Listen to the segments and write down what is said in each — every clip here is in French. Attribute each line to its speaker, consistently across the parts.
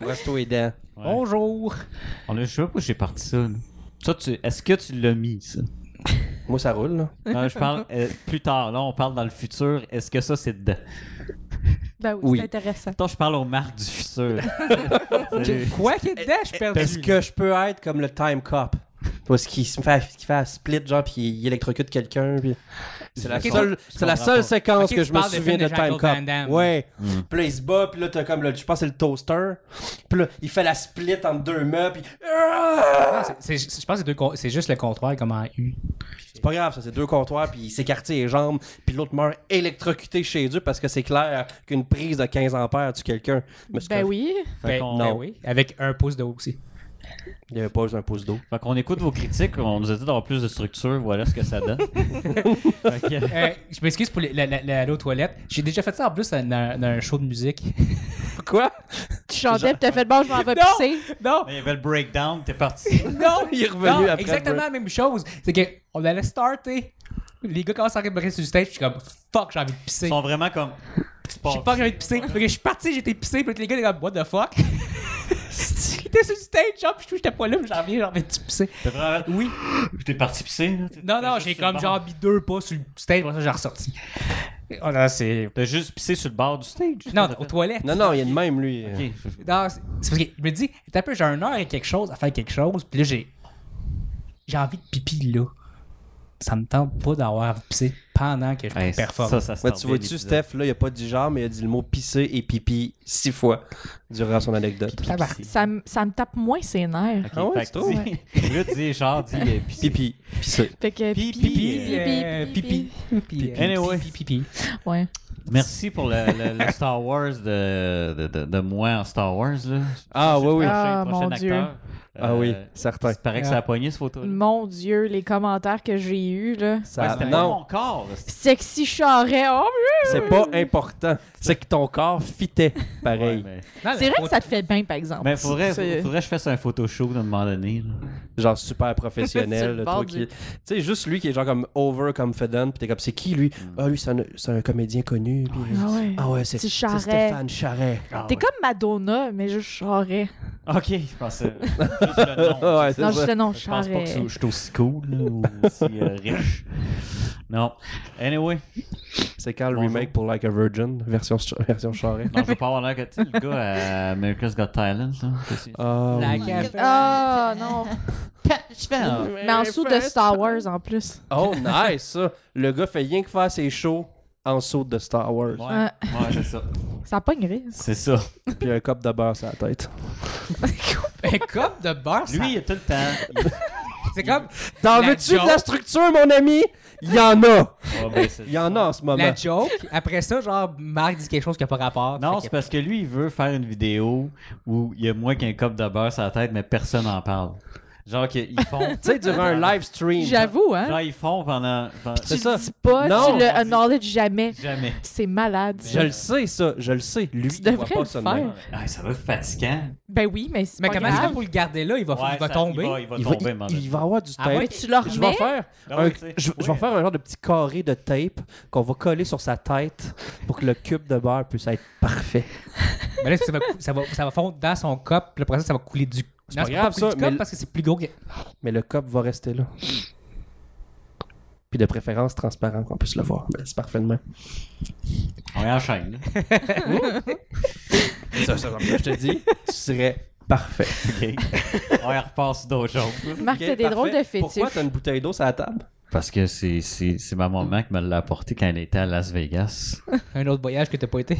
Speaker 1: Reste-toi les dents.
Speaker 2: Ouais.
Speaker 1: Bonjour.
Speaker 2: On a, je sais pas pourquoi j'ai parti ça. là. Ça, tu, est-ce que tu l'as mis, ça?
Speaker 1: Moi, ça roule, là.
Speaker 2: Non, je parle euh, plus tard. Là, on parle dans le futur. Est-ce que ça, c'est dedans?
Speaker 3: Ben oui,
Speaker 1: Oui.
Speaker 3: c'est intéressant.
Speaker 2: Attends, je parle aux marques du futur.
Speaker 4: Euh,
Speaker 2: Salut.
Speaker 1: Quoi qu'il y ait dedans, je suis perdu.
Speaker 2: Est-ce
Speaker 1: Est-ce
Speaker 2: que
Speaker 1: que je peux être comme le Time Cop? Parce qu'il se fait, qui fait un split, genre, puis il électrocute quelqu'un. Puis... C'est la
Speaker 4: Ok,
Speaker 1: seule,
Speaker 2: je
Speaker 1: c'est la
Speaker 2: comprends
Speaker 1: seule
Speaker 2: pas.
Speaker 1: séquence
Speaker 4: Ok,
Speaker 1: que
Speaker 4: tu
Speaker 1: je me
Speaker 4: parles des
Speaker 1: souviens de
Speaker 4: films de
Speaker 1: Time
Speaker 4: Jean-Claude
Speaker 1: Cop.
Speaker 4: Van Damme.
Speaker 1: Ouais. Puis là, il se bat, puis là, t'as comme, le, je pense que c'est le toaster. Puis là, il fait la split entre deux meubles, puis. Ah!
Speaker 4: C'est- c'est- Je pense que c'est deux con- c'est juste le contrôle comme en U.
Speaker 1: C'est pas grave, ça, c'est deux comptoirs, puis il s'écarte les jambes, puis l'autre meurt électrocuté chez eux parce que c'est clair qu'une prise de 15 ampères tue quelqu'un. Mais c'est
Speaker 3: Ben
Speaker 1: correct.
Speaker 3: oui.
Speaker 2: Fait
Speaker 4: Ben,
Speaker 2: qu'on-
Speaker 4: ben oui. Avec un pouce de haut aussi.
Speaker 1: Il n'y avait pas juste un pouce d'eau.
Speaker 2: Fait qu'on écoute vos critiques. On nous a dit d'avoir plus de structure. Voilà ce que ça donne. Fait que-
Speaker 4: Euh, je m'excuse pour les- la- la- la- l'aller aux toilettes. J'ai déjà fait ça en plus dans, dans- dans un show de musique.
Speaker 1: Quoi?
Speaker 3: Tu chantais, puis t'as fait bon, je m'en vais pisser.
Speaker 4: non,
Speaker 2: Il y avait le breakdown. T'es parti.
Speaker 4: non,
Speaker 1: Il est revenu
Speaker 4: non,
Speaker 1: après
Speaker 4: exactement
Speaker 1: le
Speaker 4: la même chose. C'est que on allait starter. Les gars commencent à rire sur le stage, puis je suis comme fuck, j'ai envie de pisser.
Speaker 2: Ils sont vraiment comme.
Speaker 4: J'ai pas envie de pisser. Fait que je suis parti, j'étais pissé, puis les gars, ils étaient comme what the fuck. J'étais sur le stage, genre, puis j'étais pas là, mais j'en reviens, j'ai envie de pisser.
Speaker 2: T'es vraiment-
Speaker 4: Oui.
Speaker 2: T'es parti pisser. là.
Speaker 4: Non,
Speaker 2: T'es Ben,
Speaker 4: non,
Speaker 2: juste
Speaker 4: j'ai
Speaker 2: sur le
Speaker 4: comme
Speaker 2: bord.
Speaker 4: genre mis deux pas sur le stage, après ça, j'ai ressorti. Oh non, c'est.
Speaker 2: T'as juste pissé sur le bord du stage.
Speaker 4: Non, aux toilettes.
Speaker 1: Non, non, il y a de même, lui.
Speaker 2: Ok.
Speaker 4: Non, c'est c'est parce que je me dis, t'as un peu, j'ai un heure et quelque chose à faire quelque chose, puis là, j'ai. J'ai envie de pipi, là. Ça me tente pas d'avoir envie de pisser pendant que je
Speaker 2: Hey,
Speaker 4: performe.
Speaker 2: Ben, Ça, ça se
Speaker 1: Ouais,
Speaker 2: tordait
Speaker 1: tu vois-tu,
Speaker 2: l'épisode.
Speaker 1: Steph, là, il a pas dit genre, mais il a dit le mot pisser et pipi six fois durant son anecdote.
Speaker 4: Tabarnak.
Speaker 3: Ça, me- ça me tape moins ses nerfs.
Speaker 2: Ok,
Speaker 1: Ah ouais,
Speaker 2: fait
Speaker 1: c'est
Speaker 2: que
Speaker 1: trop.
Speaker 2: dis- Au lieu de dire genre, dis euh, pisser.
Speaker 1: Pipi, pisser.
Speaker 3: Fait que
Speaker 2: Pipi,
Speaker 4: Pipi, euh,
Speaker 3: pipi,
Speaker 4: pipi, pipi. euh,
Speaker 2: Anyway.
Speaker 4: pipi, pipi.
Speaker 3: Ouais.
Speaker 2: Merci pour le, le- le Star Wars de, de, de- de moi en Star Wars. Là.
Speaker 1: Ah, oui, oui.
Speaker 2: Prochain-
Speaker 3: Ah, mon
Speaker 2: prochain
Speaker 3: Dieu.
Speaker 2: acteur.
Speaker 1: Ah
Speaker 2: Euh,
Speaker 1: oui, certain.
Speaker 2: Il paraît que ça a poigné, ce photo. là
Speaker 3: Mon Dieu, les commentaires que j'ai eus, là.
Speaker 1: Ça-
Speaker 2: non.
Speaker 1: Ah, non,
Speaker 2: mon corps. là. C'est-
Speaker 3: Sexy charret, oh
Speaker 1: c'est pas important. C'est que ton corps fitait, pareil.
Speaker 2: Ouais, mais
Speaker 4: Non,
Speaker 3: C'est
Speaker 4: la
Speaker 3: vrai que
Speaker 4: photo-
Speaker 3: ça te fait bien, par exemple.
Speaker 1: Ben,
Speaker 2: mais faudrait,
Speaker 3: C'est-
Speaker 2: faudrait que je fasse un photoshow à un moment donné. là.
Speaker 1: Genre super
Speaker 3: Sur le
Speaker 1: professionnel. le
Speaker 3: bord
Speaker 1: truc qui-
Speaker 3: du-
Speaker 1: Tu sais, juste lui qui est genre comme overconfident, puis t'es comme, c'est qui lui? Ah, lui, c'est un, c'est un comédien connu. puis-
Speaker 3: Ah ouais.
Speaker 1: Ah ouais, c'est
Speaker 3: C'est
Speaker 1: c'est
Speaker 3: Charret.
Speaker 1: Stéphane Charret.
Speaker 3: T'es comme Madonna, mais juste charret.
Speaker 2: Ok, je pensais. juste le nom.
Speaker 1: Ah Ouais,
Speaker 3: Non,
Speaker 1: c'est
Speaker 3: juste
Speaker 1: ça.
Speaker 3: le nom
Speaker 2: Je pense pas que
Speaker 3: charret.
Speaker 2: je suis aussi cool là, ou aussi euh, riche. Non. Anyway,
Speaker 1: C'est quand le
Speaker 2: Bonjour.
Speaker 1: remake pour Like a Virgin, version, ch- version Charret?
Speaker 2: non, je veux pas avoir l'air que tu sais, le gars à America's Got Talent. Là, Qu'est-ce que
Speaker 1: Ah,
Speaker 4: La
Speaker 1: oui.
Speaker 4: cave.
Speaker 3: Ah, non.
Speaker 2: c'est? Ah,
Speaker 3: Mais en dessous de Star Wars, en plus.
Speaker 1: Oh, nice, ça. Le gars fait rien que faire ses shows en saut de Star Wars.
Speaker 2: Ouais, ouais c'est ça.
Speaker 3: Ça pognerait.
Speaker 2: C'est ça.
Speaker 1: Puis un cop de beurre sur la tête.
Speaker 4: Un cop de beurre, ça-
Speaker 2: Lui, il a tout le temps.
Speaker 4: c'est comme
Speaker 1: T'en
Speaker 4: La
Speaker 1: veux-tu de la
Speaker 4: joke.
Speaker 1: structure, mon ami? Il y en a!
Speaker 2: Oh, ben, c'est-
Speaker 1: Il y en a en ce moment.
Speaker 4: la joke. Après ça, genre, Marc dit quelque chose qui a pas rapport.
Speaker 2: Non,
Speaker 4: Fait
Speaker 2: c'est
Speaker 4: que-
Speaker 2: parce que lui, il veut faire une vidéo où il y a moins qu'un cop de beurre sur la tête, mais personne n'en parle. Genre qu'ils font.
Speaker 1: Tu sais, durant un live stream.
Speaker 3: J'avoue, hein.
Speaker 2: Genre, ils font pendant. pendant-
Speaker 1: Tu
Speaker 3: Tu
Speaker 1: C'est ça.
Speaker 3: le dis pas,
Speaker 1: Non.
Speaker 3: tu le acknowledge jamais.
Speaker 2: Jamais.
Speaker 3: C'est malade.
Speaker 1: Je le sais, ça. Je le sais. Lui,
Speaker 3: Tu
Speaker 1: il voit
Speaker 3: devrais
Speaker 1: pas
Speaker 3: le
Speaker 1: ça de
Speaker 3: faire.
Speaker 1: même.
Speaker 2: Ah, ça va être fatigant.
Speaker 3: Ben oui, mais c'est
Speaker 4: Mais
Speaker 3: pas
Speaker 4: comment est-ce que
Speaker 3: grave.
Speaker 4: pour le garder là, il va, il va
Speaker 2: ça-
Speaker 4: tomber?
Speaker 2: Il va, il va
Speaker 1: Il va,
Speaker 2: tomber,
Speaker 1: il-
Speaker 2: man.
Speaker 1: il va avoir du
Speaker 4: Ah
Speaker 1: tape.
Speaker 4: ouais?
Speaker 3: Mais tu le
Speaker 1: Je vais
Speaker 3: remets?
Speaker 1: faire
Speaker 2: Ah
Speaker 1: un,
Speaker 2: ouais, tu sais.
Speaker 1: je, je
Speaker 2: Ouais.
Speaker 1: vais faire un genre de petit carré de tape qu'on va coller sur sa tête pour que le cube de beurre puisse être parfait.
Speaker 4: Mais là, ça va, cou- ça, va, ça va fondre dans son cop, puis après ça, ça va couler du. C'est
Speaker 1: pas grave, ça, mais-
Speaker 4: parce que c'est plus gros que.
Speaker 1: Mais le cop va rester là. Puis de préférence transparent qu'on puisse le voir. Ben, c'est parfaitement.
Speaker 2: On enchaîne. là.
Speaker 1: Ça, ça, je te dis, tu serais parfait.
Speaker 2: OK. On y repart sur d'autres choses.
Speaker 3: Marc, t'as des drôles de fétiches.
Speaker 1: Pourquoi t'as une bouteille d'eau sur la table?
Speaker 2: Parce que c'est- c'est c'est ma maman qui me l'a apporté quand elle était à Las Vegas.
Speaker 4: Un autre voyage que t'as pas été.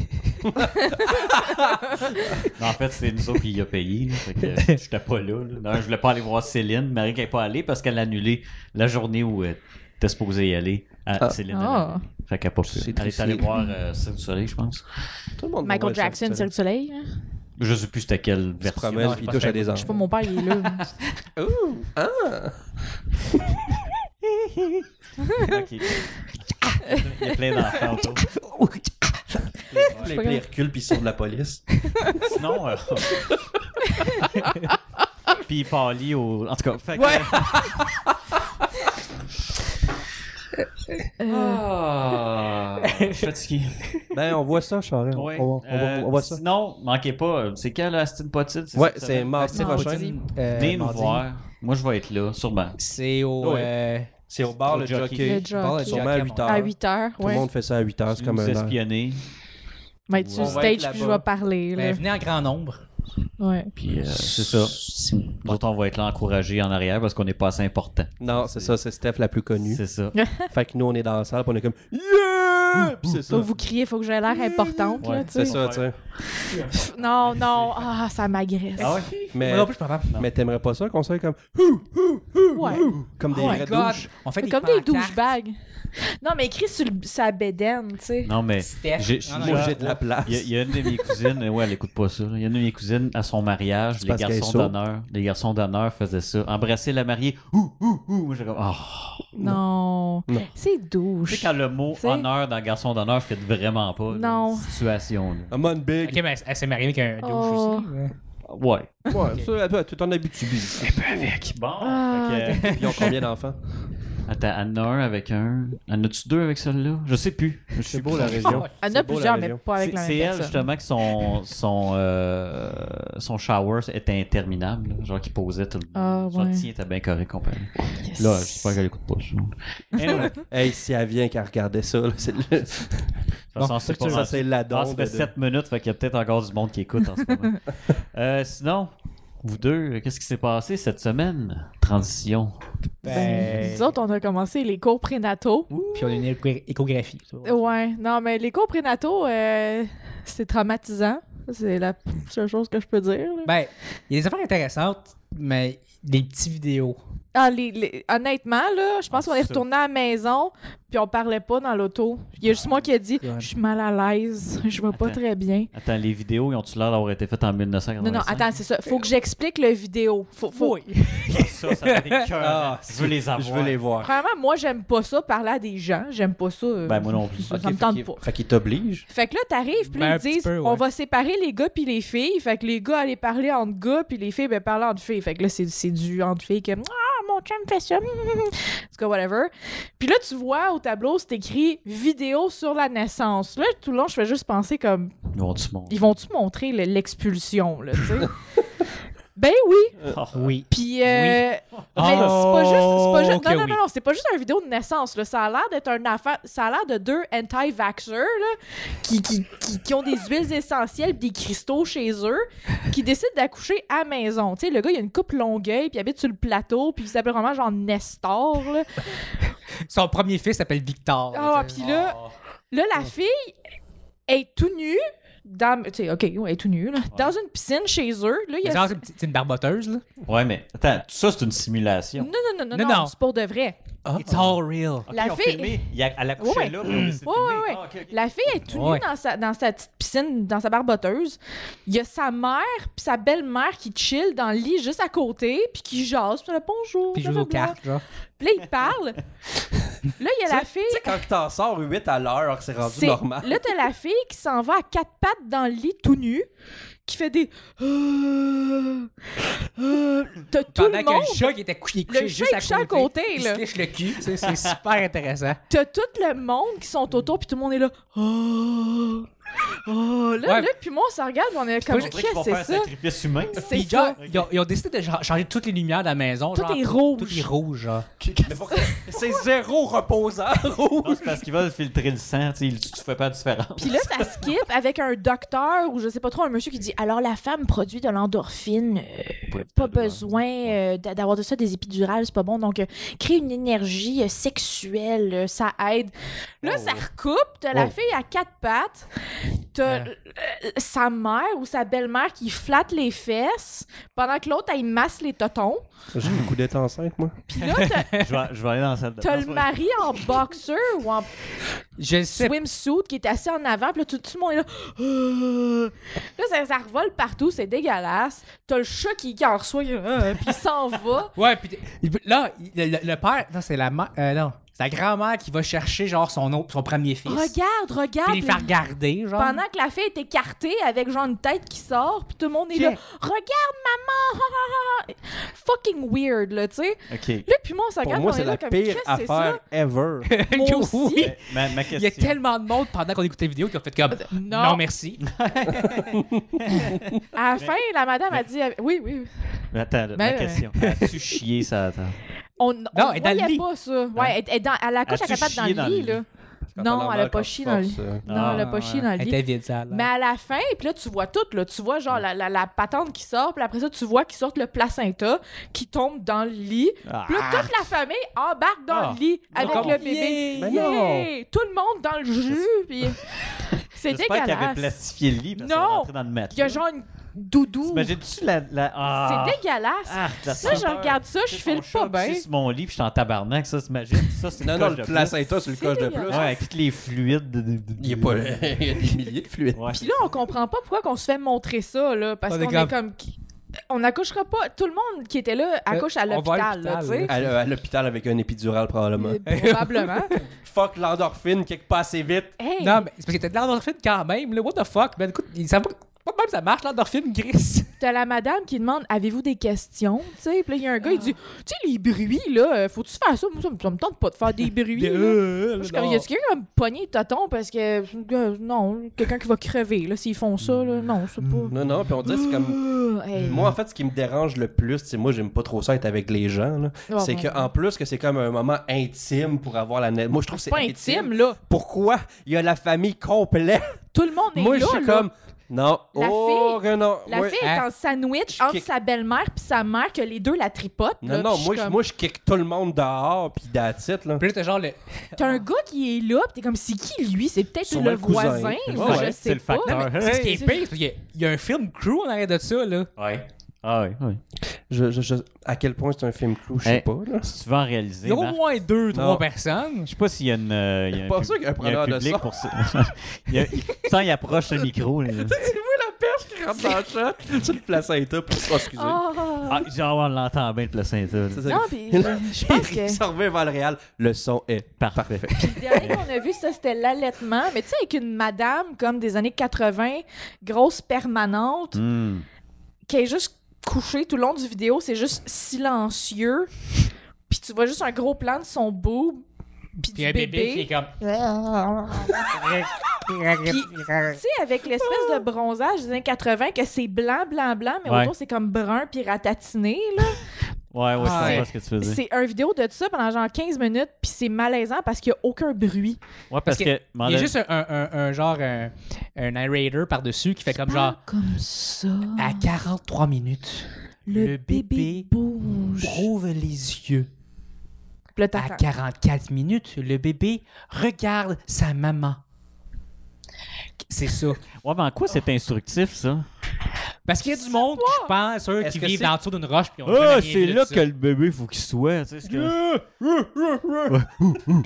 Speaker 2: Non, en fait, c'est nous autres qui y a payé. là. Fait que euh, j'étais pas là. là. Non, je voulais pas aller voir Céline. Marie qui n'est pas allée parce qu'elle a annulé la journée où elle était supposée y aller. Ah,
Speaker 1: Ah.
Speaker 2: Céline.
Speaker 3: Ah.
Speaker 2: elle a annulé. Fait qu'elle a pas pu.
Speaker 1: C'est
Speaker 2: Elle est
Speaker 1: triste.
Speaker 2: allée voir euh, Cirque du Soleil, je pense.
Speaker 1: Tout le monde va voir
Speaker 3: Michael
Speaker 1: le
Speaker 3: Jackson,
Speaker 1: Cirque
Speaker 3: Cirque du Soleil. hein?
Speaker 2: Je sais plus c'était quelle
Speaker 1: du Soleil.
Speaker 2: version.
Speaker 1: Promesse,
Speaker 2: Non,
Speaker 1: puis
Speaker 2: je
Speaker 1: il
Speaker 2: pense
Speaker 1: touche
Speaker 2: que
Speaker 1: à des
Speaker 3: Je sais
Speaker 1: anges.
Speaker 3: pas, mon père, il est là.
Speaker 1: Ouh! Ah!
Speaker 2: Ok. Il y a plein d'enfants autour.
Speaker 1: Les puis reculent, puis ils sont de la police.
Speaker 2: Sinon. euh, Puis il parlit au. En tout cas, fait que-
Speaker 1: Ouais.
Speaker 3: Euh,
Speaker 2: Ah, je suis fatigué.
Speaker 1: Ben, on voit ça, Charles.
Speaker 2: Ouais.
Speaker 1: On, on va-
Speaker 2: Euh,
Speaker 1: on voit ça.
Speaker 2: Sinon, manquez pas. euh, C'est quand, là, Astin Potid?
Speaker 1: Ouais,
Speaker 2: cette
Speaker 1: c'est
Speaker 2: semaine?
Speaker 1: mardi
Speaker 3: Mardi.
Speaker 1: prochain.
Speaker 3: Mardi.
Speaker 4: Euh,
Speaker 2: Venez nous
Speaker 4: mardi.
Speaker 2: voir. Moi, je vais être là, sûrement.
Speaker 4: C'est au.
Speaker 1: Ouais.
Speaker 4: euh,
Speaker 1: C'est au bar le
Speaker 2: Le jockey.
Speaker 1: jockey.
Speaker 3: Le jockey.
Speaker 4: bar de
Speaker 1: Sûrement
Speaker 4: jockey
Speaker 1: à
Speaker 4: à
Speaker 1: 8
Speaker 4: Montréal.
Speaker 1: heures.
Speaker 3: À 8 heures,
Speaker 1: Tout le
Speaker 3: ouais.
Speaker 1: monde fait ça à 8 heures. C'est comme
Speaker 2: Vous
Speaker 1: un heure.
Speaker 2: espionner.
Speaker 3: Je vais être sur
Speaker 1: On
Speaker 3: le
Speaker 1: va être
Speaker 3: stage puis je
Speaker 1: là-bas.
Speaker 3: vais parler.
Speaker 4: Ben,
Speaker 3: Là.
Speaker 4: venez en grand nombre.
Speaker 3: Ouais.
Speaker 2: Puis euh, c'est ça. D'autres, on va être là encouragé en arrière parce qu'on n'est pas assez important.
Speaker 1: Non, c'est ça, c'est Steph la plus connue.
Speaker 2: C'est ça.
Speaker 1: Fait que nous, on est dans la salle, puis on est comme Yeah! Puis c'est ça.
Speaker 3: Faut vous crier, faut que j'ai l'air importante.
Speaker 2: Ouais,
Speaker 3: là, tu
Speaker 1: C'est
Speaker 3: sais.
Speaker 1: ça, tu sais.
Speaker 3: Pff, Non, non, ah, ça m'agresse.
Speaker 1: Mais,
Speaker 4: Moi non plus, je peux pas.
Speaker 1: mais t'aimerais pas ça qu'on soit comme
Speaker 3: Ouais.
Speaker 1: comme des
Speaker 4: Oh my
Speaker 1: vraies
Speaker 4: God.
Speaker 1: douches?
Speaker 4: On fait
Speaker 3: C'est
Speaker 4: des
Speaker 3: comme des
Speaker 4: pancartes.
Speaker 3: douchebags. Non, mais écrit sur le- sa bédaine, tu sais.
Speaker 2: Non, mais.
Speaker 4: Steph.
Speaker 2: j'ai-
Speaker 4: Non, non,
Speaker 1: Moi,
Speaker 4: non.
Speaker 1: Ah, j'ai de la place.
Speaker 2: Il y, a, il y a une de mes cousines, ouais, elle écoute pas ça. là. Il y a une de mes cousines à son mariage, les
Speaker 1: parce qu'elle est
Speaker 2: garçons
Speaker 1: sourde.
Speaker 2: d'honneur, les garçons d'honneur faisaient ça, embrasser la mariée. Ouh ouh ouh, Moi, j'ai comme ah.
Speaker 3: Non.
Speaker 1: Non.
Speaker 3: C'est
Speaker 2: Tu
Speaker 3: douche.
Speaker 2: sais quand le mot
Speaker 3: T'sais.
Speaker 2: honneur dans garçon d'honneur fait vraiment pas là,
Speaker 3: Non.
Speaker 2: une situation. là.
Speaker 1: I'm on big.
Speaker 4: Ok, mais elle- elle s'est mariée avec un douche
Speaker 3: Oh.
Speaker 4: aussi. ouais.
Speaker 2: Ouais.
Speaker 1: Ouais, ça, attends, tu t'en habitues.
Speaker 2: Avec. Bon.
Speaker 3: Ah,
Speaker 2: fait que, euh,
Speaker 1: Puis ils ont combien d'enfants?
Speaker 2: Attends, Anna un avec un. Anna tu deux avec celle-là Je sais plus. Je suis
Speaker 1: C'est beau la
Speaker 2: plus-
Speaker 4: Oh.
Speaker 1: région.
Speaker 3: Il y en
Speaker 1: C'est
Speaker 3: a
Speaker 1: beau, la
Speaker 3: plusieurs, mais
Speaker 1: région.
Speaker 3: pas avec
Speaker 2: C'est
Speaker 3: la même
Speaker 2: c'est elle
Speaker 3: personne.
Speaker 2: justement que son son euh, son shower était interminable, là, genre qui posait tout le
Speaker 3: Ah,
Speaker 2: monde. Genre,
Speaker 3: ouais.
Speaker 2: tiens, t'as bien correct compagnie.
Speaker 3: Yes.
Speaker 2: Là, j'espère qu'elle écoute pas ça.
Speaker 3: Eh
Speaker 2: Anyway, de toute
Speaker 1: Hey, si elle vient qu'elle regardait ça, là, c'est le...
Speaker 2: façon, c'est pas
Speaker 1: ça,
Speaker 2: rendu-
Speaker 1: c'est la
Speaker 2: Ah, ça
Speaker 1: donde.
Speaker 2: fait 7 minutes, fait qu'il y a peut-être encore du monde qui écoute en ce moment. Euh, sinon, vous deux, qu'est-ce qui s'est passé cette semaine? Transition.
Speaker 3: Ben,
Speaker 4: Ben,
Speaker 3: Nous autres, on a commencé les cours prénataux.
Speaker 4: Puis on a une éco- échographie. ça.
Speaker 3: Ouais, non, mais les cours prénataux, euh, c'est traumatisant. C'est la seule chose que je peux dire. là.
Speaker 4: Ben, il y a des affaires intéressantes, mais des petites vidéos.
Speaker 3: Ah, les- les- Honnêtement, là, je pense qu'on est
Speaker 2: ça.
Speaker 3: retourné à la maison, puis on parlait pas dans l'auto. Il y a juste moi qui ai dit
Speaker 4: God.
Speaker 3: Je suis mal à l'aise, je vais
Speaker 2: Attends.
Speaker 3: pas
Speaker 2: Ah
Speaker 3: très bien.
Speaker 2: Attends, les vidéos, ils ont-tu l'air d'avoir été faites en 1985?
Speaker 3: Non, non,
Speaker 2: hein?
Speaker 3: attends, c'est ça. Faut que j'explique le vidéo. Faut, faut...
Speaker 2: Ça, ça va être écœurant.
Speaker 1: Ah,
Speaker 2: Je veux les
Speaker 1: Je
Speaker 2: avoir.
Speaker 1: veux les voir.
Speaker 3: Premièrement, moi, j'aime pas ça, parler à des gens. J'aime pas ça. euh,
Speaker 2: Ben, moi non plus.
Speaker 3: Ça,
Speaker 1: Ok,
Speaker 3: ça me
Speaker 1: fait
Speaker 3: tente
Speaker 1: qu'il-
Speaker 3: pas.
Speaker 1: Fait qu'ils t'obligent.
Speaker 3: Fait que là, t'arrives, puis
Speaker 4: Ben,
Speaker 3: là,
Speaker 4: un
Speaker 3: ils
Speaker 4: petit
Speaker 3: disent
Speaker 4: peu, ouais.
Speaker 3: on va séparer les gars puis les filles. Fait que les gars allaient parler entre gars, puis les filles, ben, parler entre filles. Fait que là, c'est, c'est du entre filles comme Ah, mon chum fait ça. En tout cas, whatever. Puis là, tu vois au tableau, c'est écrit vidéo sur la naissance. Là, tout le long, je fais juste penser comme
Speaker 2: Ils vont-tu monter?
Speaker 3: Ils vont-tu montrer le- l'expulsion, là, tu sais Ben oui!
Speaker 4: Oui.
Speaker 3: Puis, euh, mais c'est pas juste. c'est pas juste-
Speaker 4: Oh, ok,
Speaker 3: non, non,
Speaker 4: oui.
Speaker 3: non, non, c'est pas juste une vidéo de naissance. Là. Ça a l'air d'être un affaire. Ça a l'air de deux anti-vaxxers là, qui, qui, qui, qui ont des huiles essentielles pis des cristaux chez eux, qui décident d'accoucher à maison. Tu sais, le gars, il a une coupe longueuil, puis il habite sur le plateau, puis il s'appelle vraiment genre Nestor. Là.
Speaker 4: Oh, Son premier fils s'appelle Victor.
Speaker 3: Ah,
Speaker 4: tu sais.
Speaker 3: puis là, là, la fille est tout nue. Dans, tu sais, OK, ouais, elle est tout nue, là, dans une piscine chez eux. Là, il y
Speaker 4: Mais
Speaker 3: a
Speaker 4: genre, c'est une petite- c'est une barboteuse, là.
Speaker 2: Ouais, mais attends, tout ça, c'est une
Speaker 3: Non,
Speaker 2: simulation.
Speaker 3: non, non, non,
Speaker 4: Non,
Speaker 3: non,
Speaker 4: non.
Speaker 3: c'est pour de vrai.
Speaker 1: Ah.
Speaker 4: It's all real.
Speaker 2: Ok,
Speaker 3: La
Speaker 2: ils ont
Speaker 3: fille-
Speaker 2: filmé, il y a- elle accouchait
Speaker 3: Ouais.
Speaker 2: là, puis on décide de
Speaker 3: Ouais,
Speaker 2: filmer.
Speaker 3: ouais, ouais.
Speaker 2: Ah, ok, ok.
Speaker 3: La fille est tout
Speaker 4: Ouais.
Speaker 3: nue dans sa, dans sa petite piscine, dans sa barboteuse. Il y a sa mère puis sa belle-mère qui chill dans le lit juste à côté, puis qui jase, puis elle dit bonjour.
Speaker 4: Puis je joue aux
Speaker 3: blablabla.
Speaker 4: cartes, genre.
Speaker 3: Puis là, il parle. là, il y a la fille.
Speaker 1: Tu sais, quand t'en sors 8 à l'heure, c'est rendu
Speaker 3: c'est-
Speaker 1: normal.
Speaker 3: Là, t'as la fille qui s'en va à quatre pattes dans le lit tout nu, qui fait des. T'as tout
Speaker 4: Pendant
Speaker 3: le
Speaker 4: que
Speaker 3: monde.
Speaker 4: le chat qui était cou- il est couché
Speaker 3: Le chat
Speaker 4: juste
Speaker 3: est couché à
Speaker 4: à
Speaker 3: côté,
Speaker 4: côté. il
Speaker 3: là.
Speaker 4: se lèche le cul. C'est c'est super intéressant.
Speaker 3: T'as tout le monde qui sont autour, puis tout le monde est là. Oh, oh. Là,
Speaker 4: Ouais.
Speaker 3: là, puis moi, on se regarde, puis on est
Speaker 2: On
Speaker 3: comme.
Speaker 2: dirait
Speaker 3: Qu'est-ce
Speaker 2: qu'ils vont
Speaker 3: que
Speaker 2: faire
Speaker 3: c'est
Speaker 2: un
Speaker 3: ça?
Speaker 2: sacrifice humain.
Speaker 3: C'est
Speaker 4: Puis,
Speaker 3: ça.
Speaker 4: genre, ils ont, ils ont décidé de cha- changer toutes les lumières de la maison.
Speaker 3: Tout
Speaker 4: genre,
Speaker 3: est rouge.
Speaker 4: Tout est rouge, genre.
Speaker 1: Mais pourquoi- C'est zéro reposant
Speaker 2: Non,
Speaker 1: rouge.
Speaker 2: c'est parce qu'ils veulent filtrer le sang, tu sais, ils- tu fais pas de différence.
Speaker 3: Puis là, ça skip avec un docteur ou je sais pas trop, un monsieur qui dit Alors la femme produit de l'endorphine, euh,
Speaker 2: Pour éviter
Speaker 3: pas
Speaker 2: la douleur.
Speaker 3: besoin euh, d'a- d'avoir de ça des épidurales, c'est pas bon. Donc, euh, crée une énergie euh, sexuelle, euh, ça aide. Là,
Speaker 2: Oh.
Speaker 3: ça recoupe, t'as la
Speaker 1: Oh.
Speaker 3: fille à quatre pattes, t'as
Speaker 4: Ouais.
Speaker 3: euh, sa mère ou sa belle-mère qui flatte les fesses pendant que l'autre, elle masse les totons.
Speaker 1: J'ai le coup d'être enceinte, moi.
Speaker 3: Puis là, t'as-
Speaker 2: Je vais, je vais aller dans la salle de
Speaker 3: t'as
Speaker 2: bain.
Speaker 3: le mari en boxeur ou en
Speaker 4: Je le sais.
Speaker 3: swimsuit qui est assis en avant, puis là, tout, tout le monde est là. Euh. Là, ça, ça revole partout, c'est dégueulasse. T'as le chat qui, qui en reçoit, euh, puis il s'en va.
Speaker 4: Ouais, puis là, il- le, le- le père. Non, c'est la mère. non. Sa grand-mère qui va chercher, genre, son, autre, son premier fils.
Speaker 3: Regarde,
Speaker 4: Puis les faire
Speaker 3: regarde.
Speaker 4: regarder, genre.
Speaker 3: Pendant que la fille est écartée avec genre une tête qui sort, puis tout le monde est là.
Speaker 4: Yeah.
Speaker 3: Regarde maman! ha, ha, ha. Fucking weird, là, tu sais.
Speaker 2: OK.
Speaker 3: Là, puis moi, on s'en
Speaker 1: Pour
Speaker 3: regarde,
Speaker 1: moi,
Speaker 3: on
Speaker 1: c'est
Speaker 3: est là
Speaker 1: la
Speaker 3: comme
Speaker 1: pire
Speaker 3: Christ, c'est
Speaker 1: affaire
Speaker 3: ça.
Speaker 1: ever.
Speaker 3: Moi
Speaker 4: Oui.
Speaker 3: aussi.
Speaker 2: Ma, ma
Speaker 4: Il y a
Speaker 2: question.
Speaker 4: tellement de monde pendant qu'on écoutait la vidéo qui ont fait comme
Speaker 3: Ah, Non.
Speaker 4: non, merci.
Speaker 3: À la fin, la madame a dit euh, Oui, oui.
Speaker 2: Attends, là, ma
Speaker 3: Ben,
Speaker 2: question. As-tu chié ça attends.
Speaker 3: On, on
Speaker 4: elle est dans le
Speaker 3: voyait
Speaker 4: lit.
Speaker 3: pas ça. Ouais, elle, elle est dans, elle accouche
Speaker 2: As-tu
Speaker 3: à capable dans
Speaker 2: chié
Speaker 3: le lit, là. Non, elle a pas chié dans le lit. Non,
Speaker 2: Ah,
Speaker 3: elle a pas chié dans le
Speaker 4: Elle
Speaker 3: lit.
Speaker 4: était vide, ça. là.
Speaker 3: Mais à la fin, puis là, tu vois tout, là. Tu vois, genre, la, la, la patente qui sort, puis après ça, tu vois qu'il sort le placenta, qui tombe dans le lit.
Speaker 2: Ah.
Speaker 3: Puis là, toute la famille embarque dans
Speaker 2: Ah.
Speaker 3: le lit avec
Speaker 2: Encore.
Speaker 3: le bébé.
Speaker 4: Yeah.
Speaker 1: Ben
Speaker 3: Yeah!
Speaker 1: non.
Speaker 3: Tout le monde dans le jus, puis... C'est
Speaker 2: J'espère qu'il avait
Speaker 3: dégueulasse.
Speaker 2: plastifié le lit parce qu'on
Speaker 3: Non.
Speaker 2: rentrait dans le matelas.
Speaker 3: Il y a genre une doudou.
Speaker 2: T'imagines-tu la. la... Ah.
Speaker 3: C'est dégueulasse.
Speaker 2: Ah, la
Speaker 3: Là, je
Speaker 2: senteur.
Speaker 3: regarde ça, je
Speaker 2: Ton
Speaker 3: file
Speaker 2: chat
Speaker 3: pas bien.
Speaker 2: pisse sur mon lit, puis je suis en tabarnak, ça, t'imagines? Ça, c'est une
Speaker 1: Non, non,
Speaker 2: coche
Speaker 1: le
Speaker 2: de plus.
Speaker 1: placenta sur le
Speaker 3: C'est
Speaker 1: coche de
Speaker 3: dégueulasse.
Speaker 1: plus.
Speaker 2: Ouais, avec tous les fluides. de- de- de-
Speaker 1: Il y a pas. Il y a des milliers de fluides.
Speaker 2: Ouais.
Speaker 3: Puis là, on comprend pas pourquoi qu'on se fait montrer ça, là, parce
Speaker 4: On est
Speaker 3: qu'on est
Speaker 4: comme-
Speaker 3: comme... On n'accouchera pas. Tout le monde qui était là accouche à
Speaker 4: on va à
Speaker 3: l'hôpital, là, tu sais.
Speaker 4: l'hôpital,
Speaker 1: À, à l'hôpital avec un épidural, probablement.
Speaker 3: Euh, Probablement.
Speaker 1: Fuck l'endorphine, quelque pas assez vite.
Speaker 3: Hey,
Speaker 4: Non, mais c'est parce que t'as de l'endorphine quand même. Là. What the fuck? Ben écoute, ça va. Pas de même ça marche, l'endorphine grise.
Speaker 3: t'as la madame qui demande avez-vous des questions, tu sais. Puis là, il y a un gars il dit tu
Speaker 1: Ah.
Speaker 3: sais les bruits là, euh, faut-tu faire ça Moi ça me, ça me tente pas de faire des bruits.
Speaker 4: Des-
Speaker 3: là.
Speaker 4: euh,
Speaker 3: Moi, je suis
Speaker 4: là,
Speaker 3: comme, y a quelqu'un qui va me pogner le tonton parce que euh, non, quelqu'un qui va crever là s'ils font ça là, non, c'est pas.
Speaker 1: Non, non, puis on dit Mm. c'est comme.
Speaker 3: Euh, hey.
Speaker 1: Moi, en fait, ce qui me dérange le plus, c'est moi, j'aime pas trop ça être avec les gens. là.
Speaker 3: Ah,
Speaker 1: c'est
Speaker 3: bon.
Speaker 1: qu'en plus, que c'est comme un moment intime pour avoir la. na- Moi, je trouve que
Speaker 3: c'est
Speaker 1: c'est
Speaker 3: pas intime là.
Speaker 1: Pourquoi il y a la famille complète
Speaker 3: Tout le monde est
Speaker 1: Moi,
Speaker 3: là.
Speaker 1: je suis
Speaker 3: là.
Speaker 1: comme. Non.
Speaker 3: La
Speaker 1: oh, que non.
Speaker 3: La
Speaker 1: Ouais.
Speaker 3: fille est
Speaker 4: hein.
Speaker 3: en sandwich entre
Speaker 1: kick.
Speaker 3: sa belle-mère puis sa mère que les deux la tripotent.
Speaker 1: Non,
Speaker 3: là,
Speaker 1: non,
Speaker 3: puis
Speaker 1: moi,
Speaker 3: je suis
Speaker 1: je-
Speaker 3: comme,
Speaker 1: moi, je kick tout le monde dehors, puis d'attitude, là.
Speaker 4: Puis là, t'as genre le.
Speaker 3: T'as un gars qui est là, pis t'es comme c'est qui lui C'est peut-être
Speaker 1: ah. Sûrement
Speaker 3: le
Speaker 1: le cousin.
Speaker 3: voisin.
Speaker 1: Le
Speaker 3: ou
Speaker 1: voisin,
Speaker 3: je
Speaker 2: c'est
Speaker 3: sais
Speaker 2: le
Speaker 3: pas.
Speaker 2: facteur.
Speaker 4: Non, mais c'est ce qui est pire, c'est parce qu'il y a- il y a un film crew en arrière de ça, là.
Speaker 2: Ouais. Ah ouais, ouais.
Speaker 1: Je, je- je- à quel point c'est un film clou, je sais
Speaker 2: Hey.
Speaker 1: pas, là.
Speaker 2: Si tu veux en réaliser,
Speaker 4: Il y a au
Speaker 2: Marc,
Speaker 4: moins deux,
Speaker 1: Non.
Speaker 4: trois personnes.
Speaker 2: je sais pas s'il y a une. euh, il y a un
Speaker 1: Pas
Speaker 2: pub-
Speaker 1: sûr qu'il y a un
Speaker 2: il y a
Speaker 1: preneur de
Speaker 2: public
Speaker 1: son.
Speaker 2: pour ça. il y a, il- tant il approche le micro. là.
Speaker 1: C'est moi la perche qui rentre dans le chat. C'est le placenta, puis oh, excusez.
Speaker 3: Ah.
Speaker 2: Ah, genre, on l'entend bien, le placenta. là.
Speaker 1: C'est ça.
Speaker 3: Non, pis
Speaker 1: Il-
Speaker 3: je pense
Speaker 1: Il
Speaker 3: que
Speaker 1: s'en revient vers le Real. Le son est
Speaker 2: Parfait.
Speaker 3: le dernier qu'on a vu, ça, c'était l'allaitement. Mais tu sais, avec une madame comme des années 80, grosse permanente,
Speaker 2: Hmm.
Speaker 3: qui est juste couchée tout le long du vidéo, c'est juste silencieux. Puis tu vois juste un gros plan de son boob,
Speaker 4: Puis
Speaker 3: puis du
Speaker 4: un
Speaker 3: bébé.
Speaker 4: bébé qui est comme.
Speaker 3: Tu sais, avec l'espèce de bronzage des années 80, que c'est blanc, blanc, blanc, mais
Speaker 2: Ouais.
Speaker 3: autour, c'est comme brun puis ratatiné, là.
Speaker 2: Ouais, ouais, je
Speaker 4: Ah,
Speaker 2: comprends
Speaker 4: ouais.
Speaker 2: ce que tu veux dire.
Speaker 3: C'est un vidéo de ça pendant genre 15 minutes, puis c'est malaisant parce qu'il n'y a aucun bruit.
Speaker 2: Ouais, parce
Speaker 4: que
Speaker 2: que.
Speaker 4: Il y a juste un, un, un- un genre, un, un narrator par-dessus qui fait comme genre.
Speaker 3: comme ça,
Speaker 4: À 43 minutes,
Speaker 3: le,
Speaker 4: le
Speaker 3: bébé,
Speaker 4: bébé
Speaker 3: bouge.
Speaker 4: ouvre les yeux.
Speaker 3: Puis là,
Speaker 4: À
Speaker 3: t'entends.
Speaker 4: 44 minutes, le bébé regarde sa maman. C'est ça.
Speaker 2: Ouais, mais en quoi c'est instructif, ça?
Speaker 4: Parce qu'il y a du monde, qui, je pense, eux,
Speaker 1: Est-ce
Speaker 4: qui
Speaker 1: que
Speaker 4: vivent
Speaker 1: c'est-
Speaker 4: en dessous d'une roche. Puis on
Speaker 2: Ah, c'est là que le bébé, faut qu'il soit. Tu sais, ce que...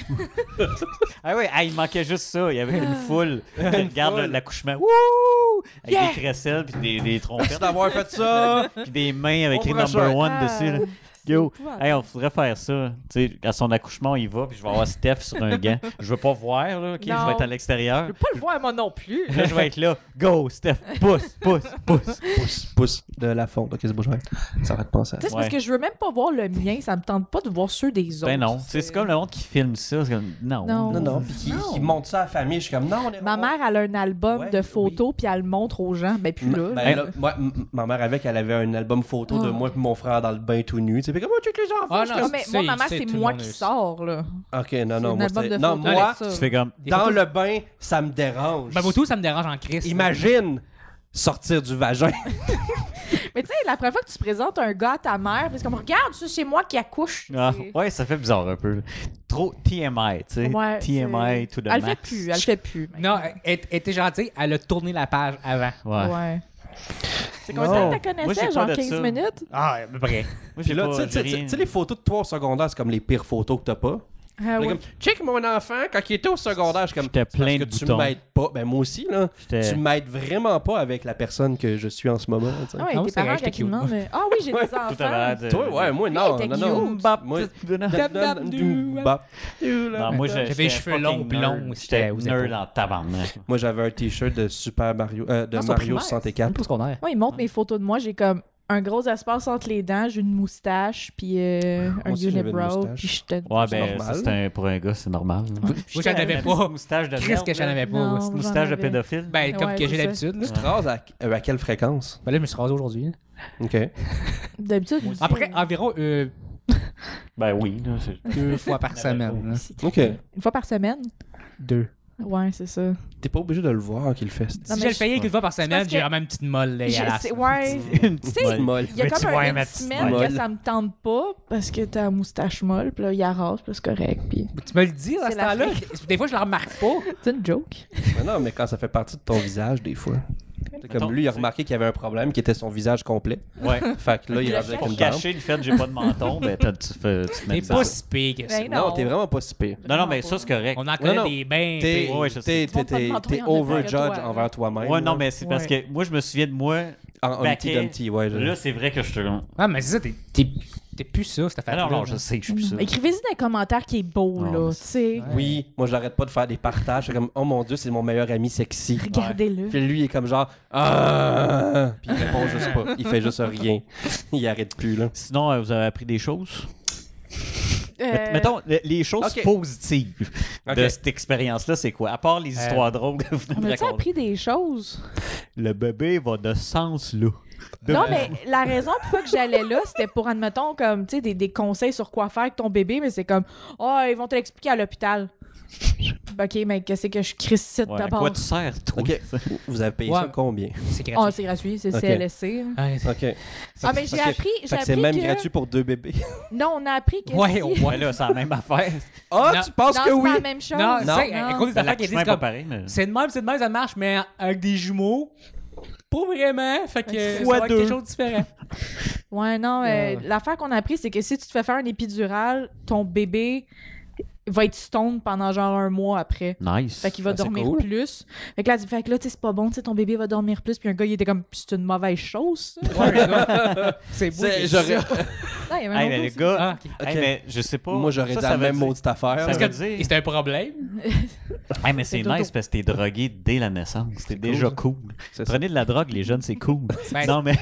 Speaker 2: Ah oui, ah, il manquait juste ça. Il y avait une foule qui regarde
Speaker 1: foule.
Speaker 2: le- l'accouchement. Wouh! Avec
Speaker 3: Yeah!
Speaker 2: des crécelles puis des, des trompettes.
Speaker 1: Merci d'avoir fait ça.
Speaker 2: puis des mains avec
Speaker 1: On
Speaker 2: écrit
Speaker 1: prend
Speaker 2: number
Speaker 1: cher.
Speaker 2: one
Speaker 3: Ah,
Speaker 2: dessus. là.
Speaker 3: c'est
Speaker 2: Yo,
Speaker 3: épouvantable.
Speaker 2: hey, on faudrait faire ça. Tu sais, à son accouchement, il va, puis je vais avoir Steph sur un gant. Je veux pas voir, là, ok?
Speaker 3: Non.
Speaker 2: Je vais être à l'extérieur.
Speaker 3: Je veux pas le voir, moi non plus.
Speaker 2: Là, je vais être là. Go, Steph, pousse, pousse, pousse.
Speaker 1: Pousse, pousse de la fonte. Ok, c'est beau, je vais. Ça va te penser à
Speaker 3: Tu sais, c'est
Speaker 2: Ouais.
Speaker 3: parce que je veux même pas voir le mien, ça me tente pas de voir ceux des autres.
Speaker 2: Ben non. Tu sais, C'est comme le monde qui filme ça. C'est comme, non.
Speaker 3: Non.
Speaker 1: Non, non, puis qui, qui monte ça à la famille. Je suis comme, non, on est
Speaker 3: Ma
Speaker 1: on-
Speaker 3: mère, elle a un album
Speaker 1: Ouais,
Speaker 3: de photos, puis elle le montre aux gens. Ben,
Speaker 2: Mm.
Speaker 3: puis
Speaker 1: Ma,
Speaker 3: là,
Speaker 1: ben
Speaker 3: là.
Speaker 1: là, moi, m- m- ma mère avec, elle avait un album photo de
Speaker 3: Oh.
Speaker 1: moi et mon frère dans le bain tout nu. Tu sais, puis comme, oh, check les enfants.
Speaker 4: Ah,
Speaker 1: je suis
Speaker 4: non,
Speaker 3: Ah,
Speaker 1: comme-
Speaker 3: mais
Speaker 4: Ça,
Speaker 3: moi,
Speaker 4: il
Speaker 3: ma mère,
Speaker 4: sait,
Speaker 3: c'est
Speaker 4: tout le
Speaker 3: moi
Speaker 4: monde
Speaker 3: qui
Speaker 4: a eu ça.
Speaker 3: sors, là.
Speaker 1: Ok, non,
Speaker 3: C'est
Speaker 1: non,
Speaker 3: un
Speaker 1: moi,
Speaker 3: album
Speaker 1: c'est-
Speaker 3: de
Speaker 1: non,
Speaker 3: photos,
Speaker 1: moi,
Speaker 3: ça.
Speaker 2: Tu fais comme,
Speaker 4: Des
Speaker 1: dans
Speaker 4: photos-
Speaker 1: le bain, ça me dérange.
Speaker 4: Ben, moi, tout, ça me dérange en Christ.
Speaker 1: Imagine sortir du vagin.
Speaker 3: Mais tu sais, la première fois que tu présentes un gars à ta mère, c'est comme regarde, ça c'est moi qui accouche.
Speaker 2: Ah,
Speaker 3: C'est-
Speaker 2: ouais, ça fait bizarre un peu. là. Trop TMI, tu sais.
Speaker 3: Ouais,
Speaker 2: TMI
Speaker 3: c'est-
Speaker 2: tout de
Speaker 3: Elle le fait
Speaker 2: max.
Speaker 3: plus, elle le fait plus. mec.
Speaker 4: Non, elle elle était gentille, elle a tourné la page avant.
Speaker 2: Ouais.
Speaker 3: Ouais. C'est
Speaker 1: Non.
Speaker 3: combien de temps
Speaker 2: Moi, j'ai
Speaker 3: que t'as connaissais,
Speaker 2: pas
Speaker 3: genre
Speaker 2: de
Speaker 3: 15
Speaker 2: ça.
Speaker 3: minutes?
Speaker 4: Ah, à peu près.
Speaker 2: Moi,
Speaker 1: Puis
Speaker 2: j'ai
Speaker 1: là, tu
Speaker 2: pas-
Speaker 1: sais,
Speaker 2: j'ai
Speaker 1: tu sais,
Speaker 2: rien.
Speaker 1: tu sais, les photos de toi au secondaire, c'est comme les pires photos que t'as pas.
Speaker 3: Ah
Speaker 1: Là,
Speaker 3: oui.
Speaker 1: comme, check mon enfant quand il était au secondaire. Je suis comme,
Speaker 2: J'étais
Speaker 1: C'est parce
Speaker 2: plein
Speaker 1: que
Speaker 2: de
Speaker 1: tu
Speaker 2: boutons.
Speaker 1: m'aides pas. Ben, moi aussi, là.
Speaker 2: J'étais-
Speaker 1: Tu m'aides vraiment pas avec la personne que je suis en ce moment. tu sais.
Speaker 3: Ah ouais,
Speaker 4: Ah oui,
Speaker 3: tes
Speaker 4: c'est
Speaker 3: parents
Speaker 4: vrai, j'étais
Speaker 3: quand ils demandent, euh, Ah oui, j'ai
Speaker 1: Ouais,
Speaker 3: des
Speaker 1: tout
Speaker 3: enfants.
Speaker 2: Tout avait l'air de-
Speaker 1: Toi, ouais, moi,
Speaker 3: Lui,
Speaker 1: non,
Speaker 3: il était
Speaker 1: non, non.
Speaker 3: cute. Bap,
Speaker 1: Moi-
Speaker 3: Bap, bap, dou,
Speaker 1: Bap.
Speaker 2: Non, moi, j'ai-
Speaker 4: J'avais
Speaker 2: j'étais
Speaker 4: les cheveux
Speaker 2: fucking
Speaker 4: longs, blonds,
Speaker 2: nerd.
Speaker 4: c'était
Speaker 2: J'étais
Speaker 4: aux
Speaker 2: nerd
Speaker 4: épaules.
Speaker 2: en tabarnak.
Speaker 1: Moi, j'avais un t-shirt de Super Mario, euh, de
Speaker 4: Non,
Speaker 3: Ah,
Speaker 4: c'est au
Speaker 1: Mario
Speaker 4: primaire, même
Speaker 1: 64.
Speaker 4: pas au secondaire.
Speaker 3: Moi, ils montrent mes photos de moi. J'ai comme un gros espace entre les dents, j'ai une moustache, puis euh, un
Speaker 1: aussi, j'avais une
Speaker 3: unibrow,
Speaker 1: moustache.
Speaker 3: puis je te.
Speaker 2: Ouais,
Speaker 1: C'est
Speaker 2: ben,
Speaker 1: normal.
Speaker 2: ça, c'est un- pour un gars, c'est normal.
Speaker 4: Moi, j'en avais pas.
Speaker 2: Moustache de
Speaker 4: Qu'est-ce que
Speaker 2: merde,
Speaker 4: j'en
Speaker 2: là.
Speaker 4: avais
Speaker 3: Non,
Speaker 4: pas. aussi.
Speaker 3: j'en
Speaker 2: Moustache de
Speaker 3: avais.
Speaker 2: pédophile.
Speaker 4: Ben, comme
Speaker 3: Ouais,
Speaker 4: que
Speaker 3: c'est
Speaker 4: j'ai
Speaker 3: ça.
Speaker 4: l'habitude. là.
Speaker 1: Tu te rases à, euh, à quelle fréquence?
Speaker 4: Ben là, je me suis rasé aujourd'hui. là.
Speaker 1: OK.
Speaker 3: D'habitude,
Speaker 4: Après, environ euh,
Speaker 2: Ben oui, là, c'est-
Speaker 4: deux fois par
Speaker 2: Hein?
Speaker 4: semaine. là.
Speaker 1: OK.
Speaker 3: une fois par semaine.
Speaker 4: Deux.
Speaker 3: Ouais, c'est ça.
Speaker 1: T'es pas obligé de le voir qu'il fait. C'est
Speaker 4: Si
Speaker 3: Non, mais
Speaker 4: je le
Speaker 3: je-
Speaker 4: payais qu'une fois par semaine,
Speaker 3: parce
Speaker 4: j'ai
Speaker 3: que-
Speaker 4: quand même une petite molle. là,
Speaker 3: Je
Speaker 4: à la-
Speaker 3: sais- ouais.
Speaker 2: Une
Speaker 3: Tu
Speaker 2: petite
Speaker 3: sais,
Speaker 2: molle.
Speaker 1: molle.
Speaker 3: Il y a
Speaker 2: Veux-tu
Speaker 3: comme
Speaker 2: voir
Speaker 3: un- une
Speaker 2: ma petite
Speaker 3: semaine
Speaker 1: molle?
Speaker 3: que ça me tente pas parce que t'as la moustache molle, puis là, il arrase, puis là, c'est correct, puis
Speaker 4: Tu me le dis à
Speaker 3: C'est
Speaker 4: ce
Speaker 3: la
Speaker 4: temps-là. Des fois, je le remarque pas.
Speaker 3: c'est une joke.
Speaker 1: Mais non, mais quand ça fait partie de ton visage, des fois. C'est comme lui, il a remarqué qu'il y avait un problème qui était son visage complet.
Speaker 2: Ouais.
Speaker 1: Fait que là, il est rendu avec
Speaker 2: Pour
Speaker 1: une barbe.
Speaker 2: cacher le fait que j'ai pas de menton, ben, t'as- tu fais. Tu te mets
Speaker 4: T'es
Speaker 2: ça.
Speaker 4: pas si pire que ça.
Speaker 3: Ben
Speaker 1: Non, t'es vraiment pas si pire.
Speaker 2: Non, non, mais ça, c'est correct.
Speaker 4: On en connaît
Speaker 1: non.
Speaker 4: des bains.
Speaker 1: T'es
Speaker 2: Ouais, je sais.
Speaker 1: t'es-
Speaker 3: Tout le monde
Speaker 1: t'es-
Speaker 3: va te
Speaker 1: t'es
Speaker 3: mentir en affaire
Speaker 1: overjudge
Speaker 3: que toi,
Speaker 1: envers
Speaker 3: hein.
Speaker 1: toi-même.
Speaker 2: Ouais, non, mais c'est parce
Speaker 3: Ouais.
Speaker 2: que moi, je me souviens de moi.
Speaker 1: En Humpty
Speaker 2: Baquet.
Speaker 1: Dumpty, ouais. je-
Speaker 2: Là, c'est vrai que je te. Non,
Speaker 4: Ah, mais c'est ça, t'es- t'es t'es plus ça, cette affaire-là.
Speaker 2: non, non,
Speaker 4: là.
Speaker 2: je sais, que je suis plus ça.
Speaker 3: Mm. Écrivez-y dans les commentaires qui est beau,
Speaker 2: Non,
Speaker 3: là.
Speaker 2: mais
Speaker 3: Tu sais,
Speaker 1: Oui, moi, j'arrête pas de faire des partages. C'est comme, oh mon Dieu, c'est mon meilleur ami sexy.
Speaker 3: regardez-le.
Speaker 1: Puis lui, il est comme genre, ah! Puis il répond juste pas. Il fait juste rien. Il arrête plus, là.
Speaker 2: Sinon, euh, vous avez appris des choses.
Speaker 3: Euh,
Speaker 2: Mettons, le- les choses
Speaker 1: ok.
Speaker 2: positives de
Speaker 1: Ok.
Speaker 2: cette expérience-là, c'est quoi? À part les histoires drôles que vous
Speaker 3: On
Speaker 2: nous
Speaker 3: a-tu
Speaker 2: racontez.
Speaker 3: appris des choses?
Speaker 2: Le bébé va de sens là. De-
Speaker 3: Non, mais la raison pourquoi que j'allais là, c'était pour, admettons, comme, tu sais, des, des conseils sur quoi faire avec ton bébé, mais c'est comme, oh, ils vont te l'expliquer à l'hôpital. Ben, OK, mais qu'est-ce que je crisse
Speaker 2: Ouais, à
Speaker 3: d'abord?
Speaker 2: quoi tu sers, toi?
Speaker 1: Ok. Vous avez payé
Speaker 4: Ouais.
Speaker 1: ça combien?
Speaker 4: C'est
Speaker 3: Ah,
Speaker 4: gratuit.
Speaker 3: c'est gratuit, c'est
Speaker 1: Ok.
Speaker 3: CLSC. là.
Speaker 4: Ouais, c'est-
Speaker 1: OK.
Speaker 3: Ah, mais j'ai
Speaker 1: Ok.
Speaker 3: appris,
Speaker 1: Fait
Speaker 3: j'ai
Speaker 1: que
Speaker 3: appris
Speaker 1: c'est même
Speaker 3: que-
Speaker 1: gratuit pour deux bébés.
Speaker 3: Non, on a appris que
Speaker 4: Ouais,
Speaker 3: si...
Speaker 4: au
Speaker 2: Ouais, là, c'est la même affaire.
Speaker 1: Ah,
Speaker 4: Non.
Speaker 1: tu penses
Speaker 3: Non,
Speaker 1: que
Speaker 3: c'est
Speaker 1: oui?
Speaker 3: pas la même chose.
Speaker 4: Non,
Speaker 1: Non.
Speaker 4: c'est à cause des affaires
Speaker 2: L'accouchement
Speaker 4: qui disent
Speaker 2: est pas
Speaker 4: comme.
Speaker 2: pareil, mais...
Speaker 4: C'est de même, c'est de même, ça marche, mais avec des jumeaux, pas vraiment. Fait que.
Speaker 2: Fois
Speaker 4: ça va être quelque
Speaker 2: deux.
Speaker 4: chose de différent.
Speaker 3: Ouais, non, euh,
Speaker 4: Ouais.
Speaker 3: l'affaire qu'on a appris, c'est que si tu te fais faire un épidural, ton bébé va être stone pendant genre un mois après.
Speaker 2: Nice.
Speaker 3: Fait qu'il va
Speaker 1: Ah, c'est
Speaker 3: dormir
Speaker 1: cool.
Speaker 3: plus. Fait que là, tu- fait que là, tu sais, c'est pas bon, tu sais, ton bébé va dormir plus. Puis un gars, il était comme, c'est une mauvaise chose. ça.
Speaker 4: c'est beau.
Speaker 1: C'est-
Speaker 4: mais-
Speaker 1: j'aurais-
Speaker 3: Ouais, il y avait un
Speaker 2: Hey,
Speaker 3: autre
Speaker 2: mais le
Speaker 3: aussi.
Speaker 2: gars,
Speaker 4: Ah, ok.
Speaker 2: hey,
Speaker 1: Ok.
Speaker 2: mais je sais pas.
Speaker 1: Moi, j'aurais
Speaker 2: Oh, ça,
Speaker 1: dit
Speaker 2: ça
Speaker 1: la
Speaker 2: veut
Speaker 1: même
Speaker 2: dire-
Speaker 1: maudite affaire.
Speaker 2: Ça
Speaker 4: Parce
Speaker 1: là.
Speaker 2: veut
Speaker 4: que
Speaker 2: dire-
Speaker 4: c'était un problème.
Speaker 2: Hey, mais c'est
Speaker 3: C'est dodo.
Speaker 2: nice parce que t'es drogué dès la naissance. T'es déjà cool.
Speaker 1: C'est ça.
Speaker 2: Prenez de la drogue, les jeunes, c'est cool.
Speaker 4: Ben,
Speaker 2: non, mais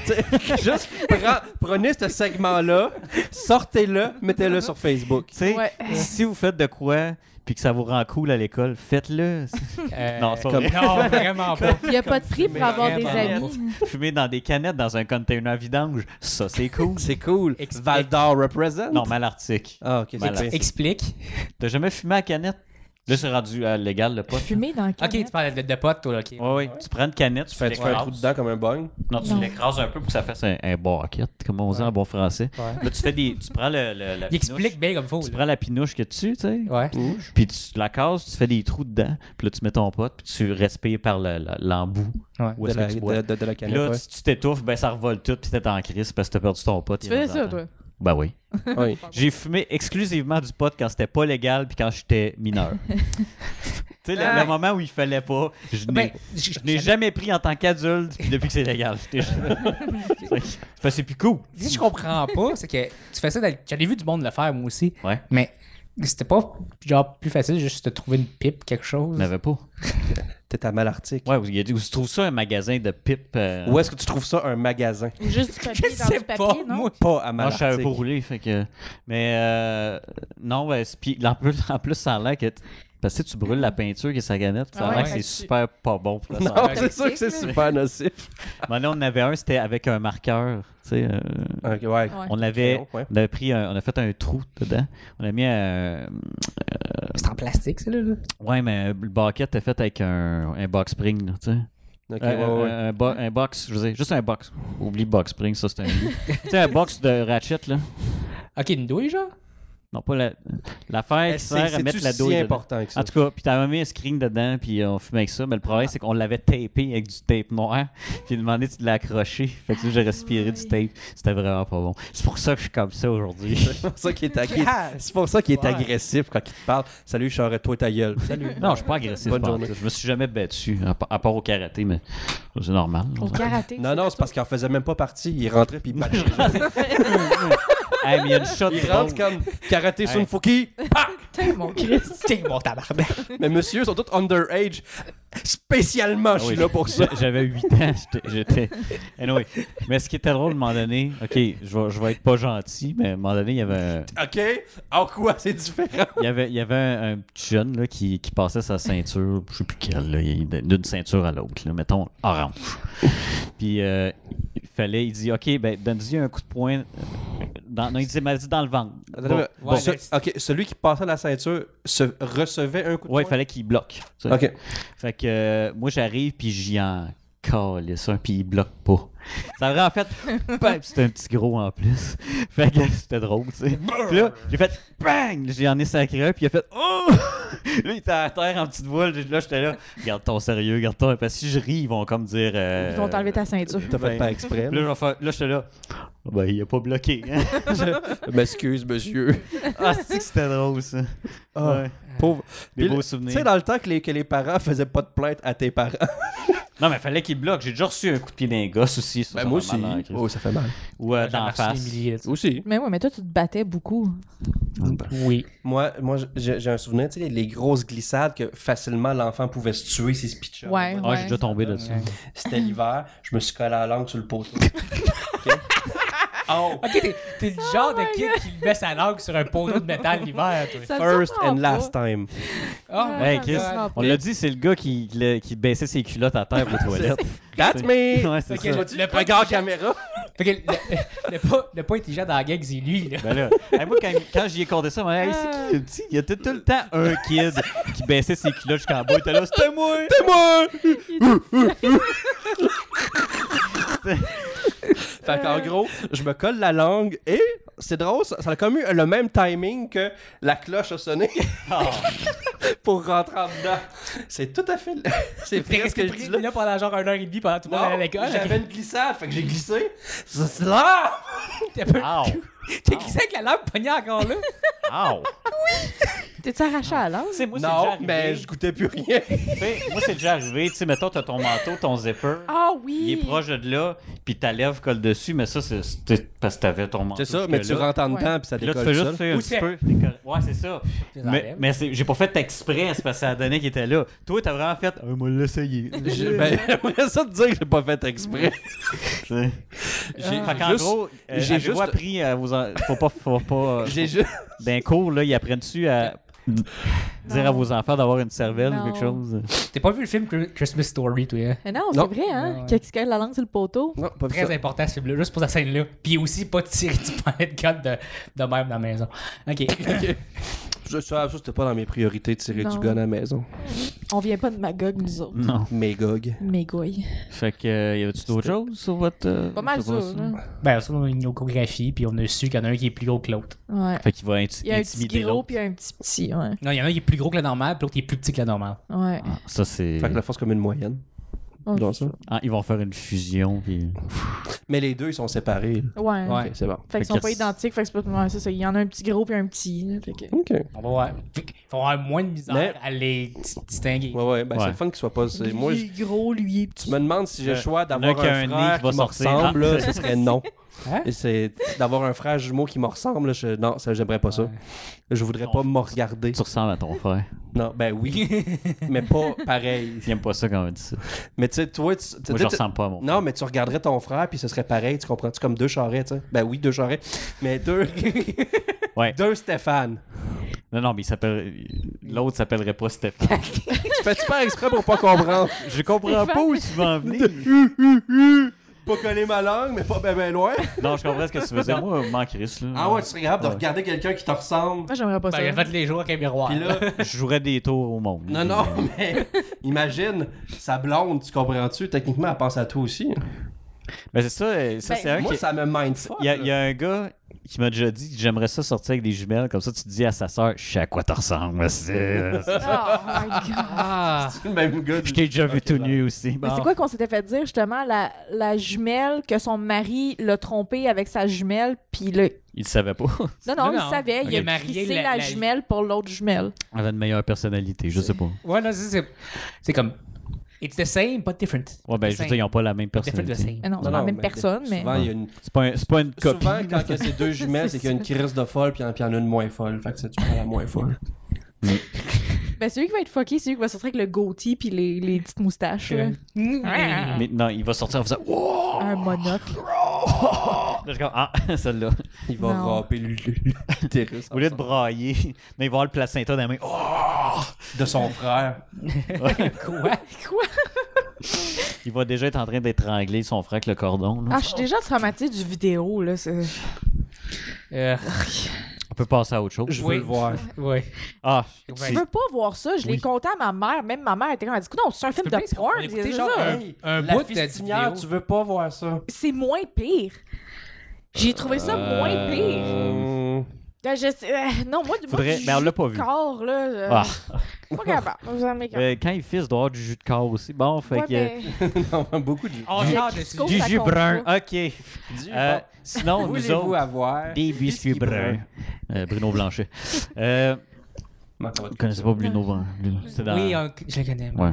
Speaker 1: Juste prends- prenez ce segment-là, sortez-le, mettez-le sur Facebook.
Speaker 2: tu sais,
Speaker 3: Ouais.
Speaker 2: si vous faites de quoi puis que ça vous rend cool à l'école, faites-le.
Speaker 4: Euh,
Speaker 2: Non, c'est pas
Speaker 4: comme-
Speaker 2: vrai.
Speaker 4: Non, vraiment pas.
Speaker 3: Il n'y a pas de prix pour
Speaker 4: Vraiment.
Speaker 3: avoir des amis.
Speaker 2: Fumer dans des canettes, dans un container à vidange, ça, c'est cool.
Speaker 1: C'est cool.
Speaker 4: Explique.
Speaker 1: Val d'Or represent.
Speaker 2: non, malartic.
Speaker 1: Ah, ok, c'est
Speaker 2: Malade.
Speaker 1: clair.
Speaker 4: Explique.
Speaker 2: T'as jamais fumé à canette? Là, c'est rendu euh, légal, le pot.
Speaker 3: Fumer dans le
Speaker 4: Ok, tu
Speaker 3: canette.
Speaker 4: parles de, de potes, toi, là. ok.
Speaker 2: Ouais, ouais. Tu prends une canette, tu,
Speaker 1: Tu fais, tu fais un
Speaker 2: l'écrases.
Speaker 1: trou dedans comme un bang.
Speaker 2: Non, tu
Speaker 3: Non.
Speaker 2: l'écrases un peu pour que ça fasse un, un bucket, comme on dit
Speaker 4: Ouais.
Speaker 2: en bon français.
Speaker 4: Ouais.
Speaker 2: Là, tu fais des. Tu prends le, le- la
Speaker 4: Il explique
Speaker 2: pinouche,
Speaker 4: bien comme faut.
Speaker 2: Tu
Speaker 4: là.
Speaker 2: prends la pinouche que tu, tu sais.
Speaker 4: Ouais.
Speaker 2: Puis tu la cases, tu fais des trous dedans, puis là tu mets ton pot, puis tu respires par le- le- l'embout.
Speaker 4: Ouais.
Speaker 2: Où
Speaker 1: de,
Speaker 2: est-ce que
Speaker 1: la,
Speaker 2: tu
Speaker 1: de,
Speaker 2: bois.
Speaker 1: de- de la
Speaker 2: Puis
Speaker 1: canette.
Speaker 2: là, si tu t'étouffes, ben ça revole tout, puis t'es en crise parce que t'as perdu ton pot.
Speaker 3: Tu faisais ça, toi.
Speaker 2: Ben oui.
Speaker 1: ouais. Oui.
Speaker 2: J'ai fumé exclusivement du pot quand c'était pas légal, puis quand j'étais mineur. tu sais, le,
Speaker 3: Ah.
Speaker 2: le moment où il fallait pas, je n'ai.
Speaker 4: Ben, j-
Speaker 2: je n'ai jamais pris en tant qu'adulte puis depuis que c'est légal. J'étais- C'est parce que c'est plus cool.
Speaker 4: Si je comprends pas, c'est que tu fais ça. dans le- J'en ai vu du monde le faire, moi aussi.
Speaker 2: Ouais.
Speaker 4: Mais c'était pas genre plus facile juste de trouver une pipe, quelque chose.
Speaker 2: Je n'avais pas.
Speaker 1: T'es à Malartic.
Speaker 2: Ouais, où, il y a- où se trouve ça un magasin de pipe. euh,
Speaker 1: Où est-ce que tu trouves ça, un magasin?
Speaker 3: Ou Juste du papier
Speaker 4: Je
Speaker 3: dans du
Speaker 4: sais pas,
Speaker 3: papier, non?
Speaker 4: moi.
Speaker 1: Pas à
Speaker 2: Moi, je savais
Speaker 1: Malartic.
Speaker 2: pas rouler, fait que. Mais euh, non, ouais, c'est- puis en plus, en plus, ça a l'air que. t- Parce que tu sais, tu brûles la peinture qui est sa canette, ça a
Speaker 3: Ah
Speaker 2: l'air
Speaker 3: ouais.
Speaker 2: que c'est
Speaker 3: Ouais.
Speaker 2: super pas bon pour la santé.
Speaker 1: Non, c'est sûr que c'est
Speaker 3: Malartic,
Speaker 1: super nocif.
Speaker 2: Mais là, on en avait un, c'était avec un marqueur. Tu sais, euh,
Speaker 1: Ok, ouais.
Speaker 3: Ouais.
Speaker 2: on avait,
Speaker 1: Ah, Très long, ouais.
Speaker 2: on avait pris, un- on a fait un trou dedans. On a mis, un...
Speaker 4: C'est en plastique, ça, là. là.
Speaker 2: ouais, mais le bucket était fait avec un, un box spring, là, tu sais.
Speaker 1: Ok,
Speaker 2: Euh,
Speaker 1: ouais, ouais.
Speaker 2: un, un bo- un box, je veux dire, juste un box. Oublie box spring, ça c'est un. lit. tu sais, un box de ratchet là.
Speaker 4: Ok, une douille, genre.
Speaker 2: Non, pas la- l'affaire qui
Speaker 1: Est-ce
Speaker 2: sert à
Speaker 1: Eh, c'est-
Speaker 2: mettre
Speaker 1: c'est-tu
Speaker 2: la
Speaker 1: si
Speaker 2: douille dedans.
Speaker 1: important que ça? Ah.
Speaker 2: En tout cas, puis t'avais mis un screen dedans, puis on fumait avec ça, mais le problème, c'est qu'on l'avait tapé avec du tape noir, puis demandé si de l'accrocher. Fait que là, j'ai respiré du tape. C'était vraiment pas bon. C'est pour ça que je suis comme ça aujourd'hui.
Speaker 1: C'est pour ça qu'il est, ag- c'est pour ça qu'il est
Speaker 4: Ouais.
Speaker 1: agressif quand il te parle. Salut, Charette, toi ta gueule. Salut.
Speaker 2: non, je suis pas agressif.
Speaker 1: Bonne
Speaker 2: par
Speaker 1: journée.
Speaker 2: contre. Je me suis jamais battu, à, pa- à part au karaté, mais c'est normal.
Speaker 3: Au karaté.
Speaker 1: Non, non, c'est parce qu'il en faisait même pas partie. Il rentrait puis il battait. les gens.
Speaker 2: Hey, mais il y a une shot
Speaker 1: Il
Speaker 2: de
Speaker 1: rentre
Speaker 2: ball.
Speaker 1: comme karaté sur une
Speaker 2: Hey.
Speaker 1: fouki.
Speaker 3: T'es mon Christ.
Speaker 4: T'es mon tabarnak.
Speaker 1: Mais monsieur, ils sont tous underage. Spécialement, je suis
Speaker 2: Ah Oui.
Speaker 1: là pour ça.
Speaker 2: J'avais 8 ans, j'étais- j'étais. Anyway. Mais ce qui était drôle, à un moment donné, OK, je vais, je vais être pas gentil, mais à un moment donné, il y avait un-
Speaker 1: OK? En quoi c'est différent?
Speaker 2: il y avait, il y avait un, un petit jeune là, qui, qui passait sa ceinture, je sais plus quelle, là, il- d'une ceinture à l'autre, là, mettons orange. Puis euh, il fallait, il dit, OK, ben donne-lui un coup de poing. Dans, non, il dit, m'a dit dans le ventre. Bon,
Speaker 1: Attends,
Speaker 2: bon.
Speaker 1: ce- OK, celui qui passait la ceinture se recevait un coup de
Speaker 2: ouais, il
Speaker 1: poing?
Speaker 2: fallait qu'il bloque. tu sais.
Speaker 1: OK.
Speaker 2: Fait que euh, moi, j'arrive, puis j'y en calisse un, puis il bloque pas. Ça aurait en fait... bam, c'était un petit gros en plus. Fait que c'était drôle, tu sais. Puis là, j'ai fait... Bang! J'en ai sacré un, puis il a fait... Oh! là, il était à terre en petite voile. Là, j'étais là. Garde ton sérieux, garde ton... Parce que si je ris, ils vont comme dire... euh,
Speaker 3: Ils vont t'enlever ta ceinture.
Speaker 1: T'as fait
Speaker 2: ben,
Speaker 1: pas exprès.
Speaker 2: Là, je vais faire- là, j'étais là. Ah ben, il a pas bloqué. hein.
Speaker 1: M'excuse, monsieur.
Speaker 2: ah, c'est que c'était drôle, ça.
Speaker 1: Ah,
Speaker 2: Ouais.
Speaker 1: Pauvre.
Speaker 2: Des
Speaker 1: Puis,
Speaker 2: beaux
Speaker 1: Tu
Speaker 2: souvenirs.
Speaker 1: sais, dans le temps que les, que les parents faisaient pas de plainte à tes parents.
Speaker 2: Non, mais fallait qu'il bloque. J'ai déjà reçu un coup de pied d'un gosse Ben,
Speaker 1: Ben,
Speaker 2: aussi. Oh. ça, ça m'a mal hein, en crise.
Speaker 1: Oh, ça fait mal.
Speaker 2: Ou euh, d'en face.
Speaker 1: Aussi.
Speaker 3: Mais ouais, mais toi, tu te battais beaucoup.
Speaker 4: Oui.
Speaker 1: Moi, moi j'ai j'ai un souvenir, tu sais, les, les grosses glissades que facilement l'enfant pouvait se tuer s'il se pitchait.
Speaker 3: Ouais.
Speaker 2: Ah, j'ai déjà tombé là-dessus.
Speaker 4: Ouais.
Speaker 1: C'était l'hiver, je me suis collé la langue sur le poteau. OK? Oh!
Speaker 4: Ok, t'es- t'es le genre de kid qui met sa langue sur un poteau de métal l'hiver, toi.
Speaker 3: Ça me
Speaker 1: First
Speaker 3: surprend
Speaker 1: and
Speaker 3: pas.
Speaker 1: last time.
Speaker 4: Oh,
Speaker 2: Hey
Speaker 3: Ouais, ça me
Speaker 2: Chris,
Speaker 3: surprend
Speaker 2: on
Speaker 3: pas.
Speaker 2: l'a dit, c'est le gars qui, le- qui baissait ses culottes à terre pour les toilettes.
Speaker 1: That's me!
Speaker 2: Ouais, c'est
Speaker 4: Ok,
Speaker 2: ça.
Speaker 4: je-
Speaker 1: Le regard caméra.
Speaker 4: Fait que le, le pas, le pas intelligent dans la gang, c'est lui, là.
Speaker 2: Ben là, hey, moi, quand, quand j'y ai compté ça, je me suis dit, hey, c'est qui le petit? Il y a tout, tout le temps un kid qui baissait ses culottes jusqu'en bas. Il était là, c'était moi!
Speaker 1: C'est moi! fait qu'en gros, je me colle la langue et c'est drôle, ça, ça a comme eu le même timing que la cloche a sonné Ah. pour rentrer en dedans. C'est tout à fait. C'est
Speaker 4: Fait que
Speaker 1: presque ce que je dis là.
Speaker 4: là pendant genre une heure et demie pendant tout le monde allait à
Speaker 1: Non,
Speaker 4: l'école.
Speaker 1: j'avais une glissade, fait que j'ai glissé. C'est là!
Speaker 4: T'es un peu-
Speaker 2: Ow!
Speaker 4: T'es glissé avec la langue pognée encore là.
Speaker 2: Ow!
Speaker 3: T'es-tu arraché à l'âge?
Speaker 2: Tu sais, moi, c'est déjà
Speaker 1: Non,
Speaker 2: arrivé.
Speaker 1: mais Ben, je goûtais plus rien.
Speaker 2: Tu sais, Moi, c'est déjà arrivé. Tu sais, mettons, t'as ton manteau, ton zipper.
Speaker 3: Ah oui!
Speaker 2: Il est proche de là, puis ta lèvre colle dessus, mais ça, c'est c'est parce que t'avais ton manteau.
Speaker 1: C'est ça, mais tu
Speaker 2: jusque-là.
Speaker 1: rentres en dedans
Speaker 3: Ouais.
Speaker 1: pis ça
Speaker 2: Puis là, tu
Speaker 1: décolle
Speaker 2: fais
Speaker 1: tout
Speaker 2: juste
Speaker 1: seul.
Speaker 2: faire un
Speaker 4: Ou
Speaker 2: petit
Speaker 4: tu
Speaker 2: peu. t'es correct. Ouais, c'est ça.
Speaker 4: les
Speaker 2: Mais,
Speaker 4: enlèves.
Speaker 2: mais c'est- j'ai pas fait exprès, c'est parce que ça a donné qu'il était là. Toi, t'as vraiment fait. Ah, On m'a l'essayé.
Speaker 1: Je- ben, J'aimerais ça te dire que j'ai pas fait exprès.
Speaker 2: J'ai fait qu'en
Speaker 1: juste-
Speaker 2: gros, euh,
Speaker 1: j'ai
Speaker 2: j'ai
Speaker 1: juste-
Speaker 2: juste appris à vous en- faut pas faut pas euh,
Speaker 1: J'ai juste.
Speaker 2: d'un cours là, ils apprennent-tu à d- dire à vos enfants d'avoir une cervelle ou quelque
Speaker 3: Non.
Speaker 2: chose.
Speaker 4: T'as pas vu le film Cri- Christmas Story, toi, hein?
Speaker 3: Mais non,
Speaker 1: Non.
Speaker 3: c'est vrai, hein?
Speaker 4: Non, ouais.
Speaker 3: Quelqu'un qui se colle la langue sur le poteau.
Speaker 1: Non, pas
Speaker 4: Très important ce film-là, juste pour cette scène-là. Puis aussi, pas tirer du palais de gun de, de même dans la maison. Ok.
Speaker 1: Je, ça, ça, c'était pas dans mes priorités de tirer du
Speaker 3: Non.
Speaker 1: gun à la maison.
Speaker 3: On vient pas de Magog, nous autres.
Speaker 2: Non.
Speaker 1: Mégog.
Speaker 3: Mégoï.
Speaker 2: Fait que euh, y avait-tu d'autres choses sur votre euh,
Speaker 3: Pas mal
Speaker 2: sur
Speaker 3: ça, hein.
Speaker 2: votre-
Speaker 3: là.
Speaker 4: Ben, ça, on a une échographie, puis on a su qu'il y en a un qui est plus gros que l'autre.
Speaker 3: Ouais.
Speaker 2: Fait qu'il va inti-
Speaker 3: Il y a un petit
Speaker 2: intimider
Speaker 3: gros
Speaker 2: l'autre.
Speaker 3: puis un petit petit, ouais.
Speaker 4: Non, il y en a un qui est plus gros que la normale, puis l'autre qui est plus petit que la normale.
Speaker 3: Ouais.
Speaker 2: Ah, Ça c'est
Speaker 1: Fait que la force comme une moyenne.
Speaker 3: Oh,
Speaker 1: Dans
Speaker 3: c'est
Speaker 1: ça.
Speaker 2: Ah, ils vont faire une fusion puis
Speaker 1: Mais les deux, ils sont séparés.
Speaker 3: ça. Ouais.
Speaker 4: Ouais.
Speaker 1: Ok, c'est bon.
Speaker 3: Fait qu'ils
Speaker 2: Fait
Speaker 3: sont
Speaker 2: que
Speaker 3: pas
Speaker 2: c'est-
Speaker 3: identiques, fait que c'est pas... ouais, c'est ça. Il y en a un petit gros puis un petit. là, Fait que...
Speaker 1: Ok. Ouais,
Speaker 4: On va voir. Fait qu'il faut avoir moins de misère
Speaker 1: Mais-
Speaker 4: à les di- distinguer.
Speaker 1: ouais, ben c'est
Speaker 2: Ouais.
Speaker 1: le fun qu'ils soient pas. c'est- Moi, je
Speaker 3: Lui est gros, lui est
Speaker 1: tu
Speaker 3: petit.
Speaker 1: me demandes si j'ai le
Speaker 2: Euh,
Speaker 1: choix d'avoir
Speaker 2: l'un qui a
Speaker 1: un,
Speaker 2: un nez
Speaker 1: frère
Speaker 2: qui
Speaker 1: qui
Speaker 2: va
Speaker 1: me
Speaker 2: sortir.
Speaker 1: ressemble,
Speaker 2: Ah.
Speaker 1: là, ce serait non.
Speaker 4: Hein?
Speaker 1: Et c'est d'avoir un frère jumeau qui me ressemble, là, je... non, ça, j'aimerais pas ça.
Speaker 4: Ouais.
Speaker 1: Je voudrais pas me regarder.
Speaker 2: tu ressembles à ton frère.
Speaker 1: Non, ben oui, mais pas pareil.
Speaker 2: J'aime pas ça quand on dit ça. Moi
Speaker 1: Mais tu sais, toi, tu, tu- tu-
Speaker 2: je ressemble pas à mon.
Speaker 1: Non, mais tu regarderais ton frère, puis ce serait pareil, tu comprends-tu? Comme deux charrettes, tu sais. Ben oui, deux charrettes. Mais deux.
Speaker 2: Ouais.
Speaker 1: Deux Stéphane.
Speaker 2: Non non, mais il s'appelle l'autre s'appellerait pas Stéphane.
Speaker 1: Tu fais-tu pas exprès pour pas comprendre?
Speaker 2: Je comprends pas où tu vas en venir.
Speaker 1: Pas coller ma langue, mais pas ben, ben loin.
Speaker 2: Non, je comprends ce que tu veux dire. Moi, m'en crisse, là.
Speaker 1: Ah ouais, tu serais capable de regarder quelqu'un qui te ressemble.
Speaker 3: Moi, j'aimerais pas
Speaker 4: Ben,
Speaker 3: ça.
Speaker 4: il a fait les jours avec un miroir.
Speaker 1: Puis là,
Speaker 2: Je jouerais des tours au monde.
Speaker 1: non, non, mais imagine, sa blonde, tu comprends-tu? Techniquement, elle pense à toi aussi.
Speaker 2: Mais c'est ça, euh, ça
Speaker 3: Ben,
Speaker 2: c'est un
Speaker 1: Moi,
Speaker 2: qui.
Speaker 1: ça me mindfuck.
Speaker 2: Il y, a-
Speaker 1: là.
Speaker 2: il y a un gars, qui m'a déjà dit j'aimerais ça sortir avec des jumelles, comme ça tu dis à sa sœur, je sais à quoi t'en ressembles. c'est-
Speaker 3: Oh my god.
Speaker 4: Ah!
Speaker 1: C'est le même gars.
Speaker 2: Je t'ai déjà vu tout nu aussi.
Speaker 3: Mais c'est
Speaker 2: Bon.
Speaker 3: quoi qu'on s'était fait dire justement la, la jumelle que son mari l'a trompée avec sa jumelle puis le
Speaker 2: Il le savait pas.
Speaker 3: non non,
Speaker 4: Non,
Speaker 3: il
Speaker 4: non.
Speaker 3: savait
Speaker 4: Ok.
Speaker 3: il a
Speaker 4: Il a marié
Speaker 3: crissé
Speaker 4: la-
Speaker 3: la,
Speaker 4: la-
Speaker 3: jumelle pour l'autre jumelle
Speaker 2: Il avait une meilleure personnalité, je sais pas.
Speaker 4: Ouais, non, c'est- c'est c'est comme. It's the same, but different.
Speaker 2: Ouais, ben, je veux dire, ils n'ont pas la même
Speaker 4: Different, the
Speaker 2: personnalité.
Speaker 4: same.
Speaker 3: mais non, c'est la même personne mais
Speaker 1: Souvent, il y a une...
Speaker 2: C'est pas, un- c'est pas une copie.
Speaker 1: Souvent,
Speaker 2: là.
Speaker 1: quand que c'est deux jumelles, c'est qu'il y a une crise de folle, puis il y en a une moins folle. Fait que c'est tu prends la moins folle.
Speaker 3: ben celui qui va être fucké c'est celui qui va sortir avec le goatee puis les, les petites moustaches là.
Speaker 4: Mm.
Speaker 2: Mais non, il va sortir en faisant Wow!
Speaker 3: un monocle
Speaker 2: Là, je suis comme, Ah, celle-là.
Speaker 1: Il va
Speaker 3: Non.
Speaker 1: râper le- le- l'utérus
Speaker 2: Au lieu de brailler, mais il va avoir le placenta dans la main. Oh!
Speaker 1: de son frère.
Speaker 4: Quoi?
Speaker 3: quoi
Speaker 2: Il va déjà être en train d'étrangler son frère avec le cordon. là.
Speaker 3: ah je suis déjà traumatisée du vidéo là c'est
Speaker 4: Euh,
Speaker 2: On peut passer à autre chose.
Speaker 1: Je veux
Speaker 4: Oui.
Speaker 1: le voir.
Speaker 4: ouais.
Speaker 2: Ah,
Speaker 4: Ouais.
Speaker 3: tu veux pas voir ça je l'ai
Speaker 2: Oui.
Speaker 3: conté à ma mère même ma mère était comme elle dit non c'est un film
Speaker 4: peux bien,
Speaker 3: de porn
Speaker 4: on écoutait
Speaker 3: c'est
Speaker 4: genre euh,
Speaker 3: ça.
Speaker 4: un- un
Speaker 1: la
Speaker 4: bout de
Speaker 1: fistinière,
Speaker 4: vidéo.
Speaker 1: tu veux pas voir ça.
Speaker 3: c'est moins pire. J'ai trouvé ça moins pire.
Speaker 1: Euh,
Speaker 3: Euh, je sais- euh, non, moi, du
Speaker 2: Faudrait-
Speaker 3: moi, du
Speaker 2: mais on
Speaker 3: jus
Speaker 2: l'a pas
Speaker 3: de
Speaker 2: vu.
Speaker 3: corps, là, euh, je-
Speaker 2: Ah.
Speaker 3: pas capable. Vous en avez capable.
Speaker 2: Euh, quand il fisse, doit avoir du jus de corps aussi. Bon, fait
Speaker 3: Ouais, ben,
Speaker 2: que. euh,
Speaker 3: mais-
Speaker 1: non, beaucoup de...
Speaker 4: On
Speaker 3: Je-
Speaker 4: change de
Speaker 3: je-
Speaker 4: sujet.
Speaker 2: Du
Speaker 3: Ça
Speaker 2: jus
Speaker 3: compte
Speaker 2: brun. OK. Euh, sinon, nous
Speaker 1: Voulez-vous
Speaker 2: autres,
Speaker 1: avoir...
Speaker 2: des biscuits
Speaker 1: biscuits bruns.
Speaker 2: bruns. Euh, Bruno Blanchet. euh,
Speaker 1: Marc, on va te-
Speaker 2: vous connaissez pas Bruno Blanchet? C'est dans-
Speaker 4: Oui, on- je le connais.
Speaker 2: Ouais.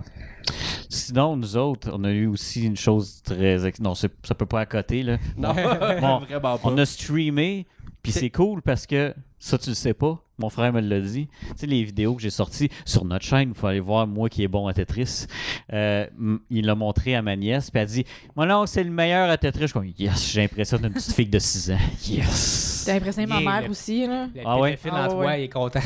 Speaker 2: Sinon, nous autres, on a eu aussi une chose très. ex- Non, c'est- ça peut pas à côté, là.
Speaker 1: Non,
Speaker 2: Bon,
Speaker 1: vraiment pas.
Speaker 2: On a streamé, puis c'est cool parce que ça, tu le sais pas. Mon frère me l'a dit. Tu sais, les vidéos que j'ai sorties sur notre chaîne, il faut aller voir moi qui est bon à Tetris. Euh, m- il l'a montré à ma nièce, puis elle dit Mon oncle, c'est le meilleur à Tetris. Je suis comme Yes, j'ai l'impression d'une petite fille de 6 ans. Yes.
Speaker 3: T'as impressionné ma
Speaker 4: Yeah,
Speaker 3: mère
Speaker 4: le-
Speaker 3: aussi, là.
Speaker 4: Le
Speaker 2: Ah ouais?
Speaker 4: pédophile
Speaker 3: Ah
Speaker 4: en
Speaker 3: ouais,
Speaker 4: toi,
Speaker 3: ouais.
Speaker 4: il est content.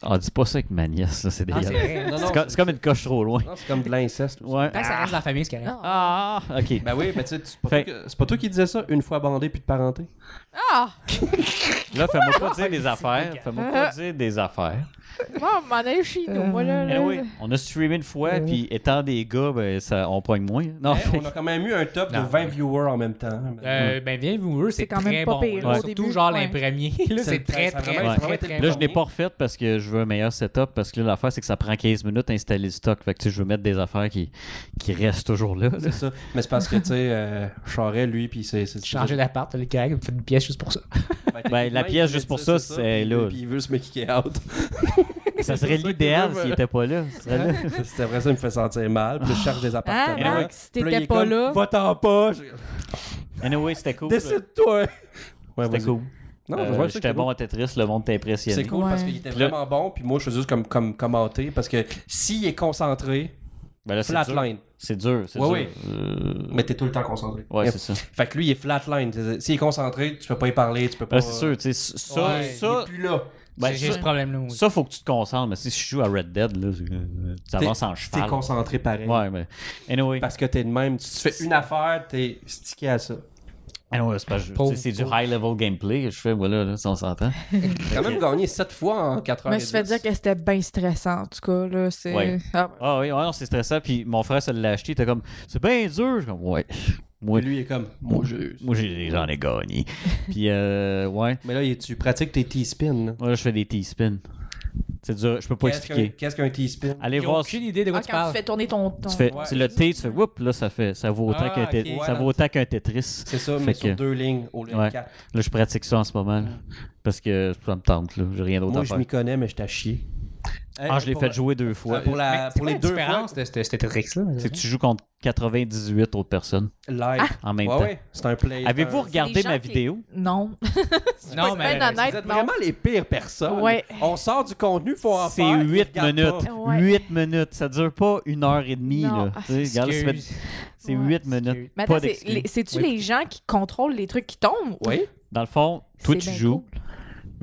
Speaker 2: On dit Ah, pas ça avec ma nièce, là, c'est
Speaker 4: Ah, c'est
Speaker 2: dégueulasse.
Speaker 4: vrai.
Speaker 1: Non, non,
Speaker 2: C'est co- C'est comme une coche trop loin.
Speaker 1: Non, c'est comme de l'inceste. aussi.
Speaker 2: Ouais.
Speaker 4: Tant que Ben, ça reste dans la famille, c'est correct.
Speaker 2: Ah, ok.
Speaker 1: Ben oui, ben tu sais, c'est pas,
Speaker 2: Fait-
Speaker 1: toi que- c'est pas toi qui disais ça, une fois bandé puis de parenté.
Speaker 3: Ah!
Speaker 2: Là, fais-moi pas dire des affaires.
Speaker 4: dégueulasse.
Speaker 2: Fais-moi pas dire des affaires.
Speaker 3: Bon, m'en aller chez nous, moi, là. là.
Speaker 2: Euh, Anyway, on a streamé une fois, puis étant des gars, ben, ça, on pogne moins. Non,
Speaker 1: Hey,
Speaker 2: fait-
Speaker 1: Hein, on a quand même eu un top
Speaker 4: Non.
Speaker 1: de 20 viewers en même temps.
Speaker 4: Euh, ben, bien vous, eux, c'est
Speaker 3: quand
Speaker 4: très
Speaker 3: même pas
Speaker 4: bon.
Speaker 3: pire,
Speaker 4: là.
Speaker 3: au
Speaker 4: Surtout,
Speaker 3: début,
Speaker 4: genre,
Speaker 3: ouais.
Speaker 4: les premiers. là,
Speaker 1: Ça-
Speaker 4: C'est très,
Speaker 1: ça a
Speaker 4: très,
Speaker 1: vraiment-
Speaker 2: ça a
Speaker 4: très,
Speaker 1: vraiment été
Speaker 4: très
Speaker 1: le
Speaker 2: Là,
Speaker 4: bon.
Speaker 2: je n'ai pas refait parce que je veux un meilleur setup parce que là, l'affaire, c'est que ça prend 15 minutes à installer le stock. Fait que, tu sais, je veux mettre des affaires qui, qui restent toujours là.
Speaker 1: C'est ça. Mais c'est parce que, tu sais, euh, Charest, lui, puis c'est. c'est-
Speaker 4: Changer d'appart, le correct, vous faites une pièce juste pour ça.
Speaker 2: Ben, la pièce juste pour ça, c'est là.
Speaker 1: Puis il veut se maquiller out.
Speaker 2: ça serait
Speaker 1: ça que
Speaker 2: l'idéal
Speaker 1: je veux.
Speaker 2: s'il n'était pas là. Ce serait là.
Speaker 1: C'était vrai, ça me fait sentir mal. Puis je cherche des
Speaker 3: Hein,
Speaker 1: appartements.
Speaker 3: Marc, si
Speaker 1: Puis là, il
Speaker 3: t'étais
Speaker 1: est
Speaker 3: pas
Speaker 1: comme,
Speaker 3: là.
Speaker 1: Va-t'en pas. Je-
Speaker 2: Anyway, c'était cool.
Speaker 1: Décide-toi. Ouais,
Speaker 2: C'était
Speaker 1: vas-y.
Speaker 2: cool.
Speaker 1: Non,
Speaker 2: Euh,
Speaker 1: je vois que
Speaker 2: J'étais
Speaker 1: c'est
Speaker 2: bon à Tetris, le monde t'a impressionné.
Speaker 1: C'est cool parce
Speaker 3: Ouais.
Speaker 1: qu'il était
Speaker 2: Puis là-
Speaker 1: vraiment bon. Puis moi, je suis juste comme, comme commenter parce que s'il est concentré,
Speaker 2: Ben là, c'est dur.
Speaker 1: flatline.
Speaker 2: C'est dur. C'est
Speaker 1: Ouais,
Speaker 2: dur. Euh,
Speaker 1: Mais t'es tout le temps concentré.
Speaker 2: Ouais, c'est ça.
Speaker 1: Fait que lui, il est flatline. C'est- S'il est concentré, tu peux pas y parler, tu peux pas.
Speaker 2: Ben, c'est sûr, tu sais, ça,
Speaker 4: Ouais,
Speaker 2: ça,
Speaker 1: Il est plus là.
Speaker 2: ben,
Speaker 4: J'ai
Speaker 2: ça-
Speaker 4: ce problème-là. moi.
Speaker 2: ça, faut que tu te concentres. Mais si je joue à Red Dead, là, tu avances en
Speaker 1: T'es
Speaker 2: cheval.
Speaker 1: concentré pareil.
Speaker 2: Ouais, mais. Anyway.
Speaker 1: Parce que t'es de même. Tu fais une affaire, t'es stické à ça.
Speaker 2: Ah non, c'est pas juste.
Speaker 4: Pauvre,
Speaker 2: tu sais, C'est du
Speaker 4: pauvre.
Speaker 2: high-level gameplay. Je fais, voilà, là, si on s'entend.
Speaker 1: Quand même gagné 7 fois en 4
Speaker 3: Je
Speaker 1: heures.
Speaker 3: me suis fait dire que c'était bien stressant, en tout cas, là. C'est.
Speaker 2: Ouais.
Speaker 3: Ah, ouais.
Speaker 2: Ah oui, ouais, non, c'est stressant. Puis mon frère se l'a acheté. Il était comme, c'est bien dur. Je suis comme, ouais. Moi,
Speaker 1: Puis lui, il est comme, mon jeu.
Speaker 2: moi j'ai- j'en ai gagné. Puis, euh, ouais.
Speaker 1: Mais là, il- tu pratiques tes T-spins.
Speaker 2: Moi, là, je fais des T-spins. C'est dur. Je peux pas
Speaker 1: Qu'est-ce qu'un-
Speaker 2: expliquer.
Speaker 1: Qu'est-ce qu'un T-spin?
Speaker 2: Allez
Speaker 4: Ils ont
Speaker 2: voir.
Speaker 4: aucune idée de quoi
Speaker 3: Ah,
Speaker 4: tu
Speaker 3: quand tu
Speaker 4: parles.
Speaker 3: fais tourner ton. ton-
Speaker 2: Tu fais,
Speaker 1: Ouais.
Speaker 2: c'est le T, tu fais, whoop, là, ça fait, ça vaut autant
Speaker 4: Ah,
Speaker 2: qu'un Tet-
Speaker 4: ok.
Speaker 2: ça vaut autant qu'un Tetris.
Speaker 1: C'est ça,
Speaker 2: Fait
Speaker 1: mais sur
Speaker 2: que-
Speaker 1: deux lignes au lieu
Speaker 2: Ouais.
Speaker 1: de quatre.
Speaker 2: Là, je pratique ça en ce moment, là, parce que ça me tente, là. J'ai rien d'autre
Speaker 1: Moi,
Speaker 2: à
Speaker 1: je
Speaker 2: faire.
Speaker 1: m'y connais, mais je t'ai chié.
Speaker 2: Ah, je l'ai
Speaker 1: Pour-
Speaker 2: fait jouer deux fois.
Speaker 1: Pour,
Speaker 3: Euh,
Speaker 1: la-
Speaker 4: Mais c'est
Speaker 1: pour
Speaker 4: quoi
Speaker 1: les
Speaker 4: la
Speaker 1: deux fois,
Speaker 4: différence de ce ce Tetris-là.
Speaker 2: C'est que tu joues contre 98 autres personnes
Speaker 1: live.
Speaker 2: en même
Speaker 1: Ouais,
Speaker 2: temps.
Speaker 1: ouais, c'est un play.
Speaker 2: Ah. Avez-vous
Speaker 1: c'est
Speaker 2: regardé
Speaker 3: des gens
Speaker 2: ma
Speaker 3: qui-
Speaker 2: vidéo?
Speaker 3: Non.
Speaker 4: Non,
Speaker 3: Ben
Speaker 4: mais.
Speaker 1: un-
Speaker 3: honnête,
Speaker 1: Vous êtes
Speaker 3: non.
Speaker 1: vraiment les pires personnes.
Speaker 3: Ouais.
Speaker 1: On sort du contenu, faut en
Speaker 2: C'est
Speaker 1: faire,
Speaker 2: 8
Speaker 1: regarde
Speaker 2: minutes.
Speaker 1: pas.
Speaker 3: Ah Ouais.
Speaker 2: 8 minutes. Ça dure pas une heure et demie.
Speaker 3: Non.
Speaker 2: là.
Speaker 3: Ah,
Speaker 2: Tu sais, regarde, ça fait-
Speaker 4: Excuse.
Speaker 2: C'est
Speaker 3: Ouais.
Speaker 2: 8 minutes.
Speaker 3: Mais
Speaker 2: Pas
Speaker 3: attends, c'est-
Speaker 2: d'excuses.
Speaker 3: les- c'est-tu
Speaker 4: Oui.
Speaker 3: les gens qui contrôlent les trucs qui tombent?
Speaker 1: Oui.
Speaker 2: Dans le fond, toi,
Speaker 3: C'est
Speaker 2: tu
Speaker 3: bien
Speaker 2: joues.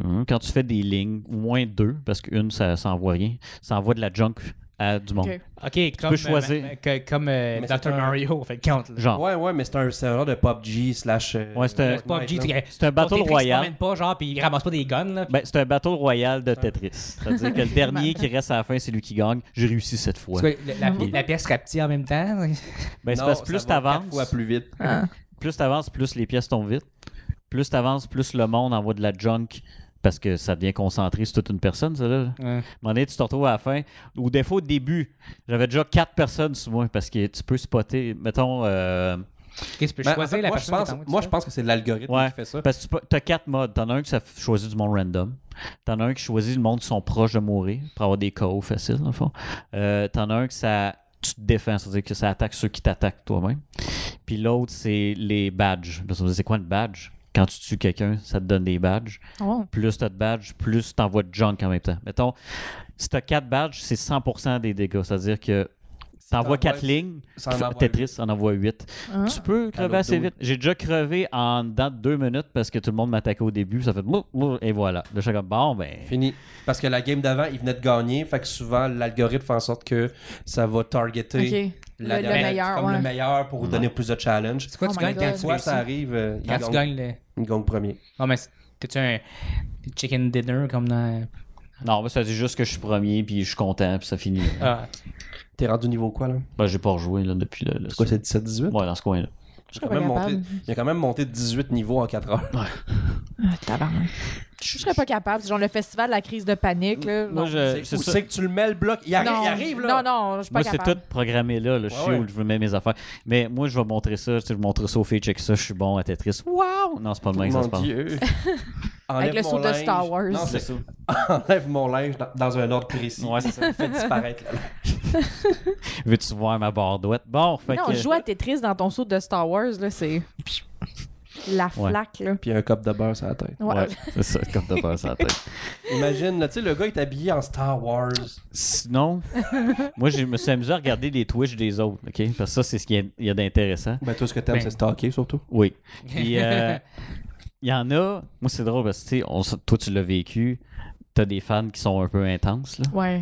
Speaker 2: Hum, Quand tu fais des lignes, au moins deux, parce qu'une, ça s'envoie rien, ça envoie de la junk à du monde.
Speaker 3: Ok.
Speaker 4: Ok, comme.
Speaker 2: peux choisir.
Speaker 4: euh, que- Comme euh,
Speaker 1: Mais
Speaker 4: Dr.
Speaker 1: c'est un-
Speaker 4: Mario, fait que compte. là.
Speaker 2: Genre.
Speaker 1: Ouais, ouais, mais c'est un serveur de PUBG slash. euh,
Speaker 2: Ouais, c'est un-
Speaker 1: Fortnite,
Speaker 4: PUBG,
Speaker 1: là.
Speaker 4: tu-
Speaker 2: C'est un battle
Speaker 4: Tetris, ils se
Speaker 2: royal.
Speaker 4: promènent pas, genre, puis ils ramassent pas des guns, là.
Speaker 2: Ben, c'est un battle royal de Tetris. C'est-à-dire que le dernier qui reste à la fin, c'est lui qui gagne. J'ai réussi cette fois.
Speaker 4: Parce que la- la, la
Speaker 1: Mm.
Speaker 4: pièce sera petite en même temps.
Speaker 2: Ben, c'est
Speaker 1: Non,
Speaker 2: parce que
Speaker 1: ça
Speaker 2: plus
Speaker 1: va quatre
Speaker 2: t'avances,
Speaker 1: fois plus vite.
Speaker 2: plus t'avances, plus les pièces tombent vite. plus t'avances, plus le monde envoie de la junk parce que ça devient concentré sur toute une personne, ça là.
Speaker 4: Ouais.
Speaker 2: À un moment donné, tu te retrouves à la fin. Au défaut, au début, j'avais déjà quatre personnes sur moi parce que tu peux spotter, mettons, euh,
Speaker 4: Ok, tu peux
Speaker 1: Ben, en
Speaker 4: choisir
Speaker 1: fait,
Speaker 4: la
Speaker 1: moi, je
Speaker 4: personne.
Speaker 1: pense,
Speaker 4: qui est en haut,
Speaker 1: moi,
Speaker 4: tu
Speaker 1: je pense que c'est l'algorithme
Speaker 2: Ouais.
Speaker 1: qui fait ça.
Speaker 2: parce que tu as quatre modes. T'en as un qui ça f- choisit du monde random. T'en as un qui choisit le monde qui sont proches de mourir pour avoir des KO faciles, dans le fond. Euh, T'en as un que ça. Tu te défends, c'est-à-dire que ça attaque ceux qui t'attaquent toi-même. Puis l'autre, c'est les badges. Là, ça veut dire, C'est quoi le badge? Quand tu tues quelqu'un, ça te donne des badges.
Speaker 3: Oh.
Speaker 2: plus t'as de badges, plus t'envoies de junk en même temps. Mettons, si t'as 4 badges, c'est 100% des dégâts. C'est-à-dire que t'envoies
Speaker 1: t'envoies-
Speaker 2: 4 lignes,
Speaker 1: ça en
Speaker 2: f-
Speaker 1: envoie
Speaker 2: Tetris en envoie 8.
Speaker 3: Ah.
Speaker 2: Tu peux crever
Speaker 1: l'autre
Speaker 2: assez
Speaker 1: dos.
Speaker 2: vite. J'ai déjà crevé en dedans de 2 minutes parce que tout le monde m'attaquait au début. Ça fait blou, blou, et voilà. Là, je suis comme bon, ben.
Speaker 1: Fini. Parce que la game d'avant, ils venaient de gagner. Fait que souvent, l'algorithme fait en sorte que ça va targeter
Speaker 3: Ok.
Speaker 1: la
Speaker 3: Le- le
Speaker 1: galette
Speaker 3: meilleur,
Speaker 1: comme
Speaker 3: ouais.
Speaker 1: le meilleur pour donner plus de challenge.
Speaker 4: C'est quoi, tu
Speaker 3: Oh my
Speaker 4: gagnes
Speaker 3: God.
Speaker 4: quand tu
Speaker 1: Soit ça
Speaker 4: réussis?
Speaker 1: arrive, euh, ils
Speaker 4: Quand tu
Speaker 1: gagnent-
Speaker 4: gagnes le.
Speaker 1: ils gagnent premier.
Speaker 4: Non, mais c'est- t'es-tu un chicken dinner comme dans.
Speaker 2: Non, mais ça dit juste que je suis premier, puis je suis content, puis ça finit.
Speaker 4: Ah,
Speaker 1: T'es rendu niveau quoi, là?
Speaker 2: Ben, j'ai pas rejoué là, depuis le. le-
Speaker 1: C'est quoi, c'est 17-18?
Speaker 2: Ouais, dans ce coin-là.
Speaker 1: J'ai
Speaker 3: serais
Speaker 1: quand même
Speaker 3: pas
Speaker 1: monté-
Speaker 3: capable.
Speaker 1: Il a quand même monté de 18 niveaux en 4 heures.
Speaker 3: Ah, tabarnak. Je serais pas capable. C'est genre le festival de la crise de panique. Là.
Speaker 2: Moi,
Speaker 3: Non.
Speaker 2: je.
Speaker 1: C'est
Speaker 2: C'est
Speaker 1: Euh, où
Speaker 2: ça.
Speaker 1: c'est que tu le mets, le bloc? Il, arri-
Speaker 3: non.
Speaker 1: il arrive, là!
Speaker 3: Non, non, je suis pas
Speaker 2: Moi, c'est tout
Speaker 3: capable.
Speaker 2: programmé là. là. Je
Speaker 1: Ouais,
Speaker 2: sais
Speaker 1: ouais.
Speaker 2: où je veux mettre mes affaires. Mais moi, je vais montrer ça. Je vais montrer ça aux filles. Check ça, je suis bon à Tetris. Waouh! Non, c'est pas le même que ça se
Speaker 1: Mon
Speaker 2: passe.
Speaker 1: Dieu!
Speaker 3: Avec le saut de Star Wars.
Speaker 1: Non, c'est ça. Enlève mon linge dans, dans un ordre précis.
Speaker 2: Ouais, c'est ça.
Speaker 1: Fais disparaître. là.
Speaker 2: Veux-tu voir ma bardouette? Bon, fait
Speaker 3: Non,
Speaker 2: que...
Speaker 3: joue à Tetris dans ton saut de Star Wars, là, c'est. La
Speaker 2: Ouais.
Speaker 3: flaque, là.
Speaker 1: Puis un cop de beurre sur la tête.
Speaker 3: Ouais.
Speaker 2: Ouais, c'est ça, comme t'as peur sur la tête.
Speaker 1: Imagine, là, tu sais, le gars est habillé en Star Wars.
Speaker 2: Sinon, moi, je me suis amusé à regarder les Twitch des autres, OK? Parce que ça, c'est ce qu'il y a- il y a d'intéressant.
Speaker 1: Ben, toi, ce que t'aimes,
Speaker 4: Ben.
Speaker 1: c'est stocker, surtout.
Speaker 2: Oui. Puis, euh, il y en a... Moi, c'est drôle parce que, tu sais, on s- toi, tu l'as vécu. T'as des fans qui sont un peu intenses, là.
Speaker 3: Ouais.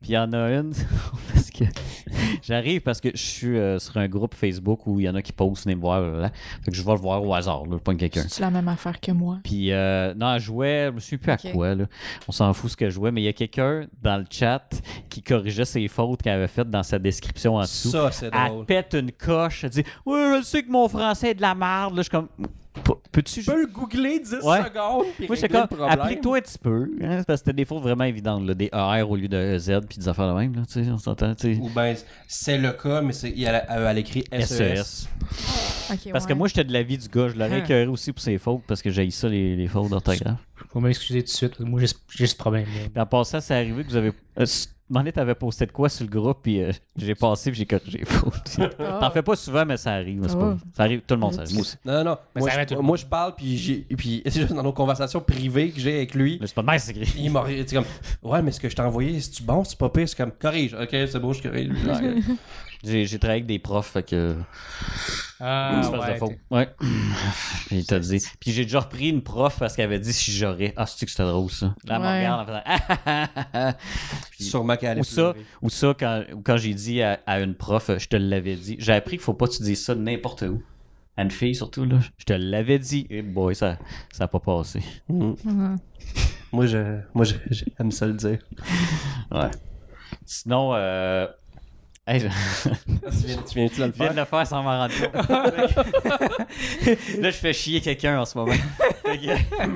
Speaker 2: Puis il y en a une parce que j'arrive parce que je suis euh, sur un groupe Facebook où il y en a qui postent, venez me voir. blablabla. Fait que je vais le voir au hasard, là, je pogne quelqu'un.
Speaker 3: C'est la même affaire que moi.
Speaker 2: Puis, euh, non, elle jouait, je me souviens plus à
Speaker 3: Ok.
Speaker 2: quoi, là. On s'en fout ce que je jouais, mais il y a quelqu'un dans le chat qui corrigeait ses fautes qu'elle avait faites dans sa description en dessous.
Speaker 1: Ça, c'est
Speaker 2: elle
Speaker 1: drôle.
Speaker 2: pète une coche, elle dit Ouais, je sais que mon français est de la merde. Là, je suis comme P- Peux-tu.
Speaker 1: Tu peux le googler 10
Speaker 2: Ouais.
Speaker 1: secondes. puis
Speaker 2: Moi, j'étais
Speaker 1: régler le
Speaker 2: comme
Speaker 1: problème.
Speaker 2: Applique-toi un petit peu. hein, parce que c'était des fautes vraiment évidentes, là, des ER au lieu de EZ, puis des affaires de même, là, tu sais, on s'entend, tu sais.
Speaker 1: Ou ben, c'est le cas, mais c'est, elle, elle, euh, elle écrit E
Speaker 2: E
Speaker 1: SES.
Speaker 2: SES.
Speaker 3: Ok,
Speaker 2: Parce
Speaker 3: ouais.
Speaker 2: que moi, j'étais de l'avis du gars. Je l'aurais
Speaker 4: Hein.
Speaker 2: écœuré aussi pour ses fautes parce que j'ai ça, les, les fautes d'orthographe.
Speaker 4: faut m'excuser tout de suite. Moi, j'ai ce- j'ai ce problème.
Speaker 2: Puis en passant, c'est arrivé que vous avez. Euh, s- Mané, t'avais posté de quoi sur le groupe, puis euh, j'ai passé, puis j'ai corrigé les fautes.
Speaker 3: Ah.
Speaker 2: T'en fais pas souvent, mais ça arrive. c'est pas-
Speaker 3: Oh.
Speaker 2: Ça arrive, tout le monde, ça arrive. Moi aussi.
Speaker 1: Non, non, non.
Speaker 4: Mais
Speaker 1: moi,
Speaker 4: ça arrête
Speaker 1: je,
Speaker 4: tout le
Speaker 1: moi, je parle, puis, j'ai, puis c'est juste dans nos conversations privées que j'ai avec lui.
Speaker 2: Mais c'est pas de mal, c'est écrit.
Speaker 1: Il m'a il était comme Ouais, mais ce que je t'ai envoyé, c'est-tu bon, c'est pas pire? C'est comme Corrige, ok, c'est beau, je corrige. Parce que-
Speaker 2: J'ai j'ai travaillé avec des profs, fait que.
Speaker 4: Ah,
Speaker 2: tu fasses de
Speaker 4: ouais,
Speaker 2: fautes.
Speaker 4: t'es-
Speaker 2: Ouais. Puis il t'a dit. Puis j'ai déjà repris une prof parce qu'elle avait dit si j'aurais. Ah, c'est-tu que c'était drôle, ça? Là, elle me
Speaker 3: Ouais.
Speaker 2: regarde en faisant. Ah, ah, ah, ah.
Speaker 1: Sûrement qu'elle allait
Speaker 2: Ou ça,
Speaker 1: pleurer.
Speaker 2: ou ça quand, ou quand j'ai dit à, à une prof, je te l'avais dit. J'ai appris qu'il faut pas que tu dises ça n'importe où. À une fille, surtout, là. Je te l'avais dit. Et boy, ça ça a pas passé.
Speaker 1: Mhm.
Speaker 3: Mhm.
Speaker 1: Moi, je, moi je- j'aime ça le dire.
Speaker 2: Ouais. Sinon, euh... hey, je
Speaker 1: tu viens, tu viens-tu de le
Speaker 2: je viens de le faire sans m'en rendre compte. là, je fais chier quelqu'un en ce moment. Fait que-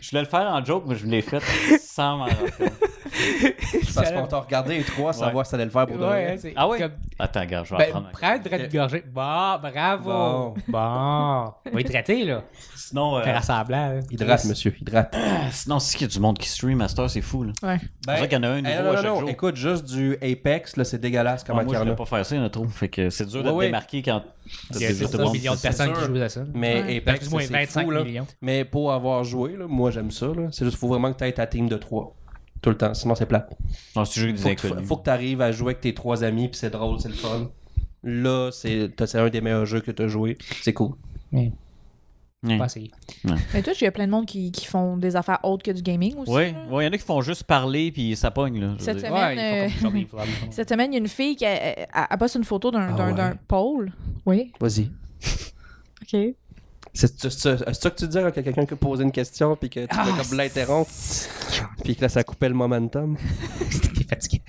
Speaker 2: Je voulais le faire en joke, mais je l'ai fait sans m'en rendre compte.
Speaker 1: Parce qu'on t'a regardé les trois, savoir si ça allait le faire pour de vrai.
Speaker 4: Ouais, c'est
Speaker 2: Ah ouais?
Speaker 4: comme-
Speaker 2: Attends, regarde, je vais
Speaker 4: Ben,
Speaker 2: apprendre.
Speaker 4: prendre
Speaker 1: Ok.
Speaker 4: de gorgée. Bon, bravo. Bon. On va être traité, là.
Speaker 2: Sinon, euh,
Speaker 4: Faire semblant. hein.
Speaker 1: Hydrate, monsieur, hydrate.
Speaker 2: sinon, c'est qu'il y a du monde qui stream à cette heure, c'est fou, là.
Speaker 3: Ouais.
Speaker 2: C'est vrai qu'il y en a un nouveau
Speaker 1: Eh, non,
Speaker 2: à
Speaker 1: non,
Speaker 2: chaque
Speaker 1: non,
Speaker 2: jour.
Speaker 1: Écoute, juste du Apex, là, c'est dégueulasse comment
Speaker 2: Ah,
Speaker 1: qu'il
Speaker 2: Moi,
Speaker 1: y
Speaker 2: je
Speaker 1: en a.
Speaker 2: voulais pas faire ça, il y en a trop. Fait que c'est dur de
Speaker 1: Ouais,
Speaker 2: te
Speaker 1: ouais.
Speaker 2: démarquer quand
Speaker 4: Il
Speaker 2: t'as
Speaker 4: y a
Speaker 2: juste tout le
Speaker 4: 700
Speaker 2: monde.
Speaker 4: millions de
Speaker 1: c'est
Speaker 4: personnes qui
Speaker 1: sûr.
Speaker 4: jouent à
Speaker 2: Mm.
Speaker 4: ça.
Speaker 1: Mais
Speaker 3: Ouais.
Speaker 1: Apex,
Speaker 4: Excuse-moi,
Speaker 1: c'est
Speaker 4: 25
Speaker 1: fou, là.
Speaker 4: millions.
Speaker 1: Mais pour avoir joué, là, moi j'aime ça. là. C'est juste faut vraiment que tu aies ta team de trois. Tout le temps, sinon c'est plat.
Speaker 2: Non, c'est juste des
Speaker 1: Faut que,
Speaker 2: inconnus.
Speaker 1: tu arrives à jouer avec tes trois amis, puis c'est drôle, c'est le fun. Là, c'est t'as- c'est un des meilleurs jeux que tu as joué. C'est cool.
Speaker 2: Ouais.
Speaker 4: Pas essayé.
Speaker 3: Mais toi, il y a plein de monde qui, qui font des affaires autres que du gaming aussi.
Speaker 2: Ouais,
Speaker 3: là.
Speaker 2: ouais, il y en a qui font juste parler puis ça pogne, là. je veux
Speaker 3: Cette
Speaker 2: dire.
Speaker 3: semaine, euh,
Speaker 4: il faut comme
Speaker 3: Cette semaine, il y a une fille qui elle- elle- elle poste une photo d'un
Speaker 1: Ah
Speaker 3: d'un-
Speaker 1: ouais.
Speaker 3: d'un pôle. Oui,
Speaker 1: Vas-y.
Speaker 3: OK.
Speaker 1: C'est c'est- c'est- c'est ça que tu dis quand il y a quelqu'un qui a posé une question, puis que tu voulais comme l'interrompre, puis que là ça coupait le momentum.
Speaker 4: T'es fatigué.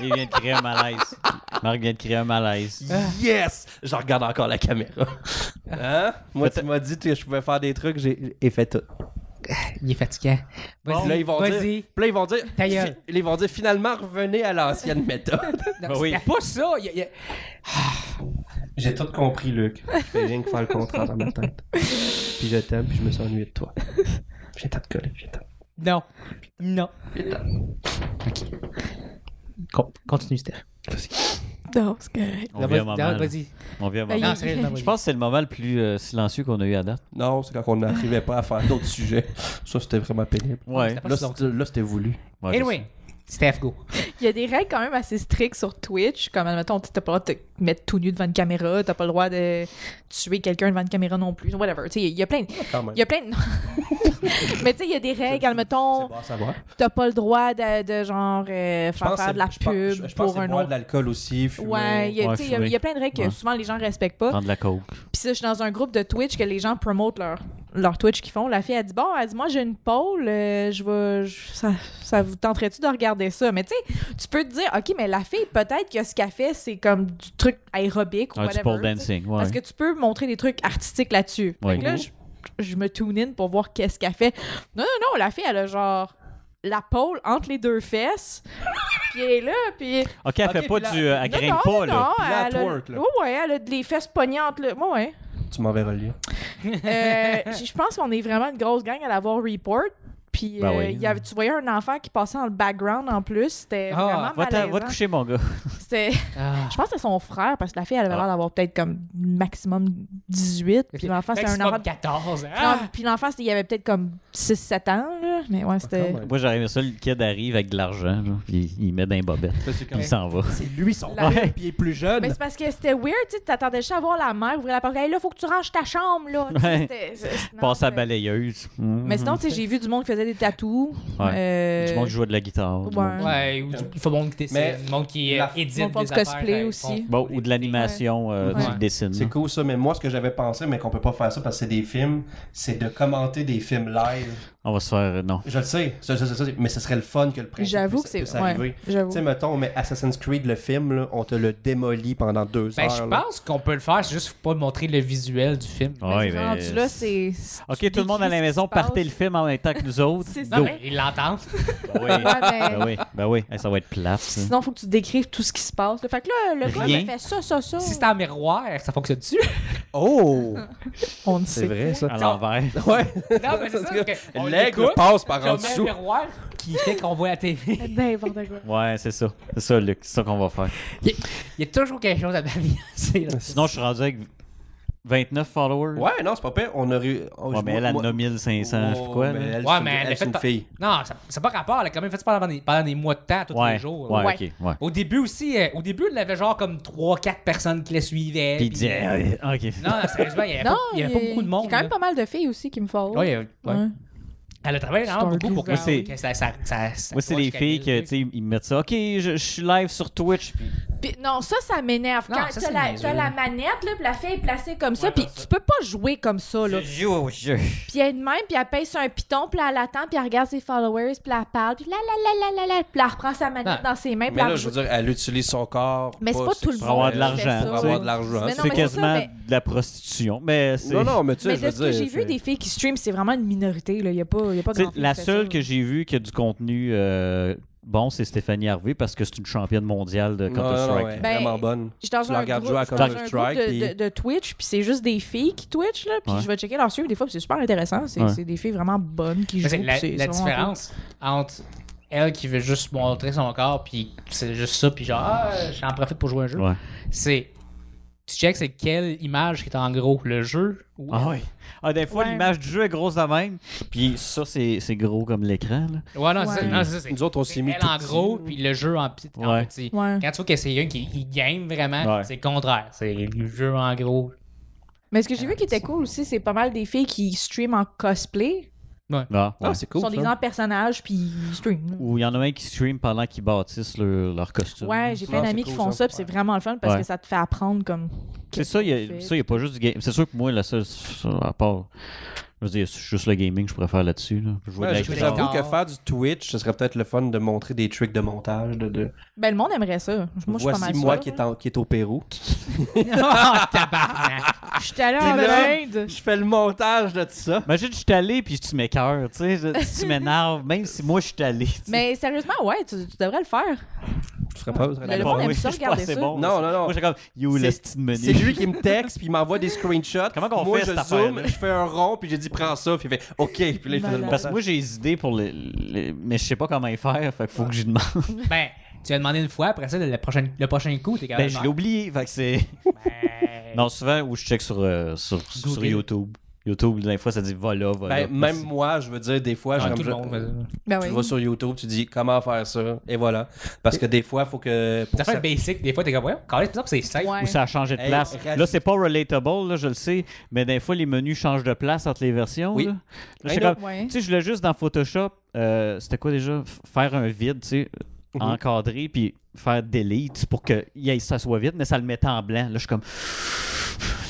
Speaker 2: Il vient de créer
Speaker 3: Ah.
Speaker 2: un malaise. Marc vient de créer un malaise.
Speaker 1: Yes! Je regarde encore la caméra. Hein? Moi, tu m'as dit que je pouvais faire des trucs, j'ai et fait tout.
Speaker 4: Il est fatiguant. Vas-y,
Speaker 1: Puis là, ils vont dire,
Speaker 4: vas-y.
Speaker 1: puis là, ils vont dire,
Speaker 4: Ta gueule.
Speaker 1: fi- ils vont dire finalement, revenez à l'ancienne méthode.
Speaker 4: Non,
Speaker 2: Ben oui.
Speaker 4: c'était pas ça. il y a- il y a-
Speaker 1: J'ai tout compris, Luc. Je fais rien que faire le contraire dans ma tête. Puis je t'aime, puis je me suis ennuyé de toi. J'ai tant de coller, j'ai tant.
Speaker 4: Non. Non.
Speaker 1: j'ai tant.
Speaker 4: Con- Continue, Steph.
Speaker 3: Non, c'est correct.
Speaker 2: On
Speaker 4: Non,
Speaker 2: vient un
Speaker 4: vas-
Speaker 2: moment.
Speaker 4: non,
Speaker 2: là.
Speaker 4: Vas-y.
Speaker 2: On vient un
Speaker 3: Ben,
Speaker 2: moment.
Speaker 4: Non, sérieusement, vas-y.
Speaker 2: Je pense que c'est le moment le plus euh, silencieux qu'on a eu à date.
Speaker 1: Non, c'est quand on n'arrivait pas à faire d'autres sujets. Ça, c'était vraiment pénible.
Speaker 2: Ouais.
Speaker 1: Là, c'était- là, c'était voulu.
Speaker 2: Ouais, je
Speaker 4: Anyway, Steph, go.
Speaker 3: Il y a des règles quand même assez strictes sur Twitch. Comme, admettons, t'as pas le droit de te mettre tout nu devant une caméra, t'as pas le droit de tuer quelqu'un devant une caméra non plus, whatever. Tu sais, il y a plein de...
Speaker 1: Quand même.
Speaker 3: Il y a plein de... Mais tu sais, il y a des règles, admettons,
Speaker 1: C'est bon à savoir.
Speaker 3: t'as pas le droit de, de genre, euh,
Speaker 1: Je pense
Speaker 3: faire,
Speaker 1: que
Speaker 3: faire
Speaker 1: c'est-
Speaker 3: de la
Speaker 1: je pense- je- je
Speaker 3: pub
Speaker 1: pense que
Speaker 3: pour
Speaker 1: c'est
Speaker 3: un
Speaker 1: boire
Speaker 3: autre...
Speaker 1: de l'alcool aussi, fumer.
Speaker 3: Ouais, il y a-
Speaker 2: Ouais,
Speaker 3: tu sais, il y a- il y a plein de règles que
Speaker 2: Ouais.
Speaker 3: souvent les gens respectent pas.
Speaker 2: Prendre la coke.
Speaker 3: Puis ça, je suis dans un groupe de Twitch que les gens promotent leur, leur Twitch qu'ils font. La fille, elle dit Bon, elle dit, moi, j'ai une pole, euh, je vais. je- ça, ça vous tenterait-tu de regarder ça Mais tu sais, tu peux te dire Ok, mais la fille, peut-être que ce qu'elle fait, c'est comme du truc aérobique ou
Speaker 2: Un
Speaker 3: whatever.
Speaker 2: du pole
Speaker 3: tu sais.
Speaker 2: dancing. Ouais.
Speaker 3: Parce que tu peux montrer des trucs artistiques là-dessus.
Speaker 2: Ouais.
Speaker 3: Fait que là, je, je me tune in pour voir qu'est-ce qu'elle fait. Non, non, non, la fille, elle a genre la pole entre les deux fesses. puis elle est là, puis.
Speaker 2: Ok, elle
Speaker 1: Ok,
Speaker 2: fait pas
Speaker 1: puis là-
Speaker 2: du. euh, Elle
Speaker 3: non,
Speaker 2: grimpe
Speaker 3: non,
Speaker 2: pas,
Speaker 3: non,
Speaker 2: là.
Speaker 1: Puis là, elle
Speaker 3: elle a-
Speaker 1: twerk, là.
Speaker 3: Ouais, ouais, elle a les fesses pognantes, là. Ouais, ouais.
Speaker 1: Tu m'enverras le lien.
Speaker 3: Euh, je je pense qu'on est vraiment une grosse gang à l'avoir report. Puis
Speaker 2: Ben
Speaker 3: euh,
Speaker 2: oui.
Speaker 3: il y avait- tu voyais un enfant qui passait dans le background en plus. C'était
Speaker 4: Ah,
Speaker 2: Va,
Speaker 3: vraiment
Speaker 2: te- va te
Speaker 3: malaisant.
Speaker 2: coucher, mon gars.
Speaker 3: C'était-
Speaker 4: Ah.
Speaker 3: Je pense que c'est son frère parce que la fille elle avait
Speaker 2: Ah.
Speaker 3: l'air d'avoir peut-être comme maximum 18. Puis l'enfant c'était un
Speaker 4: Maximum
Speaker 3: enfant. de-
Speaker 4: 14.
Speaker 3: Non,
Speaker 4: Ah!
Speaker 3: Puis l'enfant c'était- il avait peut-être comme 6-7 ans. là. Mais ouais, c'était.
Speaker 2: Moi, j'aurais aimé ça. Le kid arrive avec de l'argent, là, puis il met dans les bobettes.
Speaker 1: Ça, c'est
Speaker 2: Puis il s'en va.
Speaker 1: C'est lui son
Speaker 3: La-
Speaker 1: père, puis il est plus jeune.
Speaker 3: Mais c'est parce que c'était weird, tu sais, t'attendais juste à voir la mère ouvrir la porte. Hey, là, faut que tu ranges ta chambre, là. Tu sais,
Speaker 2: Ouais.
Speaker 3: c'était- c'est- c'est- non,
Speaker 2: Passe à la
Speaker 3: c'était-
Speaker 2: balayeuse. Mhm.
Speaker 3: Mais sinon, tu sais, j'ai vu du monde qui faisait des tatous. euh,
Speaker 2: Du monde qui joue de la guitare. du
Speaker 3: ouais.
Speaker 2: monde qui-
Speaker 4: Ouais, ou du- il faut bon que
Speaker 1: Mais-
Speaker 4: c'est le monde qui euh,
Speaker 1: La-
Speaker 4: édite
Speaker 3: Ils font
Speaker 4: des
Speaker 3: du
Speaker 4: affaires,
Speaker 3: cosplay
Speaker 4: euh,
Speaker 3: aussi.
Speaker 4: font-
Speaker 2: Bon, ou de l'animation, euh,
Speaker 3: Ouais.
Speaker 2: tu le dessines.
Speaker 1: C'est
Speaker 2: là.
Speaker 1: cool ça, mais moi ce que j'avais pensé, mais qu'on peut pas faire ça parce que c'est des films, c'est de commenter des films live.
Speaker 2: On va se faire. euh, Non.
Speaker 1: Je le sais, ça, ça, ça, ça, mais ce serait le fun que le principe
Speaker 3: J'avoue
Speaker 1: puisse-
Speaker 3: que c'est.
Speaker 1: puisse
Speaker 3: Ouais,
Speaker 1: arriver.
Speaker 3: j'avoue.
Speaker 1: Tu sais, mettons, mais Assassin's Creed, le film, là, on te le démolit pendant deux
Speaker 4: Ben,
Speaker 1: heures.
Speaker 4: je
Speaker 1: là.
Speaker 4: pense qu'on peut le faire, c'est juste faut pas montrer le visuel du film.
Speaker 2: Ouais,
Speaker 3: C'est
Speaker 2: ben,
Speaker 3: rendu là, c'est. c'est- tu
Speaker 2: Ok, tout le monde à la
Speaker 3: décris ce
Speaker 2: maison,
Speaker 3: qui se
Speaker 2: partez le
Speaker 3: passe.
Speaker 2: film en même temps que nous autres.
Speaker 3: C'est ça.
Speaker 4: Non,
Speaker 2: Go.
Speaker 4: mais ils l'entendent.
Speaker 2: Oui.
Speaker 3: Ouais, mais-
Speaker 2: Ben oui, ben oui. Eh, ça va être plate. ça.
Speaker 3: Ah, Sinon, faut que tu décrives tout ce qui se passe. là. Fait que là, le gars,
Speaker 2: Rien.
Speaker 3: il fait ça, ça, ça.
Speaker 4: Si c'est en miroir, ça fonctionne-tu?
Speaker 1: Oh!
Speaker 3: On ne
Speaker 1: C'est
Speaker 3: sait.
Speaker 1: vrai ça.
Speaker 2: À l'envers.
Speaker 1: Ouais!
Speaker 4: non, mais c'est ça. que on
Speaker 1: L'aigle
Speaker 4: l'écoute,
Speaker 1: passe par
Speaker 4: puis on
Speaker 1: en
Speaker 4: met un
Speaker 1: dessous.
Speaker 4: miroir qui fait qu'on voit la TV.
Speaker 3: N'importe quoi.
Speaker 2: Ouais, c'est ça. C'est ça, Luc. C'est ça qu'on va faire.
Speaker 4: Il y a toujours quelque chose à m'améliorer. là.
Speaker 2: Sinon, je suis rendu avec 29 followers.
Speaker 1: Ouais, non, c'est pas pire. On aurait. on-
Speaker 2: Ouais,
Speaker 1: je-
Speaker 2: mais elle, elle
Speaker 1: moi-
Speaker 2: en a 1500. je sais
Speaker 1: Oh,
Speaker 2: pas quoi,
Speaker 1: mais
Speaker 2: là.
Speaker 1: elle,
Speaker 4: Ouais,
Speaker 1: c'est une-
Speaker 4: mais elle l'a
Speaker 1: c'est
Speaker 4: fait
Speaker 1: une
Speaker 4: pas-
Speaker 1: fille.
Speaker 4: Non, ça n'a pas rapport. Elle a quand même fait ça pendant des, pendant des mois de temps, tous les
Speaker 2: Ouais,
Speaker 4: jours.
Speaker 2: ouais,
Speaker 3: Ouais.
Speaker 2: ok. Ouais.
Speaker 4: Au début aussi, euh, au début, il y avait genre comme 3-4 personnes qui la suivaient.
Speaker 2: Puis il
Speaker 4: puis-
Speaker 2: dit,
Speaker 1: euh,
Speaker 2: eh, eh, ok.
Speaker 4: Non, non, sérieusement, il n'y avait,
Speaker 3: Non,
Speaker 4: pas, il y avait pas beaucoup de monde.
Speaker 3: Il y a quand même
Speaker 4: là.
Speaker 3: pas mal de filles aussi qui me
Speaker 2: Oh,
Speaker 3: follow.
Speaker 4: Ouais, il y avait- ouais.
Speaker 3: Ouais.
Speaker 4: Elle a travaillé vraiment
Speaker 3: Stardew
Speaker 4: beaucoup pour que,
Speaker 3: Valley.
Speaker 2: Moi, c'est-
Speaker 4: que ça, ça, ça, ça
Speaker 2: Moi, c'est
Speaker 4: soit
Speaker 2: les filles
Speaker 4: jusqu'à
Speaker 2: que,
Speaker 4: elle,
Speaker 2: tu sais, ils me mettent ça. Ok, je, je suis live sur Twitch. Puis
Speaker 3: Puis non, ça, ça m'énerve.
Speaker 4: Non,
Speaker 3: Quand
Speaker 4: ça,
Speaker 3: t'as
Speaker 4: c'est
Speaker 3: la,
Speaker 4: niaiseux.
Speaker 3: t'as la manette, là, puis la fille est placée comme ça, puis tu peux pas jouer comme ça, là.
Speaker 2: joue au jeu.
Speaker 3: Puis elle est de même, puis elle pèse sur un piton, puis elle attend, puis elle regarde ses followers, puis elle parle, puis là, là, là, là, là, là, puis elle reprend sa manette
Speaker 4: Non.
Speaker 3: dans ses mains, puis
Speaker 1: Mais
Speaker 3: elle
Speaker 1: là, je veux
Speaker 3: rejoue.
Speaker 1: dire, elle utilise son corps.
Speaker 3: Mais c'est pas tout le monde.
Speaker 1: sexuel,
Speaker 2: Pour avoir de
Speaker 3: qui
Speaker 2: l'argent,
Speaker 3: fait ça.
Speaker 1: Pour
Speaker 2: tu sais.
Speaker 1: avoir de l'argent.
Speaker 3: Mais non,
Speaker 2: C'est
Speaker 3: mais c'est ça,
Speaker 2: quasiment
Speaker 3: mais-
Speaker 2: de la prostitution. Mais c'est.
Speaker 1: Non, non, mais tu sais,
Speaker 3: Mais
Speaker 1: je
Speaker 3: de
Speaker 1: veux
Speaker 3: ce que
Speaker 1: dire.
Speaker 3: j'ai vu
Speaker 1: c'est-
Speaker 3: des filles qui stream, c'est vraiment une minorité. Il n'y a pas, y a pas
Speaker 2: Tu sais,
Speaker 3: grand
Speaker 2: la seule que j'ai vue qui a du contenu euh, bon, c'est Stéphanie Harvey parce que c'est une championne mondiale de
Speaker 1: Non, non, non, ouais,
Speaker 2: Counter-Strike.
Speaker 3: Ben,
Speaker 1: vraiment bonne.
Speaker 3: Je suis dans
Speaker 1: Tu la
Speaker 3: un
Speaker 1: regardes
Speaker 3: groupe,
Speaker 1: jouer à
Speaker 3: je suis dans un
Speaker 1: Counter
Speaker 3: groupe
Speaker 1: Strike,
Speaker 3: de,
Speaker 1: puis-
Speaker 3: de- de Twitch, puis c'est juste des filles qui Twitch, là, puis
Speaker 2: Ouais.
Speaker 3: je vais checker leur stream des fois, puis c'est super intéressant. C'est
Speaker 2: Ouais.
Speaker 3: c'est des filles vraiment bonnes qui
Speaker 4: Mais
Speaker 3: jouent.
Speaker 4: c'est la,
Speaker 3: puis c'est-
Speaker 4: la
Speaker 3: c'est vraiment
Speaker 4: différence entre elle qui veut juste montrer son corps, puis c'est juste ça, puis genre, ah, j'en profite pour jouer à un jeu.
Speaker 2: Ouais.
Speaker 4: C'est. Tu checks c'est quelle image qui est en gros, le jeu ou
Speaker 2: Ah oui. Ah, des fois,
Speaker 3: Ouais.
Speaker 2: l'image du jeu est grosse de même. Puis ça, c'est c'est gros comme l'écran. là.
Speaker 4: Ouais, non, c'est ça.
Speaker 3: Ouais.
Speaker 4: non, c'est ça, c'est-
Speaker 1: Nous autres, on
Speaker 4: c'est
Speaker 1: s'est mis
Speaker 4: Elle
Speaker 1: tout
Speaker 4: en
Speaker 1: petit.
Speaker 4: gros, puis le jeu en petit. en
Speaker 2: Ouais.
Speaker 4: petit.
Speaker 3: Ouais.
Speaker 4: Quand tu vois que c'est un qui il game vraiment,
Speaker 2: Ouais.
Speaker 4: c'est le contraire. C'est le jeu en gros.
Speaker 3: cool. Mais ce que j'ai
Speaker 4: Ah,
Speaker 3: vu qui était cool aussi, c'est pas mal des filles qui stream en cosplay.
Speaker 2: Ah, ouais.
Speaker 1: Ah, c'est
Speaker 3: Ils
Speaker 1: cool.
Speaker 3: sont des
Speaker 1: ça.
Speaker 3: grands personnages, puis ils stream.
Speaker 2: Ou il y en a un qui stream pendant qu'ils bâtissent leur, leur costume.
Speaker 3: Ouais, j'ai plein
Speaker 1: Ah,
Speaker 3: d'amis
Speaker 1: c'est
Speaker 3: qui
Speaker 1: cool,
Speaker 3: font
Speaker 1: ça.
Speaker 3: ça, puis c'est vraiment le fun parce
Speaker 2: Ouais.
Speaker 3: que ça te fait apprendre comme.
Speaker 2: C'est ça, il n'y a, ça, il y a pas juste du game. C'est sûr que moi, la seule. ça, À part. Je veux dire, c'est juste le gaming que je pourrais faire là-dessus. Là. Jouer
Speaker 1: Ouais,
Speaker 2: de la
Speaker 1: j-
Speaker 4: jouer
Speaker 2: guitare.
Speaker 1: J'avoue que
Speaker 4: guitare.
Speaker 1: faire du Twitch, ce serait peut-être le fun de montrer des tricks de montage. De, de...
Speaker 3: Ben, le monde aimerait ça. Moi, je suis pas
Speaker 1: Voici
Speaker 3: mal
Speaker 1: moi
Speaker 3: sûre,
Speaker 1: qui est,
Speaker 3: là.
Speaker 1: en- qui est au Pérou.
Speaker 3: Je suis allée
Speaker 1: Puis là-
Speaker 3: en Inde.
Speaker 1: Je fais le montage de tout ça.
Speaker 2: Imagine, je suis allé puis tu m'écœures, tu sais, je- tu m'énerves, même si moi je suis allé. tu sais.
Speaker 3: Mais sérieusement, ouais, tu, tu devrais le faire.
Speaker 1: Je serais pas- je serais
Speaker 3: Mais le
Speaker 1: pas-
Speaker 3: monde aime
Speaker 2: Ah oui,
Speaker 3: ça,
Speaker 2: je suis pas
Speaker 3: regarder
Speaker 2: assez
Speaker 3: ça.
Speaker 2: bon,
Speaker 1: Non, non, non.
Speaker 2: Moi, j'ai comme, you,
Speaker 1: C'est-
Speaker 2: le style menu.
Speaker 1: C'est lui qui me texte, puis il m'envoie des screenshots.
Speaker 2: Comment qu'on
Speaker 1: Moi,
Speaker 2: fait
Speaker 1: je
Speaker 2: cette
Speaker 1: zoome,
Speaker 2: affaire-là?
Speaker 1: je fais un rond, puis j'ai dit prends ça, puis il fait OK. Puis là, il fait le
Speaker 3: Malade.
Speaker 2: Parce que
Speaker 1: montage.
Speaker 2: moi, j'ai des idées pour les, les- Mais je sais pas comment y faire, fait qu'il faut que j'y demande.
Speaker 4: ben, tu as demandé une fois, après ça, le prochain, le prochain coup, t'es
Speaker 2: Ben,
Speaker 4: capable.
Speaker 2: je l'ai oublié, fait que c'est...
Speaker 1: Ben.
Speaker 2: Non, souvent, où je check sur, euh, sur, sur
Speaker 4: Google.
Speaker 2: YouTube. YouTube, des fois, ça dit voilà, voilà.
Speaker 1: Ben, même moi, je veux dire, des fois, je,
Speaker 4: Ah,
Speaker 1: comme
Speaker 4: tout le
Speaker 1: je-
Speaker 4: monde, vas-y.
Speaker 3: Ben
Speaker 1: tu
Speaker 3: oui.
Speaker 1: vas sur YouTube, tu dis comment faire ça, et voilà. Parce que des fois, il faut que. pour
Speaker 4: Ça fait
Speaker 1: ça-
Speaker 4: basic, des fois, t'es comme, ouais, quand même, c'est bizarre, c'est simple.
Speaker 3: Ouais.
Speaker 2: Ou ça a changé de
Speaker 1: Hey,
Speaker 2: place.
Speaker 1: rajoute-
Speaker 2: Là, c'est pas relatable, là, je le sais, mais des fois, les menus changent de place entre les versions.
Speaker 1: Oui.
Speaker 2: là. Là,
Speaker 1: Hey,
Speaker 2: j'étais
Speaker 1: là.
Speaker 2: comme-
Speaker 3: Ben, Ouais.
Speaker 2: Tu sais, je voulais juste dans Photoshop, euh, c'était quoi déjà F- Faire un vide, tu sais,
Speaker 1: Mhm.
Speaker 2: encadrer, puis faire delete pour que y ait- ça soit vide, mais ça le mettait en blanc. Là, je suis comme.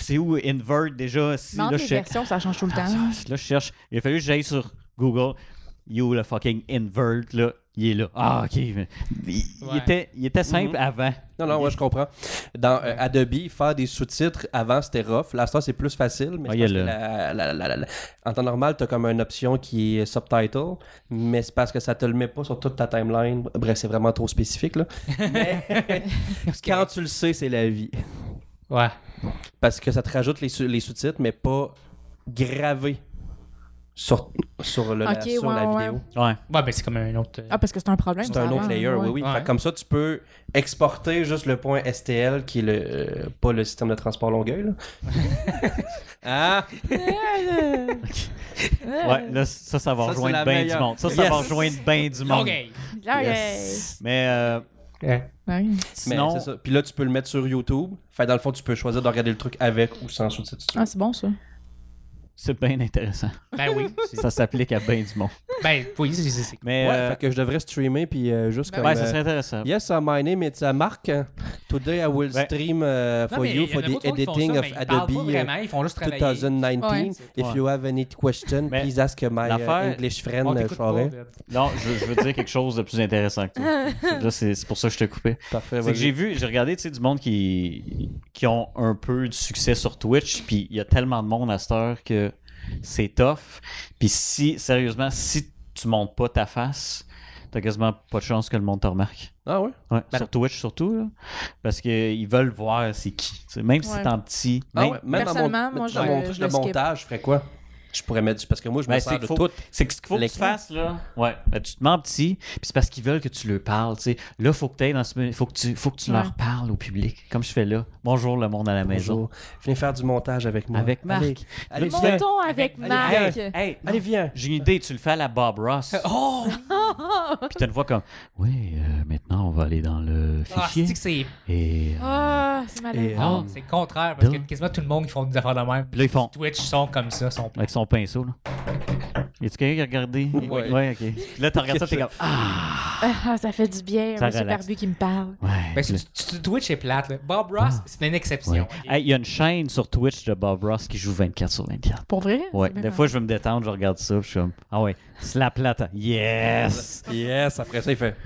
Speaker 2: C'est où invert déjà si,
Speaker 3: Mais
Speaker 2: là,
Speaker 3: entre
Speaker 2: je
Speaker 3: les
Speaker 2: check-
Speaker 3: versions, ça change tout le
Speaker 2: Ah, ça,
Speaker 3: temps.
Speaker 2: Là, je cherche. Il a fallu que j'aille sur Google. Yo, le fucking invert, là, il est là. Ah, ok. mais- Il, il
Speaker 4: Ouais.
Speaker 2: était, il était simple avant.
Speaker 1: Non, non, ouais, je comprends. Dans euh, Adobe, faire des sous-titres avant, c'était rough. Là, ça, c'est plus facile. Mais
Speaker 2: Ah,
Speaker 1: c'est
Speaker 2: il y a
Speaker 1: parce que la-
Speaker 2: le-
Speaker 1: la- la- la- la- En temps normal, tu as comme une option qui est subtitle, mais c'est parce que ça te le met pas sur toute ta timeline. Bref, c'est vraiment trop spécifique. Là. Mais quand tu le sais, c'est la vie.
Speaker 4: Ouais.
Speaker 1: Parce que ça te rajoute les, sous- les sous-titres, mais pas gravés sur, sur, le- la-
Speaker 3: Ok,
Speaker 1: sur
Speaker 3: ouais,
Speaker 1: la
Speaker 3: ouais.
Speaker 1: vidéo.
Speaker 2: Ouais.
Speaker 4: Ouais, ben, c'est comme un autre. euh,
Speaker 3: Ah, parce que c'est un problème.
Speaker 1: C'est
Speaker 3: ça,
Speaker 1: un autre
Speaker 3: avant,
Speaker 1: layer, oui,
Speaker 3: ouais.
Speaker 1: oui.
Speaker 4: Ouais.
Speaker 1: Fait que comme ça, tu peux exporter juste le point STL, qui est le, euh, pas le système de transport Longueuil. Là. ah!
Speaker 2: Ouais, là, ça, ça va
Speaker 1: Ça, c'est la
Speaker 2: rejoindre bien du
Speaker 1: meilleure.
Speaker 2: monde. Ça, ça
Speaker 1: Yes.
Speaker 2: va rejoindre bien du monde.
Speaker 4: OK.
Speaker 3: Là,
Speaker 1: Yes.
Speaker 2: Mais euh,
Speaker 4: Ouais.
Speaker 3: yeah. Ouais.
Speaker 1: Mais
Speaker 2: sinon,
Speaker 1: c'est ça. Puis là, tu peux le mettre sur YouTube. Fait que dans le fond, tu peux choisir de regarder le truc avec ou sans sous-titres. si tu veux.
Speaker 3: Ah, c'est bon, ça.
Speaker 2: c'est bien intéressant.
Speaker 4: Ben oui. c'est-
Speaker 2: Ça s'applique à bien du monde.
Speaker 4: Ben oui, c'est- c'est c'est-
Speaker 2: Mais
Speaker 1: ouais,
Speaker 2: euh,
Speaker 1: fait que je devrais streamer, puis euh, juste
Speaker 3: Ben
Speaker 1: comme...
Speaker 2: ouais, ça
Speaker 1: euh,
Speaker 2: serait intéressant.
Speaker 1: Yes, uh, my name is uh, Marc. Today I will
Speaker 2: Ouais.
Speaker 1: stream uh,
Speaker 4: Non,
Speaker 1: for
Speaker 4: mais
Speaker 1: you
Speaker 4: il y en
Speaker 1: for
Speaker 4: a
Speaker 1: the
Speaker 4: beaucoup de monde qui font
Speaker 1: editing
Speaker 4: ça,
Speaker 1: of
Speaker 4: mais ils parlent
Speaker 1: Adobe
Speaker 4: pas
Speaker 1: uh,
Speaker 4: vraiment, ils font juste travailler.
Speaker 1: 2019. If
Speaker 2: Ouais.
Speaker 1: you have any question,
Speaker 2: Mais
Speaker 1: please ask my uh,
Speaker 2: l'affaire-
Speaker 1: English
Speaker 4: On
Speaker 1: friend uh,
Speaker 4: t'écoute pas,
Speaker 1: Charest.
Speaker 4: Deb.
Speaker 2: Non, je, veux- je veux dire quelque chose de plus intéressant que toi. Là, c'est c'est pour ça que je t'ai coupé.
Speaker 1: Parfait,
Speaker 2: C'est que
Speaker 1: vas-y.
Speaker 2: j'ai vu, j'ai regardé, tu sais, du monde qui, qui ont un peu de succès sur Twitch, puis il y a tellement de monde à cette heure que c'est tough. Puis si, sérieusement, si tu montes pas ta face, t'as quasiment pas de chance que le monde te remarque.
Speaker 1: Ah ouais?
Speaker 2: Ouais, sur Twitch surtout, là, parce qu'ils veulent voir c'est qui. tu sais, même si
Speaker 3: Ouais.
Speaker 2: t'es en petit,
Speaker 1: Ah
Speaker 2: même-
Speaker 1: ouais, même dans mon,
Speaker 3: Personnellement,
Speaker 1: dans
Speaker 3: moi, je-
Speaker 1: mon
Speaker 3: je
Speaker 1: truc
Speaker 3: le
Speaker 1: de
Speaker 3: skip.
Speaker 1: montage, je ferais quoi? Je pourrais mettre du... Parce que moi, je me
Speaker 2: Ben,
Speaker 1: sers
Speaker 2: c'est
Speaker 1: de
Speaker 2: faut-
Speaker 1: tout.
Speaker 2: C'est ce qu'il faut que tu
Speaker 1: L'écran.
Speaker 2: fasses, là. Ouais. Ben, tu te mets en petit, puis c'est parce qu'ils veulent que tu leur parles, tu sais. Là, faut que t'ailles dans ce... Faut que tu, faut que tu
Speaker 3: Ouais.
Speaker 2: leur parles au public, comme je fais là. Bonjour, le monde à la maison.
Speaker 1: Bonjour. Venez faire du montage avec moi.
Speaker 2: Avec Marc.
Speaker 1: Allez, allez,
Speaker 2: Mon
Speaker 1: viens.
Speaker 3: Montons avec
Speaker 1: Allez,
Speaker 3: Marc.
Speaker 2: Hey, hey,
Speaker 1: Allez, viens.
Speaker 2: j'ai une idée, tu le fais à la Bob Ross.
Speaker 4: Oh!
Speaker 2: Puis t'as une voix comme, oui, euh, maintenant, on va aller dans le
Speaker 4: Ah,
Speaker 2: fichier.
Speaker 4: c'est que c'est.
Speaker 2: et... euh,
Speaker 3: Ah, c'est
Speaker 1: Et,
Speaker 3: malade.
Speaker 1: euh,
Speaker 4: Non,
Speaker 2: Ah.
Speaker 4: c'est le contraire, parce que
Speaker 2: Deux.
Speaker 4: quasiment tout le monde qui font des affaires de même.
Speaker 2: Puis là, ils font,
Speaker 4: Twitch sont comme ça, sont
Speaker 2: avec son pinceau, là. Y a-tu quelqu'un qui a regardé?
Speaker 1: Ouais.
Speaker 2: ok. Puis là, t'as regardé ça, t'es comme, ah!
Speaker 3: Ah, ça fait du bien,
Speaker 2: Ça
Speaker 3: un monsieur
Speaker 2: relaxe.
Speaker 3: barbu qui me parle.
Speaker 2: Ouais.
Speaker 4: Ben,
Speaker 2: Puis là-
Speaker 4: tu- tu- tu- Twitch est plate. Là. Bob Ross, c'est une
Speaker 2: Ouais.
Speaker 4: exception. ok?
Speaker 2: Hey, il y a une chaîne sur Twitch de Bob Ross qui joue 24 sur 24.
Speaker 3: Pour vrai?
Speaker 2: Ouais,
Speaker 3: C'est bien
Speaker 2: des
Speaker 3: marrant.
Speaker 2: fois, je vais me détendre, je regarde ça, puis je suis comme, ah ouais, slap plata. Yes!
Speaker 1: Yes, après ça, il fait...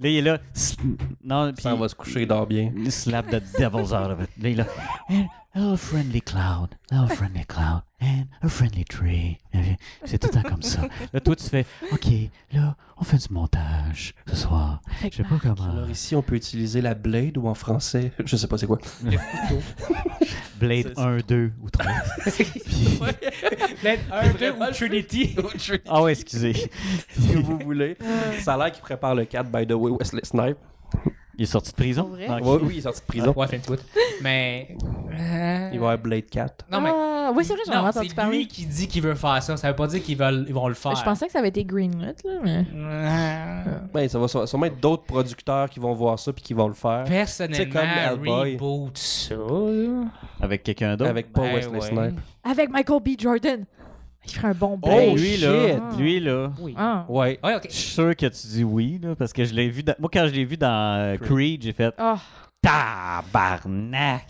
Speaker 2: Là, il est là, s- non, puis
Speaker 1: Ça, on va se coucher, dors bien.
Speaker 2: il slap the devil's out of it. Là, il est là, and a friendly cloud, a friendly cloud, and a friendly tree. C'est tout le temps comme ça. Là, toi, tu fais, OK, là, on fait du montage ce soir. Je sais pas comment.
Speaker 1: Alors ici, on peut utiliser la blade ou en français, je sais pas c'est quoi.
Speaker 2: Blade
Speaker 1: C'est-
Speaker 2: 1, 2 ou 3.
Speaker 4: Peut-être un, deux ou Trinity.
Speaker 2: Ah ouais, excusez.
Speaker 1: Ce que vous voulez. Ça a l'air qu'il prépare le 4, by the way, Wesley Snipe.
Speaker 2: Il est sorti de prison.
Speaker 3: Pour vrai?
Speaker 2: Non,
Speaker 1: Ouais, oui, il est sorti de prison.
Speaker 4: Ouais, fait une tweet. Mais.
Speaker 1: Il va
Speaker 4: euh,
Speaker 1: y avoir Blade 4.
Speaker 4: Non, mais.
Speaker 3: Ah, oui, c'est vrai, j'en ai
Speaker 4: Non,
Speaker 3: entendu
Speaker 4: c'est
Speaker 3: parler.
Speaker 4: lui qui dit qu'il veut faire ça. Ça veut pas dire qu'ils veulent, ils vont le faire.
Speaker 3: Je pensais que ça avait été Greenlit, là, mais.
Speaker 4: Euh,
Speaker 1: Ben, ça va sûre- sûrement être d'autres producteurs qui vont voir ça puis qui vont le faire. C'est comme
Speaker 4: Personnellement,
Speaker 1: Hellboy.
Speaker 4: reboot ça. là.
Speaker 2: Avec quelqu'un d'autre.
Speaker 1: Avec pas
Speaker 4: Ben
Speaker 1: Wesley
Speaker 4: ouais.
Speaker 1: Snipe.
Speaker 3: Avec Michael B. Jordan. Il ferait un bon
Speaker 1: Oh,
Speaker 3: Blade.
Speaker 2: lui,
Speaker 1: shit!
Speaker 2: là, lui, là,
Speaker 4: Oui.
Speaker 3: Ah.
Speaker 1: Ouais.
Speaker 4: Ouais, ok.
Speaker 2: je suis sûr que tu dis oui, là, parce que je l'ai vu dans... Moi, quand je l'ai vu dans euh, Creed, j'ai fait
Speaker 3: Ah.
Speaker 2: « Tabarnak!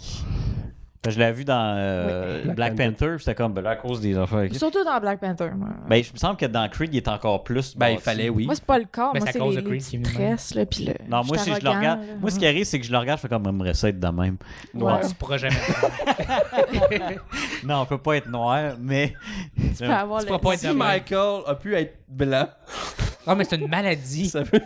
Speaker 2: Fait que Je l'ai vu dans euh,
Speaker 1: Oui.
Speaker 2: Black Panther, puis c'était comme, ben là, à cause des affaires. avec-
Speaker 3: Surtout dans Black Panther. moi.
Speaker 2: Ben, je me semble que dans Creed, il est encore plus.
Speaker 1: Ben, il
Speaker 2: bâti.
Speaker 1: fallait, oui.
Speaker 3: Moi, c'est pas le corps,
Speaker 4: Ben,
Speaker 3: moi,
Speaker 4: c'est à
Speaker 3: c'est
Speaker 4: cause
Speaker 3: les,
Speaker 4: de
Speaker 3: les
Speaker 4: Creed
Speaker 3: petits
Speaker 4: qui est venu.
Speaker 3: tresses, là, puis le...
Speaker 2: Non, moi, si je le
Speaker 3: arrogant,
Speaker 2: regarde.
Speaker 3: là.
Speaker 2: Moi, ce qui arrive, c'est que je le regarde, je fais comme, me recette de même.
Speaker 1: Noir.
Speaker 3: Ouais.
Speaker 4: Tu pourras jamais.
Speaker 2: Non, on peut pas être noir, mais.
Speaker 3: Tu peux avoir
Speaker 4: Tu
Speaker 3: le...
Speaker 4: pourras pas être
Speaker 1: Si
Speaker 4: de même.
Speaker 1: Michael a pu être blanc,
Speaker 4: Ah, mais c'est une maladie.
Speaker 1: ça veut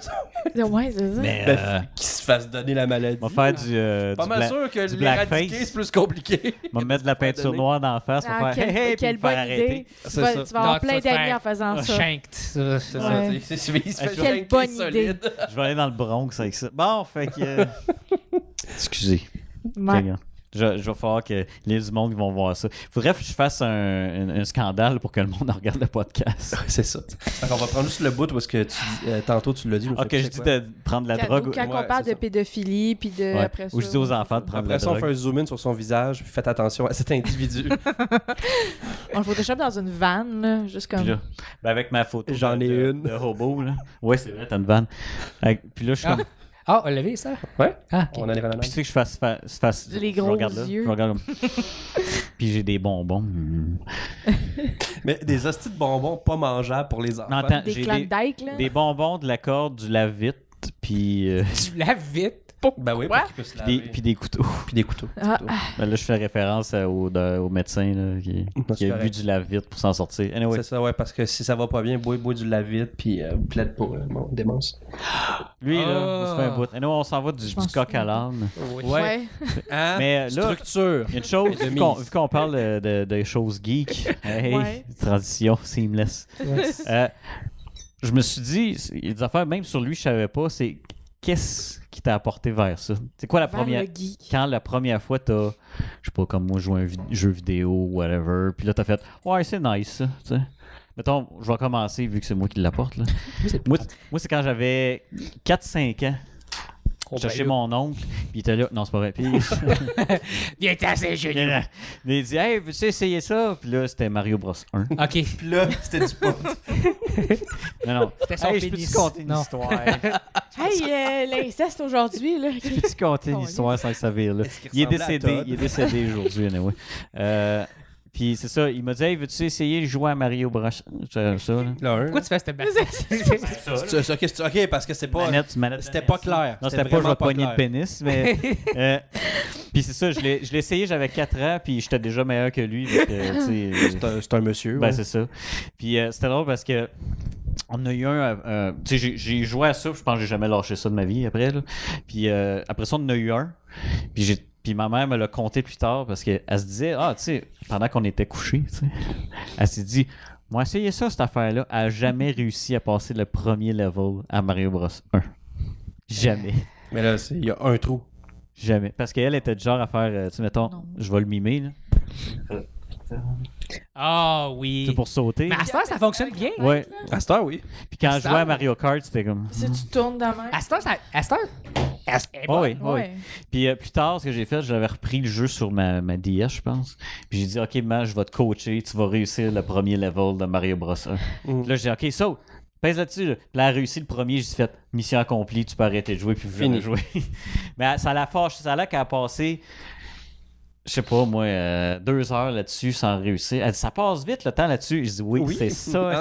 Speaker 3: Ouais, c'est ça.
Speaker 2: Mais.
Speaker 1: Ben,
Speaker 2: euh,
Speaker 1: qu'il se fasse donner la maladie.
Speaker 2: On va faire du. euh,
Speaker 1: Pas
Speaker 2: du
Speaker 1: mal
Speaker 2: bla-
Speaker 1: sûr que
Speaker 2: du
Speaker 1: l'éradiquer,
Speaker 2: blackface.
Speaker 1: c'est plus compliqué.
Speaker 2: On va mettre de la peinture
Speaker 1: donner.
Speaker 2: noire dans la face.
Speaker 3: Ah,
Speaker 2: on va faire.
Speaker 3: quelle
Speaker 2: Hey, hey,
Speaker 3: quelle
Speaker 2: puis me faire
Speaker 3: bonne
Speaker 2: arrêter.
Speaker 3: idée. Tu
Speaker 1: C'est
Speaker 3: vas,
Speaker 1: ça.
Speaker 3: tu vas avoir
Speaker 4: Non, tu
Speaker 3: plein
Speaker 4: vas te
Speaker 3: d'amis
Speaker 4: faire
Speaker 3: en faisant
Speaker 4: Ah,
Speaker 3: ça.
Speaker 4: shanked. Ça,
Speaker 1: C'est
Speaker 4: ça.
Speaker 1: ça,
Speaker 3: Ouais.
Speaker 1: c'est- c'est- il se fait
Speaker 3: Quelle
Speaker 1: shanker
Speaker 3: bonne
Speaker 1: solide.
Speaker 2: Je vais aller dans le Bronx avec ça. Bon, fait que. euh, Excusez.
Speaker 3: Ouais.
Speaker 2: Regarde. Je, je vais falloir que les du monde vont voir ça. Faudrait que je fasse un, un- un scandale pour que le monde regarde le podcast.
Speaker 1: C'est ça. Fait qu'on va prendre juste le bout parce que tu dis- euh, tantôt tu l'as dit.
Speaker 2: Ok, je dis de prendre la
Speaker 3: Quand- ou
Speaker 2: drogue.
Speaker 3: Quand
Speaker 1: Ouais,
Speaker 3: on parle
Speaker 1: c'est
Speaker 3: de
Speaker 1: ça.
Speaker 3: pédophilie, puis de...
Speaker 2: Ouais.
Speaker 3: Après ça,
Speaker 2: Ou je dis aux enfants de prendre
Speaker 1: Après ça,
Speaker 2: la
Speaker 1: on fait
Speaker 2: drogue.
Speaker 1: un zoom in sur son visage, puis faites attention à cet individu.
Speaker 3: On le photoshop dans une vanne, là, juste
Speaker 2: Puis
Speaker 3: comme...
Speaker 2: là, ben avec ma photo.
Speaker 1: J'en
Speaker 2: de-
Speaker 1: ai
Speaker 2: de-
Speaker 1: une.
Speaker 2: De hobo, là. Ouais, c'est vrai, t'as une vanne. Fait que- Puis là, je suis
Speaker 4: Ah.
Speaker 2: comme.
Speaker 4: Ah, on l'a vu, ça?
Speaker 1: ouais?
Speaker 4: Ah, ok.
Speaker 1: On a les bananes.
Speaker 2: Puis tu sais que je fasse. fa- se fasse
Speaker 3: Les
Speaker 2: je
Speaker 3: gros
Speaker 2: regarde là,
Speaker 3: yeux.
Speaker 2: je regarde comme- Puis j'ai des bonbons. Mm.
Speaker 1: Mais des hosties de bonbons pas mangeables pour les
Speaker 2: Non,
Speaker 1: enfants.
Speaker 2: attends,
Speaker 3: Des
Speaker 2: j'ai des,
Speaker 3: Klondike, là.
Speaker 2: des bonbons de la corde, du lavite, puis, euh,
Speaker 4: Tu laves vite.
Speaker 1: Ben oui,
Speaker 3: Quoi?
Speaker 1: pour qu'ils puissent se
Speaker 2: des,
Speaker 1: laver.
Speaker 2: puis des couteaux.
Speaker 1: Puis des couteaux.
Speaker 3: Ah,
Speaker 1: Couteaux.
Speaker 2: Ben là, je fais référence à- au, de- au médecin là, qui,
Speaker 1: c'est
Speaker 2: qui a bu
Speaker 1: correct.
Speaker 2: du lavite pour s'en sortir. Anyway,
Speaker 1: C'est ça, ouais, parce que si ça va pas bien, bois, bois du lavite, puis euh, plaide pour euh, mon démence.
Speaker 2: lui, là, on se fait un
Speaker 4: Ah.
Speaker 2: bout. Anyway, on s'en va du,
Speaker 3: Je
Speaker 2: du
Speaker 3: m'en
Speaker 2: coq à
Speaker 3: souviens pas.
Speaker 2: l'âne.
Speaker 3: Ouais.
Speaker 1: Hein?
Speaker 2: Mais euh, là,
Speaker 1: Structure.
Speaker 2: il y a une chose,
Speaker 1: De
Speaker 2: vu qu'on,
Speaker 1: mise.
Speaker 2: vu qu'on parle euh, de, de choses geeks, hey,
Speaker 3: Ouais.
Speaker 2: transition seamless. Euh, je me suis dit, c'est- il y a des affaires, même sur lui, je savais pas, c'est qu'est-ce qui t'a apporté vers ça? C'est quoi la
Speaker 3: Vers
Speaker 2: première...
Speaker 3: le geek.
Speaker 2: Quand la première fois t'as, je sais pas, comme moi, joué à un vi- jeu vidéo, whatever, puis là t'as fait, ouais, c'est nice, ça, tu sais. Mettons, je vais commencer vu que c'est moi qui l'apporte, là. Moi, t- moi, c'est quand j'avais 4-5 ans.
Speaker 4: Oh,
Speaker 2: Je cherchais
Speaker 4: ben là.
Speaker 2: mon oncle, puis il était là. Non, c'est pas vrai. Puis
Speaker 4: Viens t'as assez
Speaker 2: il,
Speaker 4: joli.
Speaker 2: il- il dit Hey, veux-tu essayer ça Puis là, c'était Mario Bros 1.
Speaker 4: Ok.
Speaker 1: Puis là, c'était du pot.
Speaker 2: Non, non.
Speaker 4: C'était son
Speaker 2: hey, je
Speaker 4: pénis.
Speaker 2: peux-tu compter une
Speaker 4: Non.
Speaker 2: histoire
Speaker 3: Hey, euh, l'inceste aujourd'hui, là.
Speaker 2: Je peux-tu compter une
Speaker 3: Oh,
Speaker 2: histoire sans que ça vire là
Speaker 1: Est-ce qu'il
Speaker 2: Il est
Speaker 1: ressemblait à
Speaker 2: décédé.
Speaker 1: Todd?
Speaker 2: Il est décédé aujourd'hui, anyway. Euh, puis c'est ça, il m'a dit Hey, veux-tu essayer de jouer à Mario Bros Ça, ça là.
Speaker 1: Là, un.
Speaker 4: Pourquoi tu fais cette bague?
Speaker 1: C'est ça, qu'est-ce que tu- Ok, parce que c'est pas.
Speaker 2: Manette, manette de
Speaker 1: C'était
Speaker 2: NES.
Speaker 1: pas clair.
Speaker 2: Non,
Speaker 1: C'était
Speaker 2: c'était pas je
Speaker 1: vraiment
Speaker 2: vais pogner
Speaker 1: clair.
Speaker 2: le pénis, mais. euh, puis c'est ça, je l'ai je l'ai essayé, j'avais 4 ans, puis j'étais déjà meilleur que lui. fait que, tu sais,
Speaker 1: C'est un- C'est un monsieur.
Speaker 2: Ben,
Speaker 1: ouais.
Speaker 2: c'est ça. Puis euh, c'était drôle parce que. On a eu un. euh, euh, tu sais, j'ai- j'ai joué à ça, puis je pense que j'ai jamais lâché ça de ma vie après. là. Puis euh, après ça, on en a eu un. Puis j'ai. Puis ma mère me l'a compté plus tard parce qu'elle se disait, ah, tu sais, pendant qu'on était couchés, tu sais, elle s'est dit, moi, essayez ça, cette affaire-là. Elle a jamais réussi à passer le premier level à Mario Bros 1. Jamais.
Speaker 1: Mais là, c'est- il y a un trou.
Speaker 2: Jamais. Parce qu'elle était du genre à faire, euh, tu sais, mettons,
Speaker 3: Non.
Speaker 2: je vais le mimer, là,
Speaker 4: Ah
Speaker 2: tu sais,
Speaker 4: oui.
Speaker 2: pour sauter.
Speaker 4: Mais à cette heure, ça fonctionne bien.
Speaker 2: Ouais.
Speaker 1: À cette heure, oui.
Speaker 2: Puis quand je jouais à Mario Kart, c'était comme.
Speaker 3: Si tu tournes dans la main.
Speaker 4: À cette heure, ça. À cette heure. à ce- eh
Speaker 2: Ah
Speaker 4: ben,
Speaker 2: oui, ah oui.
Speaker 3: Ouais.
Speaker 2: Puis euh, plus tard, ce que j'ai fait, j'avais repris le jeu sur ma, ma DS, je pense. Puis j'ai dit, OK, man, je vais te coacher, tu vas réussir le premier level de Mario Bros. 1.
Speaker 1: Mm.
Speaker 2: Puis là, j'ai dit, OK, saute, pèse là-dessus. Là. Puis là, elle a réussi le premier, j'ai fait, mission accomplie, tu peux arrêter de jouer, puis
Speaker 1: Fini.
Speaker 2: venir jouer. Mais elle- ça la fâche, ça l'a qu'elle a passé, je sais pas, moi, euh, deux heures là-dessus sans réussir. Elle dit, ça passe vite le temps là-dessus. Je dis, oui, c'est ça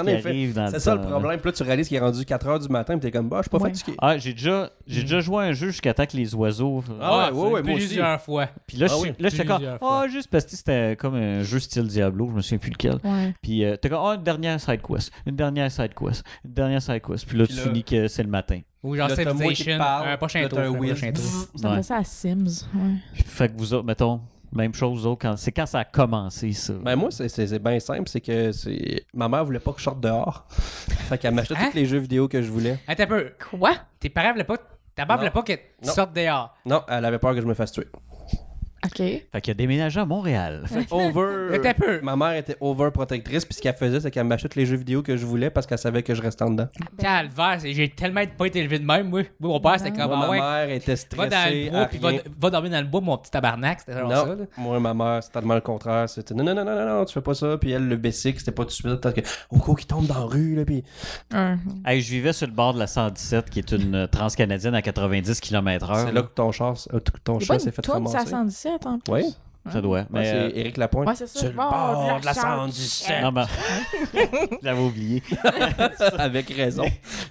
Speaker 1: En
Speaker 2: qui
Speaker 1: effet.
Speaker 2: arrive dans
Speaker 1: C'est
Speaker 2: le
Speaker 1: ça le
Speaker 2: temps, là.
Speaker 1: problème. Puis là, tu réalises qu'il est rendu 4 h du matin, puis t'es comme, bah, je suis pas
Speaker 3: Ouais.
Speaker 1: fatigué.
Speaker 2: Ah, j'ai déjà, j'ai déjà joué à un jeu jusqu'à temps que les oiseaux.
Speaker 1: Mm. Ah ouais, ouais, ouais, moi aussi.
Speaker 4: Plusieurs fois.
Speaker 2: Puis là,
Speaker 1: Ah
Speaker 2: je-
Speaker 1: oui,
Speaker 2: là, j'étais comme,
Speaker 4: plusieurs
Speaker 2: ah,
Speaker 4: fois.
Speaker 2: juste parce que c'était comme un jeu style Diablo, je me souviens plus lequel.
Speaker 3: Ouais.
Speaker 2: Puis euh, t'es comme, ah, une dernière side quest, une dernière side quest, une dernière side quest. Puis là,
Speaker 1: Puis
Speaker 2: tu
Speaker 1: là-
Speaker 2: finis que c'est le matin.
Speaker 4: Ou genre
Speaker 1: Là, t'as moi qui
Speaker 4: Civilization.
Speaker 1: parle,
Speaker 4: Un prochain
Speaker 1: là,
Speaker 4: tour.
Speaker 1: t'as un
Speaker 4: Un
Speaker 1: whiz.
Speaker 4: prochain tour.
Speaker 3: Ça me
Speaker 2: Ouais.
Speaker 3: fait ça à Sims. Ouais.
Speaker 2: Fait que vous autres, mettons, même chose, vous autres, quand- c'est quand ça a commencé, ça.
Speaker 1: Ben moi, c'est- c'est bien simple, c'est que c'est- ma mère voulait pas que je sorte dehors. fait qu'elle m'achetait
Speaker 4: Hein?
Speaker 1: tous les jeux vidéo que je voulais.
Speaker 4: Attends un peu.
Speaker 3: Quoi?
Speaker 4: Tes parents voulaient pas. Ta mère
Speaker 1: Non.
Speaker 4: voulait pas que tu
Speaker 1: Non.
Speaker 4: sortes dehors.
Speaker 1: Non, elle avait peur que je me fasse tuer.
Speaker 3: OK.
Speaker 2: Fait qu'il a déménagé à Montréal. Fait que-
Speaker 1: Over.
Speaker 4: Attends un peu.
Speaker 1: Euh, Ma mère était overprotectrice, puis ce qu'elle faisait, c'est qu'elle m'achetait tous les jeux vidéo que je voulais parce qu'elle savait que je restais en dedans.
Speaker 4: Calvaire, c'est- j'ai tellement pas été élevé de même, moi. Moi, mon père, c'était comme,
Speaker 1: Moi,
Speaker 4: ah
Speaker 1: ma
Speaker 4: ouais,
Speaker 1: mère était
Speaker 4: va
Speaker 1: stressée.
Speaker 4: dans le
Speaker 1: à
Speaker 4: bois, puis va,
Speaker 1: rien.
Speaker 4: va dormir dans le bois, mon petit tabarnak, c'était genre ça, là.
Speaker 1: Non, moi, ma mère, c'était tellement le contraire. C'était non, non, non, non, non, non, tu fais pas ça. Puis elle, le basic, c'était pas tout de suite. Parce que, au coup, qui tombe dans la rue, là, puis.
Speaker 3: Un.
Speaker 2: Hey, je vivais sur le bord de la 117, qui est une euh, transcanadienne à 90 km/h.
Speaker 1: C'est là que ton char, euh, que ton
Speaker 3: Il y a
Speaker 1: chat
Speaker 3: pas
Speaker 1: s'est
Speaker 3: une
Speaker 1: fait
Speaker 3: tourne
Speaker 1: ramasser.
Speaker 3: 117 en plus.
Speaker 1: Oui.
Speaker 2: Ça doit.
Speaker 1: Ouais,
Speaker 2: Mais, euh,
Speaker 1: c'est Éric Lapointe.
Speaker 3: Ouais, c'est ça. Oh,
Speaker 1: Sur le
Speaker 3: Bon,
Speaker 1: bord de la
Speaker 3: sang
Speaker 1: cendre du sang.
Speaker 2: Non, mais. J'avais oublié.
Speaker 1: Avec raison.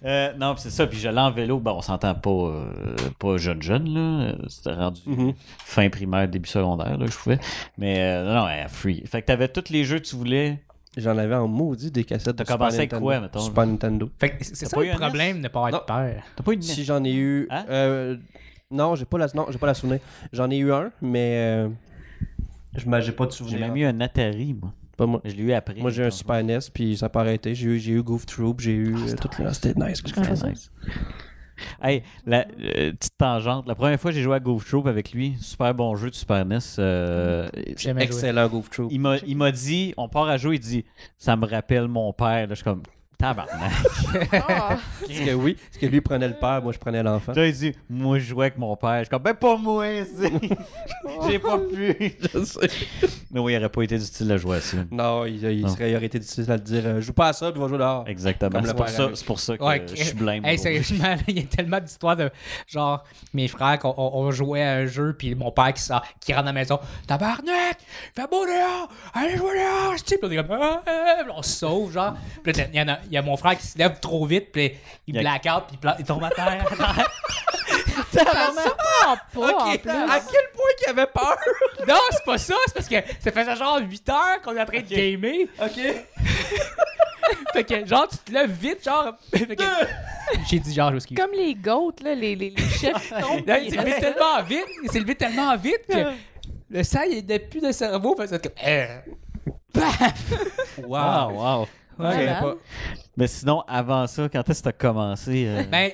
Speaker 2: Euh, non, pis c'est ça. Puis j'allais en vélo. Bon, on s'entend pas, euh, pas jeune, jeune, là. C'était rendu
Speaker 1: Mhm.
Speaker 2: fin primaire, début secondaire, là, que je pouvais. Mais euh, non, non, ouais, free. Fait que t'avais tous les jeux que tu voulais.
Speaker 1: J'en avais en maudit des cassettes
Speaker 2: T'as
Speaker 1: de Super
Speaker 2: commencé avec
Speaker 1: Nintendo.
Speaker 2: quoi, mettons?
Speaker 1: Super Nintendo.
Speaker 4: Fait que c'est- c'est ça
Speaker 2: pas
Speaker 4: le
Speaker 2: eu un
Speaker 4: problème de ne pas
Speaker 1: Non.
Speaker 4: être père.
Speaker 2: T'as pas eu une.
Speaker 1: Si j'en ai eu.
Speaker 2: Hein?
Speaker 1: euh, non, j'ai pas la, non, j'ai pas la souvenir. J'en ai eu un, mais. euh, je m'en- j'ai pas de
Speaker 2: J'ai
Speaker 1: souvenir.
Speaker 2: même eu un Atari, moi.
Speaker 1: Pas moi.
Speaker 2: Mais Je l'ai eu après.
Speaker 1: Moi, j'ai eu un Super NES, puis ça n'a pas arrêté. J'ai eu, j'ai eu Goof Troop, j'ai
Speaker 3: Ah,
Speaker 1: eu. euh, tout le- C'était nice. qu'est-ce que je faisais.
Speaker 2: Hey, la euh, petite tangente. La première fois que j'ai joué à Goof Troop avec lui, super bon jeu de Super NES. euh,
Speaker 4: Jamais joué.
Speaker 1: Excellent Goof Troop.
Speaker 2: il m'a- il m'a dit, on part à jouer, il dit, ça me rappelle mon père. Là, je suis comme, tabarnak.
Speaker 3: Ah.
Speaker 1: Parce que oui, parce que lui prenait le père, moi je prenais l'enfant.
Speaker 2: Là, il dit, moi, je jouais avec mon père. Je suis comme, ben, pas moi, c'est- J'ai pas pu. Mais oui, il aurait pas été du style de jouer à ça.
Speaker 1: Non, il, il
Speaker 2: Non.
Speaker 1: serait, il aurait été difficile à le dire. euh, joue pas à ça, tu vas jouer dehors.
Speaker 2: Exactement.
Speaker 1: Comme le
Speaker 2: C'est pour,
Speaker 1: père
Speaker 2: ça-
Speaker 1: avec-
Speaker 2: c'est pour ça que
Speaker 4: Ouais,
Speaker 2: Euh,
Speaker 4: eh,
Speaker 2: je suis blême.
Speaker 4: Hey,
Speaker 2: aujourd'hui.
Speaker 4: sérieusement, il y a tellement d'histoires de genre, mes frères, qu'on- on, on jouait à un jeu, puis mon père qui, sort, qui rentre à la maison, tabarnak, fait beau dehors, allez jouer dehors, c'est-tu? Puis on est comme, Ah, ah, ah, on se sauve, genre. Puis là, il y, en a, il y a mon frère qui se lève trop vite, puis
Speaker 2: Il
Speaker 4: il
Speaker 2: y a-
Speaker 4: black out, puis il, pla- il tombe à terre.
Speaker 3: Sûrement Ah, pas, en plus.
Speaker 1: quel point qu'il avait peur?
Speaker 4: non, c'est pas ça, c'est parce que ça faisait genre 8 heures qu'on est en train de gamer.
Speaker 1: ok.
Speaker 4: Fait que, genre, tu te lèves vite, genre. Fait que- J'ai dit, genre, je m'excuse.
Speaker 3: Comme les goats, là, les, les, les chefs tombent.
Speaker 4: Là,
Speaker 3: ils
Speaker 4: il s'est levé
Speaker 3: restent là.
Speaker 4: tellement vite, il s'est levé tellement vite que le sang, il n'avait plus de cerveau. Fait que c'était comme. euh,
Speaker 2: Ah,
Speaker 1: Wow.
Speaker 2: wow.
Speaker 1: J'avais
Speaker 3: Malade.
Speaker 1: pas-
Speaker 2: Mais sinon, avant ça, quand est-ce que t'as commencé? euh,
Speaker 4: Ben,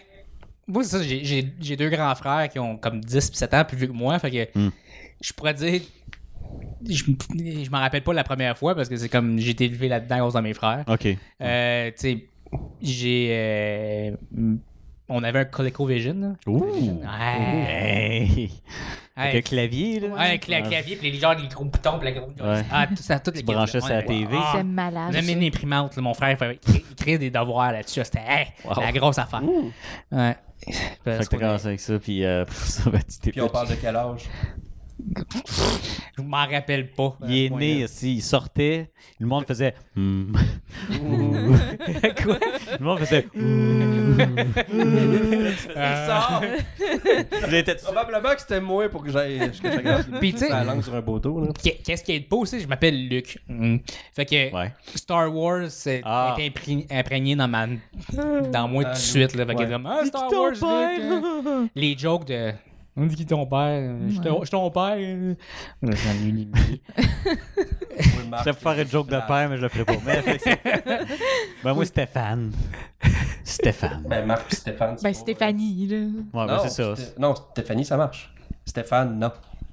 Speaker 4: moi, c'est ça, j'ai- j'ai j'ai deux grands frères qui ont comme 10 puis 7 ans plus vieux que moi. Fait que
Speaker 2: Hmm.
Speaker 4: je pourrais dire. Je, m- je m'en rappelle pas la première fois parce que c'est comme j'ai été élevé là-dedans à cause de mes frères.
Speaker 2: OK.
Speaker 4: Euh, tu sais, j'ai. euh, m- on avait un ColecoVision. là.
Speaker 2: Ouh! Hey! Avec
Speaker 4: Hey,
Speaker 2: un clavier, là.
Speaker 4: Ouais, avec le clavier, puis les gens, les gros boutons, puis la gros.
Speaker 2: Ouais.
Speaker 4: Ah, tout ça, toutes les
Speaker 2: branchais
Speaker 4: kits, là.
Speaker 2: sur la
Speaker 4: On était-
Speaker 2: TV.
Speaker 4: Ah,
Speaker 3: C'est
Speaker 4: On a
Speaker 3: malade.
Speaker 4: mis une imprimante, là, mon frère il écrit des devoirs là-dessus. C'était hey,
Speaker 2: Wow.
Speaker 4: la grosse affaire. Ouais.
Speaker 2: Fait
Speaker 4: Parce
Speaker 2: que t'as
Speaker 4: qu'on
Speaker 2: commencé avec ça, puis euh, pour ça, ben, tu t'es
Speaker 1: Puis on
Speaker 2: fait-
Speaker 1: parle de quel âge?
Speaker 4: est- Je m'en rappelle pas.
Speaker 2: Il est né ici, il sortait, le monde faisait Hmm. Le monde faisait hmm.
Speaker 1: Il sort!
Speaker 2: Il était-
Speaker 1: Probablement que c'était moi pour que j'aille. que je regarde
Speaker 4: Puis, tu sais-
Speaker 1: la langue sur un poteau. Là.
Speaker 4: Qu'est- Qu'est-ce qui est beau aussi? Je m'appelle Luc. Mm. Fait que
Speaker 2: Ouais.
Speaker 4: Star Wars c'est
Speaker 2: Ah.
Speaker 4: est impré- imprégné dans, ma... dans moi tout de suite. Là. Fait que
Speaker 1: ouais.
Speaker 4: comme, Ah, Star Wars, Luc, euh, Les jokes de. On dit qui est ton père? euh, Je suis ton- je suis ton père. euh. J'en ai une idée.
Speaker 2: Je vais faire une joke de père, mais je le ferai pas. Mais, fait que c'est- ben, moi, Stéphane. Stéphane.
Speaker 1: Ben, Marc puis Stéphane. c'est
Speaker 3: Ben,
Speaker 1: pas-
Speaker 3: Stéphanie, là.
Speaker 2: Ouais, ben,
Speaker 1: Non,
Speaker 2: c'est ça.
Speaker 1: Sté- Non, Stéphanie, ça marche. Stéphane, non.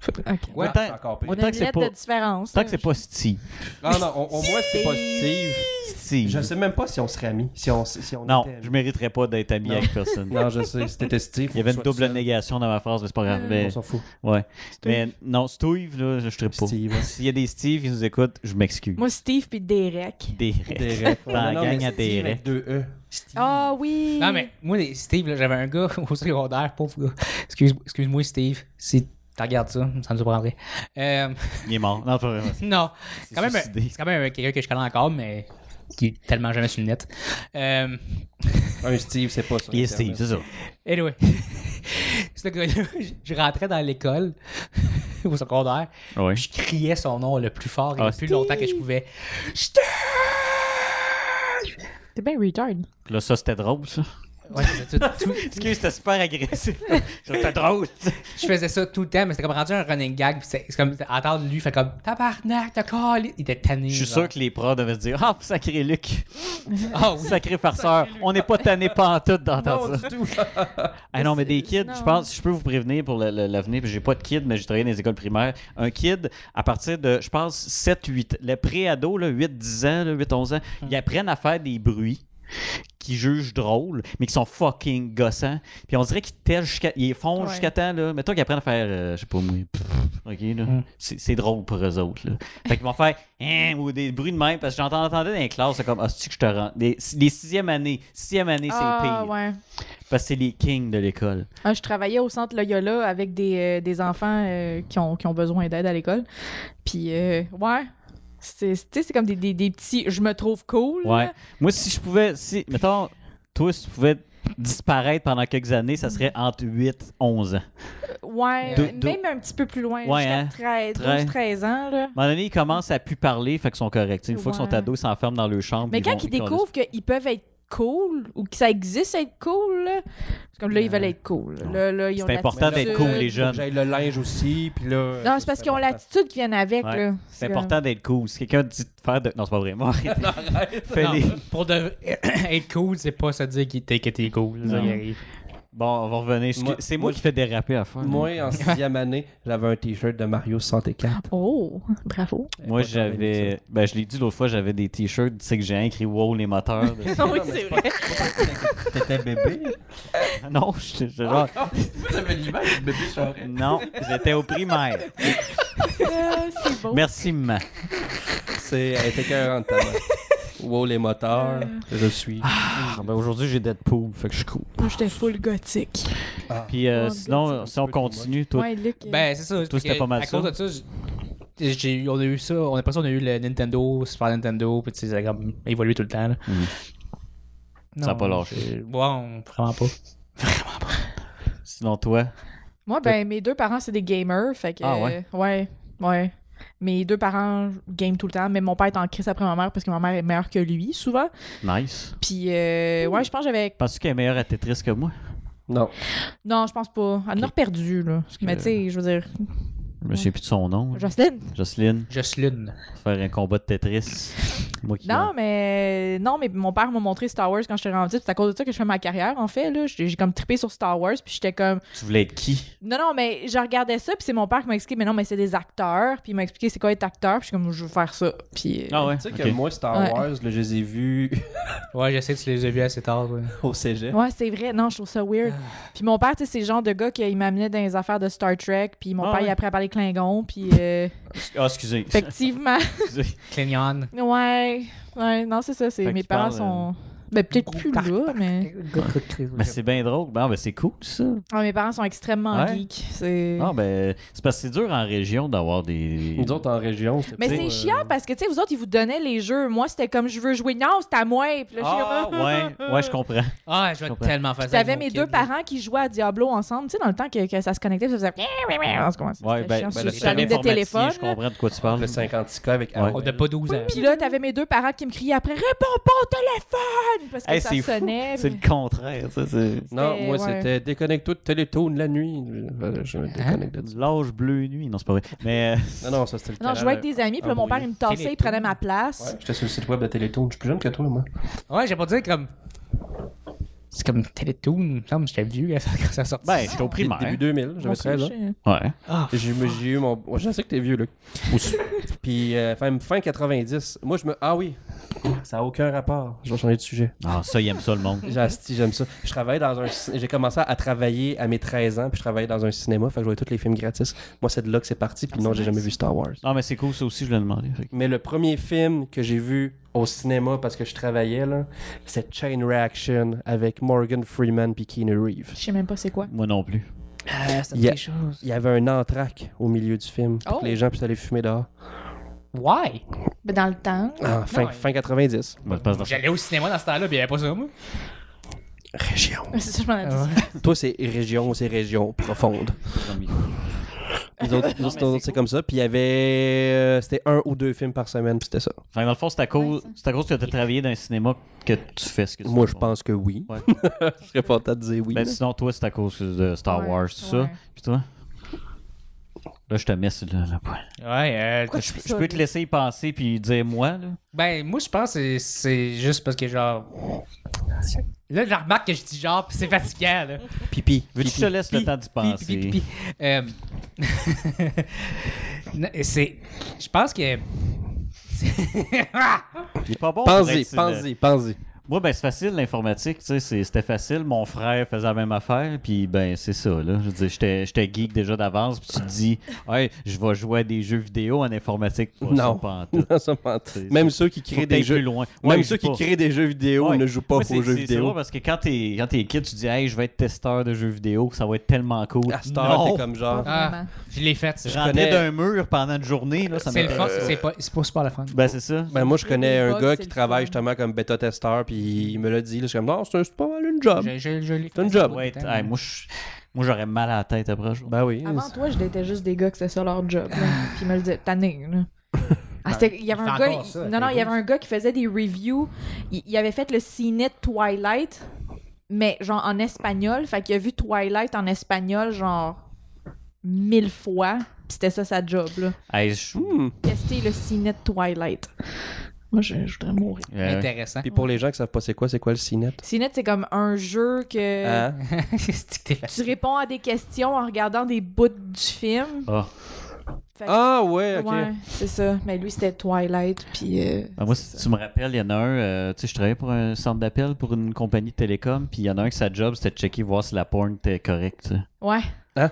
Speaker 3: Ok.
Speaker 1: Ouais,
Speaker 2: tant-
Speaker 1: c'est encore pire.
Speaker 2: on
Speaker 3: On
Speaker 2: Tant que
Speaker 3: a une
Speaker 2: c'est
Speaker 3: lettre
Speaker 2: pas-
Speaker 3: de différence.
Speaker 2: Tant
Speaker 3: là.
Speaker 2: que c'est pas Steve.
Speaker 1: Non, non, au- au moins c'est positif.
Speaker 2: Steve.
Speaker 1: Je sais même pas si on serait amis. Si on, si on
Speaker 2: Non,
Speaker 1: était amis.
Speaker 2: je mériterais pas d'être ami
Speaker 1: Non.
Speaker 2: avec personne.
Speaker 1: Non, je sais, c'était Steve.
Speaker 2: Il y avait une double négation dans ma phrase, mais c'est pas grave. mais-
Speaker 1: On s'en fout.
Speaker 2: ouais. Mais non, Steve, là, je ne pas.
Speaker 1: Steve, ouais.
Speaker 2: S'il y a des Steve qui nous écoutent, je m'excuse.
Speaker 3: Moi, Steve puis Derek.
Speaker 2: Des
Speaker 1: Des
Speaker 2: règles. Dans la gang à des règles.
Speaker 1: deux E. Steve.
Speaker 3: Ah oui!
Speaker 4: Non, mais moi, les- Steve, là, j'avais un gars au secondaire, pauvre gars. Excuse- Excuse-moi, Steve, si tu regardes ça, ça me surprendrait. Euh,
Speaker 2: Il est mort. Non, pas vrai.
Speaker 4: non, c'est quand, même un-
Speaker 2: suicidé.
Speaker 4: c'est quand même un- quelqu'un que je connais encore, mais qui est tellement jamais sur le net. Euh,
Speaker 1: Un Steve, c'est pas ça.
Speaker 2: Il est Steve, c'est ça.
Speaker 4: anyway, ce gars-là, je- je rentrais dans l'école au secondaire,
Speaker 2: Ouais.
Speaker 4: puis je criais son nom le plus fort et
Speaker 2: Ah,
Speaker 4: le plus longtemps que je pouvais. Steve!
Speaker 3: T'es bien retard.
Speaker 2: Là, ça, c'était drôle, ça.
Speaker 4: Ouais, c'est ça, tout- tout-
Speaker 2: Excuse, c'était super agressif. c'était drôle.
Speaker 4: je faisais ça tout le temps, mais c'était comme rendu un running gag. Puis c'est c'est comme entendre lui, fait comme tabarnak, t'as calé. Il était tanné.
Speaker 2: Je suis
Speaker 4: genre.
Speaker 2: sûr que les pros devaient se dire Ah, sacré Luc,
Speaker 4: Ah oui.
Speaker 2: sacré farceur, on n'est pas tanné pantoute d'entendre
Speaker 1: Non,
Speaker 2: ça.
Speaker 1: du tout.
Speaker 2: Ah non, mais des kids,
Speaker 3: Non.
Speaker 2: je pense, je peux vous prévenir pour le- le- l'avenir, puis j'ai pas de kids, mais j'ai travaillé dans les écoles primaires. Un kid, à partir de, je pense, 7-8, le pré-ado, 8-10 ans, 8-11 ans, ils apprennent à faire des bruits. qui jugent drôle, mais qui sont fucking gossants. Puis on dirait qu'ils tèlent jusqu'à. Ils font
Speaker 3: Ouais.
Speaker 2: jusqu'à temps, là. Mais toi qui apprennent à faire, euh, je sais pas moi, pff, ok, là.
Speaker 1: Mm.
Speaker 2: C'est c'est drôle pour eux autres, là. Fait qu'ils vont faire, hein, ou des bruits de même, parce que j'entends entendais dans les classes, c'est comme, ah, c'est que je te rends. Les, les sixième année, sixième année, c'est
Speaker 3: Ah,
Speaker 2: pire.
Speaker 3: ouais.
Speaker 2: Parce que c'est les kings de l'école.
Speaker 3: Ah, je travaillais au centre Loyola avec des, euh, des enfants euh, qui, ont, qui ont besoin d'aide à l'école. Puis, euh, ouais. C'est, c'est- tu sais, c'est comme des, des, des petits je me trouve cool. là.
Speaker 2: Ouais. Moi, si je pouvais, si, mettons, toi, si tu pouvais disparaître pendant quelques années, ça serait entre 8 11 ans.
Speaker 3: Ouais,
Speaker 2: Deux- deux-
Speaker 3: même un petit peu plus loin,
Speaker 2: Ouais,
Speaker 3: jusqu'à
Speaker 2: hein.
Speaker 3: 13, 12,
Speaker 2: Très.
Speaker 3: 13 ans. Là.
Speaker 2: À un moment donné, ils commencent à plus parler, fait qu'ils sont corrects. Tu sais, Une fois qu'ils
Speaker 3: Ouais.
Speaker 2: sont ados, ils s'enferment dans leur chambre.
Speaker 3: Mais quand
Speaker 2: vont-
Speaker 3: ils
Speaker 2: ont des-
Speaker 3: découvrent qu'ils peuvent être cool ou que ça existe être cool, là, c'est comme là, ils veulent être cool. Là, là, ils ont
Speaker 2: Euh, C'est important d'être
Speaker 3: l'attitude.
Speaker 2: cool,
Speaker 4: Euh,
Speaker 2: les
Speaker 1: Faut que
Speaker 2: jeunes.
Speaker 1: J'aille le linge aussi, puis là.
Speaker 3: Non, c'est parce qu'ils ont l'attitude qui vient avec.
Speaker 2: Ouais.
Speaker 3: là.
Speaker 2: C'est
Speaker 3: comme-
Speaker 2: important d'être cool. Si quelqu'un dit de faire de. Non, c'est pas vrai. Moi, arrête. Fais
Speaker 4: Non,
Speaker 2: les-
Speaker 4: Pour de... être cool, c'est pas se dire qu'il t'es- que t'es cool. Ça
Speaker 2: Non.
Speaker 4: y arrive.
Speaker 2: Bon, on va revenir. Excuse-
Speaker 1: Moi-
Speaker 2: C'est moi,
Speaker 1: moi-
Speaker 2: qui fais déraper à faire.
Speaker 1: Moi, en sixième année, j'avais un t-shirt de Mario 64.
Speaker 3: Oh, bravo.
Speaker 2: Moi,
Speaker 1: Pas jamais mis
Speaker 2: j'avais. Ben, je l'ai dit l'autre fois, j'avais des t-shirts, tu sais que j'ai écrit Wow les moteurs. de-
Speaker 3: oui, c'est vrai.
Speaker 1: T'étais bébé?
Speaker 2: non, j'étais j'étais genre.
Speaker 1: T'avais l'image de bébé Charest.
Speaker 2: Non, j'étais au primaire.
Speaker 3: Ah, c'est beau.
Speaker 2: Merci, maman.
Speaker 1: C'est. Elle était 40 ans. Wow, les moteurs,
Speaker 3: Euh.
Speaker 1: je suis.
Speaker 2: Ah, ben aujourd'hui, j'ai Deadpool, fait que je suis cool.
Speaker 3: Moi, j'étais full gothique.
Speaker 2: Puis euh,
Speaker 3: Oh,
Speaker 2: sinon,
Speaker 1: c'est
Speaker 2: si
Speaker 1: un
Speaker 2: on
Speaker 1: peu too
Speaker 2: continue, toi.
Speaker 3: Ouais, Luc. euh,
Speaker 4: Ben, c'est ça.
Speaker 2: Toi, c'était
Speaker 4: parce que
Speaker 2: pas mal
Speaker 4: à
Speaker 2: ça.
Speaker 4: cause de ça, j'ai- j'ai eu- on a eu ça. On a passé, on a eu le Nintendo, Super Nintendo, puis tu sais, ça a comme évolué tout le temps. là.
Speaker 2: Mm. Ça a
Speaker 4: Non,
Speaker 2: pas lâché.
Speaker 4: j'ai- Bon, vraiment pas.
Speaker 2: Sinon, toi.
Speaker 3: Moi, ben, mes deux parents, c'est des gamers. Fait que,
Speaker 2: Ah, ouais?
Speaker 3: euh, ouais, ouais. Mes deux parents game tout le temps, mais mon père est en crise après ma mère parce que ma mère est meilleure que lui, souvent.
Speaker 2: Nice.
Speaker 3: Puis, euh, ouais, je pense que j'avais.
Speaker 2: Penses-tu qu'elle est meilleure à Tetris que moi?
Speaker 1: Non.
Speaker 3: Non, je pense pas. Elle en a reperdu, là.
Speaker 2: que-
Speaker 3: Mais tu sais, je veux dire.
Speaker 2: Je me souviens plus de son nom.
Speaker 3: Jocelyne?
Speaker 2: Jocelyne,
Speaker 4: Jocelyne.
Speaker 2: faire un combat de Tetris. Moi qui.
Speaker 3: Non, mais non, mais mon père m'a montré Star Wars quand j'étais rendu. petite. C'est à cause de ça que je fais ma carrière, en fait. là. J'ai j'ai comme trippé sur Star Wars, puis j'étais comme.
Speaker 2: Tu voulais être qui?
Speaker 3: Non, non, mais je regardais ça, puis c'est mon père qui m'a expliqué, mais non, mais c'est des acteurs, puis il m'a expliqué c'est quoi être acteur, puis je suis comme, je veux faire ça. Puis. euh,
Speaker 2: Ah ouais.
Speaker 1: Tu sais que moi, Star
Speaker 3: Ouais.
Speaker 1: Wars, là, je les ai vus
Speaker 4: Ouais, je sais que tu les as vus assez tard. ouais.
Speaker 1: au cégep.
Speaker 3: Ouais, c'est vrai. Non, je trouve ça weird.
Speaker 2: Ah.
Speaker 3: Puis mon père, tu sais, c'est le genre de gars qui il m'amenait dans les affaires de Star Trek. Puis mon
Speaker 2: Ah
Speaker 3: père, il
Speaker 2: ouais.
Speaker 3: apprend à parler Klingon. Puis euh,
Speaker 2: Ah, excusez.
Speaker 3: effectivement,
Speaker 2: excusez.
Speaker 4: Clignon.
Speaker 3: ouais. Ouais, non, c'est ça. c'est
Speaker 2: Fait
Speaker 3: Mes
Speaker 2: qu'il
Speaker 3: parents
Speaker 2: parle, euh,
Speaker 3: sont. Ben, peut-être plus là, mais.
Speaker 2: Ben, c'est bien drôle. Ben, ben, c'est cool, ça.
Speaker 3: Ah, mes parents sont extrêmement
Speaker 2: Ouais.
Speaker 3: geeks. C'est.
Speaker 2: Non, ben, c'est parce que c'est dur en région d'avoir des.
Speaker 1: Nous autres, en région, c'était
Speaker 3: Mais
Speaker 1: pas,
Speaker 3: c'est
Speaker 1: euh,
Speaker 3: chiant parce que, tu sais, vous autres, ils vous donnaient les jeux. Moi, c'était comme je veux jouer. Non, c'est à moi. Puis là, je suis
Speaker 2: Ah,
Speaker 3: comme,
Speaker 2: ouais, ouais, je comprends.
Speaker 4: Ah, je vais
Speaker 2: comprends.
Speaker 4: tellement faire ça.
Speaker 3: Puis t'avais
Speaker 4: avec mon
Speaker 3: mes
Speaker 4: kid,
Speaker 3: deux
Speaker 4: là.
Speaker 3: parents qui jouaient à Diablo ensemble, tu sais, dans le temps que, que ça se connectait, puis ça faisait. En tout cas, c'était
Speaker 2: Ouais, ben,
Speaker 3: chiant,
Speaker 2: ben,
Speaker 3: sur
Speaker 2: le
Speaker 3: le
Speaker 1: système
Speaker 3: salon de
Speaker 2: informaticien,
Speaker 3: téléphone.
Speaker 2: Je
Speaker 3: là.
Speaker 2: comprends de quoi tu parles.
Speaker 1: Le 56K avec
Speaker 2: Ouais.
Speaker 4: On n'a pas 12 ans.
Speaker 3: Puis là, t'avais mes deux parents qui me criaient après Réponds pas au téléphone Parce que
Speaker 2: Hey,
Speaker 3: ça
Speaker 2: c'est fou.
Speaker 3: sonnait.
Speaker 2: C'est
Speaker 3: puis-
Speaker 2: le contraire, ça. C'est
Speaker 1: Non, moi,
Speaker 3: ouais.
Speaker 1: c'était déconnecte-toi de Télétoon la nuit. Je, je
Speaker 2: Hein?
Speaker 1: me déconnecte de ça.
Speaker 2: l'âge bleu nuit. Non, c'est pas vrai. Mais. euh,
Speaker 1: Non, non, ça, c'était le
Speaker 3: Non, je jouais
Speaker 1: canal,
Speaker 3: avec des amis, puis là,
Speaker 1: Ah,
Speaker 3: mon
Speaker 1: oui.
Speaker 3: père, il me tassait, il
Speaker 4: Télétoon.
Speaker 3: prenait ma place.
Speaker 1: Ouais, j'étais sur le site web de Télétoon. Je suis plus jeune que toi, moi.
Speaker 4: Ouais, j'ai pas dit comme. C'est comme Télétoon. Il me semble que j'étais vieux quand ça- quand ça sortit.
Speaker 2: Ben, j'étais au primaire.
Speaker 1: Début 2000, j'avais
Speaker 3: Mon
Speaker 1: 13 ans.
Speaker 3: switch,
Speaker 2: Ouais.
Speaker 4: Ah,
Speaker 1: J'ai j'ai eu mon. ouais, Je sais que t'es vieux, Luc. Puis, euh, fin, fin 90. Moi, je me. Ah oui. Ça n'a aucun rapport. Je vais changer de sujet.
Speaker 2: Ah, ça, il aime ça, le monde.
Speaker 1: J'ai- asti, j'aime ça. Je travaillais dans un. cin- J'ai commencé à travailler à mes 13 ans, puis je travaillais dans un cinéma. Fait que je voyais tous les films gratis. Moi, c'est de là que c'est parti, puis non, j'ai jamais vu Star Wars.
Speaker 2: Non, mais c'est cool, ça aussi, je l'ai demandé. Fait que-
Speaker 1: Mais le premier film que j'ai vu au cinéma parce que je travaillais, là, c'est Chain Reaction avec Morgan Freeman puis Keanu Reeves.
Speaker 3: Je sais même pas c'est quoi.
Speaker 2: Moi non plus.
Speaker 4: euh, ça
Speaker 1: me dit Yeah.
Speaker 4: des choses.
Speaker 1: Il y avait un entraque au milieu du film pour
Speaker 3: Oh.
Speaker 1: que les gens puissent aller fumer dehors.
Speaker 4: Why?
Speaker 3: Mais Ben, dans le temps.
Speaker 1: Ah, fin,
Speaker 4: Non,
Speaker 1: fin 90.
Speaker 2: Ben, c'est pas-
Speaker 4: J'allais au cinéma dans ce temps-là, puis il n'y avait pas ça, moi.
Speaker 1: Région.
Speaker 3: C'est ça, je m'en ai dit.
Speaker 1: Toi, c'est région, c'est région profonde. Ils autres, nous autres, nous autres, c'est comme ça. Puis il y avait. euh, c'était un ou deux films par semaine, puis c'était ça.
Speaker 2: Fait que dans le fond, c'est à cause, c'est à cause que tu as travaillé dans un cinéma que tu fais ce que tu
Speaker 1: Moi,
Speaker 2: fais.
Speaker 1: je pense que oui.
Speaker 2: Ouais.
Speaker 1: je serais pas tenté de dire oui.
Speaker 2: Ben, sinon, toi, c'est à cause de Star
Speaker 3: Ouais,
Speaker 2: Wars, tout
Speaker 3: ouais.
Speaker 2: ça. Puis toi? Là, je te mets sur le, le point.
Speaker 4: Ouais, euh,
Speaker 3: tu fais
Speaker 2: Je
Speaker 3: ça,
Speaker 2: peux te
Speaker 3: là?
Speaker 2: laisser y penser puis dire moi, là.
Speaker 4: Ben, moi, je pense que c'est- c'est juste parce que, genre. Là, je remarque que je dis genre, puis c'est fatigant, là.
Speaker 1: pipi.
Speaker 2: Veux-tu que je te laisse le temps d'y penser?
Speaker 4: Pi, pi, pi, pi. Euh, non, euh, c'est. Je pense que.
Speaker 2: Il est pas bon. pour
Speaker 1: Pensez,
Speaker 2: être sur le-
Speaker 1: pensez, pensez.
Speaker 2: Moi, ben, c'est facile, l'informatique, tu sais, c'est- c'était facile. Mon frère faisait la même affaire, puis ben, c'est ça, là. Je veux dire, j'étais j'étais geek déjà d'avance, puis tu te dis, hey, je vais jouer à des jeux vidéo en informatique. Pas ça,
Speaker 1: Non.
Speaker 2: pas en tout.
Speaker 1: Non, ça m'en-
Speaker 2: C'est-
Speaker 1: Même ceux qui
Speaker 2: Faut
Speaker 1: créent
Speaker 2: que t'ailles
Speaker 1: des
Speaker 2: plus
Speaker 1: jeux.
Speaker 2: loin.
Speaker 1: Même
Speaker 2: Ouais,
Speaker 1: ceux
Speaker 2: je
Speaker 1: qui
Speaker 2: sais pas.
Speaker 1: créent des jeux vidéo
Speaker 2: Ouais.
Speaker 1: ne jouent pas
Speaker 2: Moi, c'est-
Speaker 1: aux jeux
Speaker 2: c'est- C'est vrai
Speaker 1: vidéo.
Speaker 2: parce que quand t'es quand t'es kid, tu dis Hey, je vais être testeur de jeux vidéo, ça va être tellement cool.
Speaker 1: À cette heure,
Speaker 2: ben, Non.
Speaker 1: t'es comme genre.
Speaker 4: Ah,
Speaker 3: Vraiment.
Speaker 4: je l'ai faite. ça.
Speaker 2: Je rentrais
Speaker 1: connais-
Speaker 2: d'un mur pendant une journée, là, ça
Speaker 4: C'est le fun,
Speaker 2: m'intéresse.
Speaker 4: c'est pas, c'est pas super le fun.
Speaker 2: Ben, c'est ça.
Speaker 1: Ben, moi, je connais
Speaker 3: Les
Speaker 1: un
Speaker 3: bugs,
Speaker 1: gars
Speaker 3: c'est
Speaker 1: qui
Speaker 3: le
Speaker 1: travaille
Speaker 3: fun.
Speaker 1: justement comme bêta-testeur, puis il me l'a dit. là, Je suis comme, non, c'est un- c'est pas mal une job.
Speaker 4: Je- je- je l'ai
Speaker 1: C'est une
Speaker 4: fait.
Speaker 1: job.
Speaker 2: Ouais, t- hey, moi, je- moi, j'aurais mal à la tête après. je-
Speaker 1: Ben oui.
Speaker 3: Avant toi, je détais juste des gars que c'était ça leur job. là. Puis ils me le disaient, tanné, là. Ah, c'était- il y avait
Speaker 4: il fait
Speaker 3: un gars,
Speaker 4: encore ça,
Speaker 3: il- non, non, il y avait un gars qui faisait des reviews. Il, il avait fait le ciné de Twilight, mais genre en espagnol. Fait qu'il a vu Twilight en espagnol, genre mille fois. Puis c'était ça sa job, là.
Speaker 2: Hey, je-
Speaker 1: Hmm.
Speaker 3: Tester le ciné de Twilight. Moi, je, je voudrais mourir.
Speaker 2: Euh,
Speaker 4: Intéressant.
Speaker 1: Puis pour les gens qui savent pas c'est quoi, c'est quoi le CNET?
Speaker 3: Ciné, c'est comme un jeu que
Speaker 1: Hein?
Speaker 4: C'est que t'es
Speaker 3: tu
Speaker 4: facile.
Speaker 3: réponds à des questions en regardant des bouts du film.
Speaker 2: ah.
Speaker 3: Fait que-
Speaker 1: Ah ouais, ok.
Speaker 3: Ouais, c'est ça. Mais lui, c'était Twilight, puis... euh,
Speaker 2: Ben, moi, si tu me rappelles, il y en a un, euh, tu sais, je travaillais pour un centre d'appel pour une compagnie de télécom, puis il y en a un qui sa job, c'était de checker voir si la porn était correcte. tu sais.
Speaker 3: Ouais.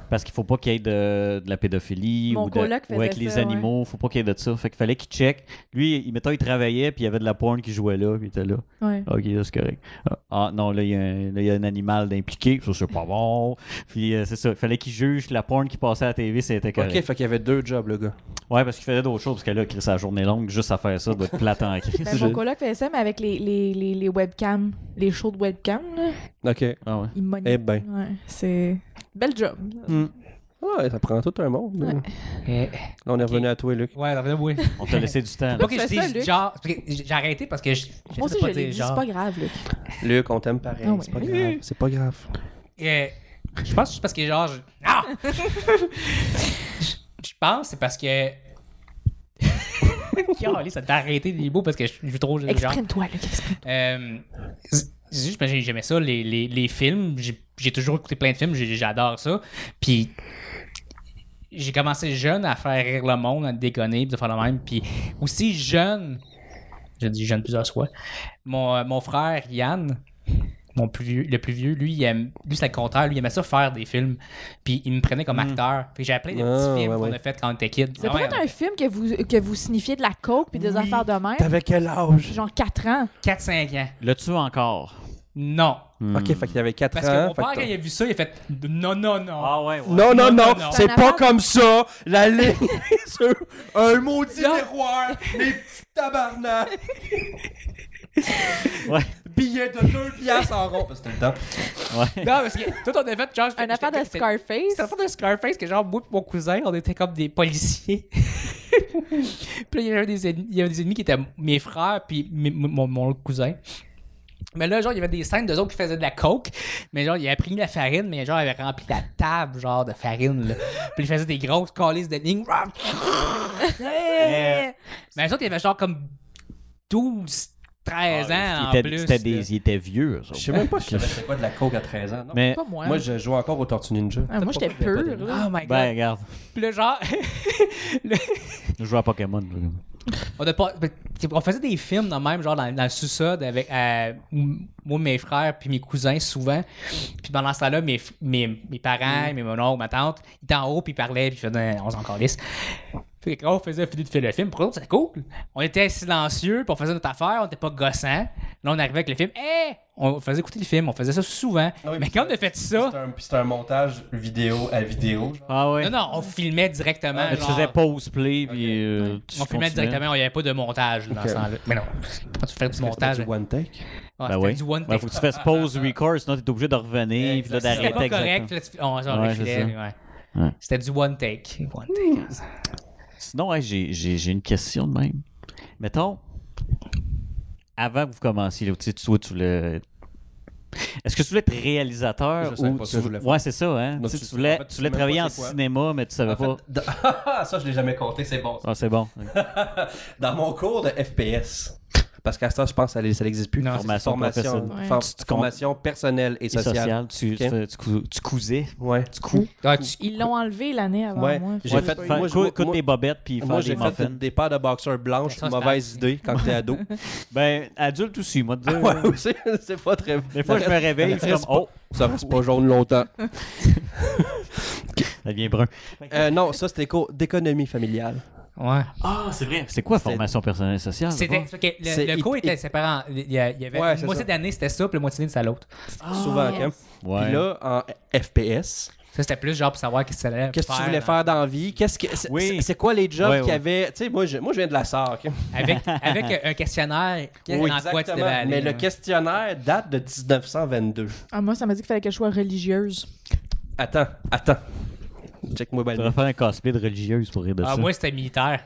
Speaker 2: Parce qu'il faut pas qu'il y ait de, de la pédophilie
Speaker 3: Mon
Speaker 2: ou de,
Speaker 3: coloc
Speaker 2: ou avec
Speaker 3: faisait
Speaker 2: les
Speaker 3: ça,
Speaker 2: animaux, faut pas qu'il y ait de ça. Fait qu'il fallait qu'il check. Lui, il, mettons, il travaillait, puis il y avait de la porn qui jouait là, puis il était là.
Speaker 3: Ouais.
Speaker 2: Ok, là, c'est correct. Ah, Ah non, là, il y, a un- là, il y a un animal d'impliqué, ça, c'est pas bon. Puis euh, c'est ça, il fallait qu'il juge la porn qui passait à la TV, c'était correct.
Speaker 1: Ok, fait qu'il y avait deux jobs, le gars.
Speaker 2: Ouais, parce qu'il faisait d'autres choses, parce que là, Chris, la journée longue, juste à faire ça, doit être plate en Chris.
Speaker 3: Ben, mon coloc faisait ça, mais avec les, les, les, les webcams, les shows de webcams, là,
Speaker 1: Ok.
Speaker 2: Ah ouais.
Speaker 3: il monite.
Speaker 1: Eh ben.
Speaker 3: Ouais, c'est... Bel job.
Speaker 1: Ouais, ça prend tout un monde. là.
Speaker 4: Eh,
Speaker 1: Là, on est revenu à toi, Luc.
Speaker 4: Ouais, non, oui.
Speaker 2: On t'a laissé du temps. là.
Speaker 4: Pas que
Speaker 3: tu
Speaker 4: je
Speaker 3: fais ça,
Speaker 4: dise
Speaker 3: Luc?
Speaker 4: genre. parce que J'ai arrêté parce que je. j'essaie
Speaker 3: Moi
Speaker 4: de
Speaker 3: aussi, je
Speaker 4: pas
Speaker 3: l'ai
Speaker 4: dire
Speaker 3: dit, c'est pas grave, Luc.
Speaker 1: Luc, on t'aime pareil.
Speaker 3: Ah ouais.
Speaker 1: C'est pas grave. C'est pas grave.
Speaker 4: Euh, je pense que c'est parce que genre. Je... Ah! je, je pense que c'est parce que. Calé, ça t'a arrêté des mots parce que je je suis trop genre.
Speaker 3: Exprime-toi, Luc, exprime
Speaker 4: Euh, c'est- c'est juste parce que j'aimais ça, les, les, les films. J'ai- J'ai toujours écouté plein de films, j'ai- j'adore ça. Puis j'ai commencé jeune à faire rire le monde, à déconner, puis de faire le même. Puis aussi jeune, j'ai dit jeune plusieurs fois, mon, euh, mon frère Yann, mon plus vieux- le plus vieux, lui, il aime, lui c'est le contraire, lui il aimait ça faire des films. Puis il me prenait comme acteur. Puis j'avais plein de
Speaker 1: Hmm. Ah,
Speaker 4: petits films
Speaker 1: ouais,
Speaker 4: qu'on
Speaker 1: ouais.
Speaker 4: a fait quand on était kid.
Speaker 3: C'est
Speaker 4: Ah ouais,
Speaker 3: peut-être un film que vous, que vous signifiez de la coke puis des
Speaker 4: Oui.
Speaker 3: affaires de même.
Speaker 1: T'avais quel âge?
Speaker 3: Genre 4 ans.
Speaker 4: 4-5 ans.
Speaker 2: L'as-tu encore?
Speaker 4: Non.
Speaker 1: Ok, fait qu'il y avait 4 ans.
Speaker 4: Parce que mon
Speaker 1: Ah, fait
Speaker 4: père,
Speaker 1: que
Speaker 4: quand
Speaker 1: t'as-
Speaker 4: il a vu ça, il a fait non, non, non.
Speaker 2: Ah ouais, ouais.
Speaker 1: Non, non,
Speaker 4: Non,
Speaker 1: non,
Speaker 4: non, non.
Speaker 1: c'est
Speaker 3: Ça
Speaker 1: pas
Speaker 3: n'avance-
Speaker 1: comme ça. La ligne est sur un maudit
Speaker 4: Non.
Speaker 1: miroir, les petits tabarnak,
Speaker 2: Ouais,
Speaker 1: billets de 2 piastres en rond. Parce que c'était le temps.
Speaker 2: ouais.
Speaker 4: Non, parce que tout on a fait genre.
Speaker 3: Un affaire de
Speaker 4: Scarface.
Speaker 3: Scarface.
Speaker 4: C'est un affaire de Scarface que genre, moi et mon cousin, on était comme des policiers. puis là, il y avait des ennemis, il y avait des ennemis qui étaient mes frères puis mes- mon, mon- mon autre cousin. Mais là, genre, il y avait des scènes d'eux autres qui faisaient de la coke. Mais genre, il avait pris la farine, mais genre, il avait rempli la table, genre, de farine, là. Puis il faisait des grosses calices de lignes. Euh, mais eux autres, il avait genre comme 12, 13 ans
Speaker 2: Ah,
Speaker 4: en
Speaker 2: il était-
Speaker 4: plus. euh,
Speaker 2: c'était
Speaker 4: là.
Speaker 2: des- il était vieux, ça.
Speaker 1: Je sais même pas si je savais c'était quoi de la coke à 13 ans. non.
Speaker 2: Mais,
Speaker 3: Pas moi.
Speaker 1: Moi, je jouais encore aux Tortues Ninja.
Speaker 3: Ah, moi, j'étais pure. là.
Speaker 4: Oh my god.
Speaker 2: ben, regarde,
Speaker 4: Puis là, genre, le-
Speaker 2: je joue à Pokémon.
Speaker 4: on, a pas- ben, on faisait des films dans le même, genre dans, dans le sous-sol, avec euh, m- moi, mes frères, puis mes cousins, souvent. Puis pendant ce temps-là, mes, f- mes, mes parents, mes mon oncle, ma tante, ils étaient en haut, puis ils parlaient, puis ils faisaient, on s'en calisse. Puis quand on faisait fini de faire le film, pour nous, autres, c'était cool. On était silencieux, puis on faisait notre affaire, on était pas gossant. Là, on arrivait avec le film, hé! On faisait écouter le film, on faisait ça souvent.
Speaker 1: Ah oui,
Speaker 4: Mais
Speaker 1: puis
Speaker 4: quand on a fait ça,
Speaker 1: un, c'était un montage vidéo à vidéo. genre.
Speaker 2: Ah ouais.
Speaker 4: non, non, on filmait directement.
Speaker 2: Ah, tu
Speaker 4: genre-
Speaker 2: faisais pause play, puis euh, tu
Speaker 4: On filmait
Speaker 2: continuais.
Speaker 4: directement, il n'y avait pas de montage là, dans
Speaker 1: Ok.
Speaker 4: ce temps-là. Mais non, quand tu fais du montage,
Speaker 1: C'était du one take.
Speaker 4: ah,
Speaker 2: Ben
Speaker 4: c'était
Speaker 2: oui.
Speaker 4: du one
Speaker 2: Ben,
Speaker 4: take.
Speaker 2: faut que tu fasses pause, record, sinon t'es obligé de revenir, puis là
Speaker 4: C'était
Speaker 2: d'arrêter.
Speaker 4: pas correct,
Speaker 2: exactement.
Speaker 4: puis là, tu- on, on
Speaker 2: Ouais,
Speaker 4: refilait,
Speaker 2: c'est
Speaker 4: ouais.
Speaker 2: Ouais.
Speaker 4: C'était du one take. One take.
Speaker 2: Sinon, hey, j'ai- j'ai j'ai une question de même. Mettons, avant que vous commenciez, là, tu sais, tu vois, tu voulais. Est-ce que tu voulais être réalisateur
Speaker 1: Je savais
Speaker 2: ou
Speaker 1: pas ce
Speaker 2: tu
Speaker 1: que je voulais faire.
Speaker 2: Ouais, c'est ça, hein.
Speaker 1: Non,
Speaker 2: Tu sais,
Speaker 1: tu-
Speaker 2: tu voulais,
Speaker 1: en fait,
Speaker 2: tu
Speaker 1: tu sais
Speaker 2: voulais
Speaker 1: même pas
Speaker 2: travailler en
Speaker 1: c'est quoi.
Speaker 2: cinéma, mais tu savais
Speaker 1: En fait, Ah,
Speaker 2: pas.
Speaker 1: dans- ça, je l'ai jamais compté, c'est bon. ça.
Speaker 2: Ah, c'est bon.
Speaker 1: Dans mon cours de FPS, Parce qu'à ça, je pense que ça n'existe plus.
Speaker 4: Non,
Speaker 2: Formation
Speaker 1: formation,
Speaker 2: professionnelle.
Speaker 3: Ouais.
Speaker 1: for-
Speaker 2: Tu- tu com-
Speaker 1: formation personnelle et
Speaker 2: Et sociale.
Speaker 1: sociale.
Speaker 2: Tu,
Speaker 1: Ok.
Speaker 2: tu- tu cou- tu cousais.
Speaker 1: Ouais.
Speaker 2: Tu cous.
Speaker 4: Ah, tu-
Speaker 3: Ils l'ont enlevé l'année avant
Speaker 1: Ouais,
Speaker 3: moi.
Speaker 1: J'ai
Speaker 2: Ouais,
Speaker 1: fait-
Speaker 2: tu-
Speaker 1: moi, je-
Speaker 2: cou-
Speaker 1: moi-
Speaker 2: coute tes bobettes puis
Speaker 1: Moi,
Speaker 2: faire des
Speaker 1: j'ai fait
Speaker 2: muffins.
Speaker 1: des paires de boxeurs blanches,
Speaker 4: Ça, c'est
Speaker 1: mauvaise idée quand t'es ado.
Speaker 2: Ben, adulte aussi, moi, de dire.
Speaker 1: ouais, aussi, c'est pas très.
Speaker 2: Des fois, je me réveille, je suis comme, oh,
Speaker 1: Ça reste pas jaune longtemps.
Speaker 2: ça devient brun.
Speaker 1: Euh, non, ça, c'était cours d'économie familiale.
Speaker 4: Ouais.
Speaker 2: Ah, c'est vrai. C'est quoi formation personnelle et sociale?
Speaker 4: C'était
Speaker 2: d'abord?
Speaker 4: parce que
Speaker 1: C'est-
Speaker 4: le, le
Speaker 1: il-
Speaker 4: cours était
Speaker 1: il-
Speaker 4: séparé. en- Il y, a- il y avait
Speaker 1: Ouais,
Speaker 4: une
Speaker 1: c'est
Speaker 4: moitié
Speaker 1: ça.
Speaker 4: d'année, c'était ça, puis la moitié d'année, c'était l'autre.
Speaker 1: Souvent,
Speaker 3: yes.
Speaker 1: ok?
Speaker 2: Ouais.
Speaker 1: Puis là, en FPS,
Speaker 4: Ça, c'était plus genre pour savoir qu'est-ce que ça allait
Speaker 1: qu'est-ce que tu voulais
Speaker 4: dans-
Speaker 1: faire dans la vie? Qu'est-ce que, c'est,
Speaker 2: hein. Oui.
Speaker 1: c'est- c'est quoi les jobs
Speaker 2: Ouais,
Speaker 1: qu'il
Speaker 2: ouais.
Speaker 1: y avait? Tu sais, moi je, moi, je viens de la SAR. ok?
Speaker 4: Avec, avec un questionnaire
Speaker 1: Oui,
Speaker 4: dans quoi tu devais
Speaker 1: exactement.
Speaker 4: aller.
Speaker 1: Mais le
Speaker 4: là.
Speaker 1: questionnaire date de 1922.
Speaker 3: Ah, moi, ça m'a dit qu'il fallait que je sois religieuse.
Speaker 1: Attends, attends. Check-moi bien.
Speaker 2: Tu devrais faire un cosplay de religieuse pour rire de ça.
Speaker 4: Ah, moi, c'était militaire.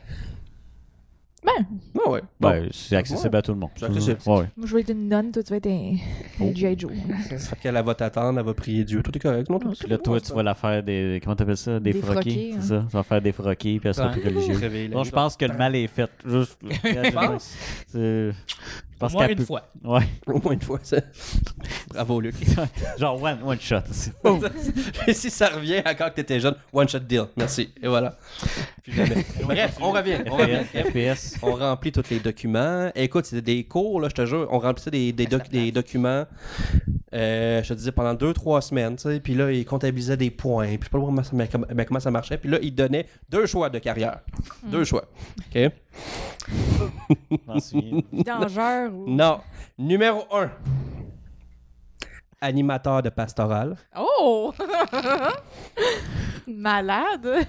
Speaker 3: Ben,
Speaker 1: Non, Ah ouais. Bon.
Speaker 2: Ben, c'est accessible à tout le monde.
Speaker 1: C'est accessible.
Speaker 2: Ouais, ouais.
Speaker 3: moi, je vais être une nonne, toi, tu vas être un,
Speaker 1: Oh.
Speaker 3: un G.I. Joe.
Speaker 1: Ça fait qu'elle elle va t'attendre, elle va prier Dieu. Tout est correct. Non, tout
Speaker 2: Puis là, toi, tu vas la faire des. Comment t'appelles ça? Des,
Speaker 3: Des
Speaker 2: froquets.
Speaker 3: froquets,
Speaker 2: C'est ça? Tu vas faire des froquets, puis elle sera
Speaker 4: Ouais.
Speaker 2: plus religieuse. Non, je pense que le mal est fait. Juste. Je
Speaker 1: penses?
Speaker 2: Je pense
Speaker 4: Moi,
Speaker 2: qu'elle
Speaker 4: une
Speaker 2: peut-
Speaker 4: fois.
Speaker 2: Ouais.
Speaker 1: Au moins une fois, ça. Bravo, Luc.
Speaker 2: Genre, one, one shot.
Speaker 1: Et si ça revient à quand t'étais jeune, one shot deal. Merci. Et voilà. Puis jamais. Bref, on revient. On revient.
Speaker 2: FPS.
Speaker 1: On remplit tous les documents. Écoute, c'était des cours, là, je te jure. On remplissait des, des, doc- des documents, euh, je te disais, pendant deux, trois semaines. tu sais. Puis là, ils comptabilisaient des points. Puis je sais pas comment ça, mais- mais comment ça marchait. Puis là, ils donnaient deux choix de carrière. Deux choix. OK?
Speaker 2: Je m'en souviens.
Speaker 3: Dangeur ou...
Speaker 1: Non. Numéro un. Animateur de pastoral.
Speaker 3: Oh! Malade!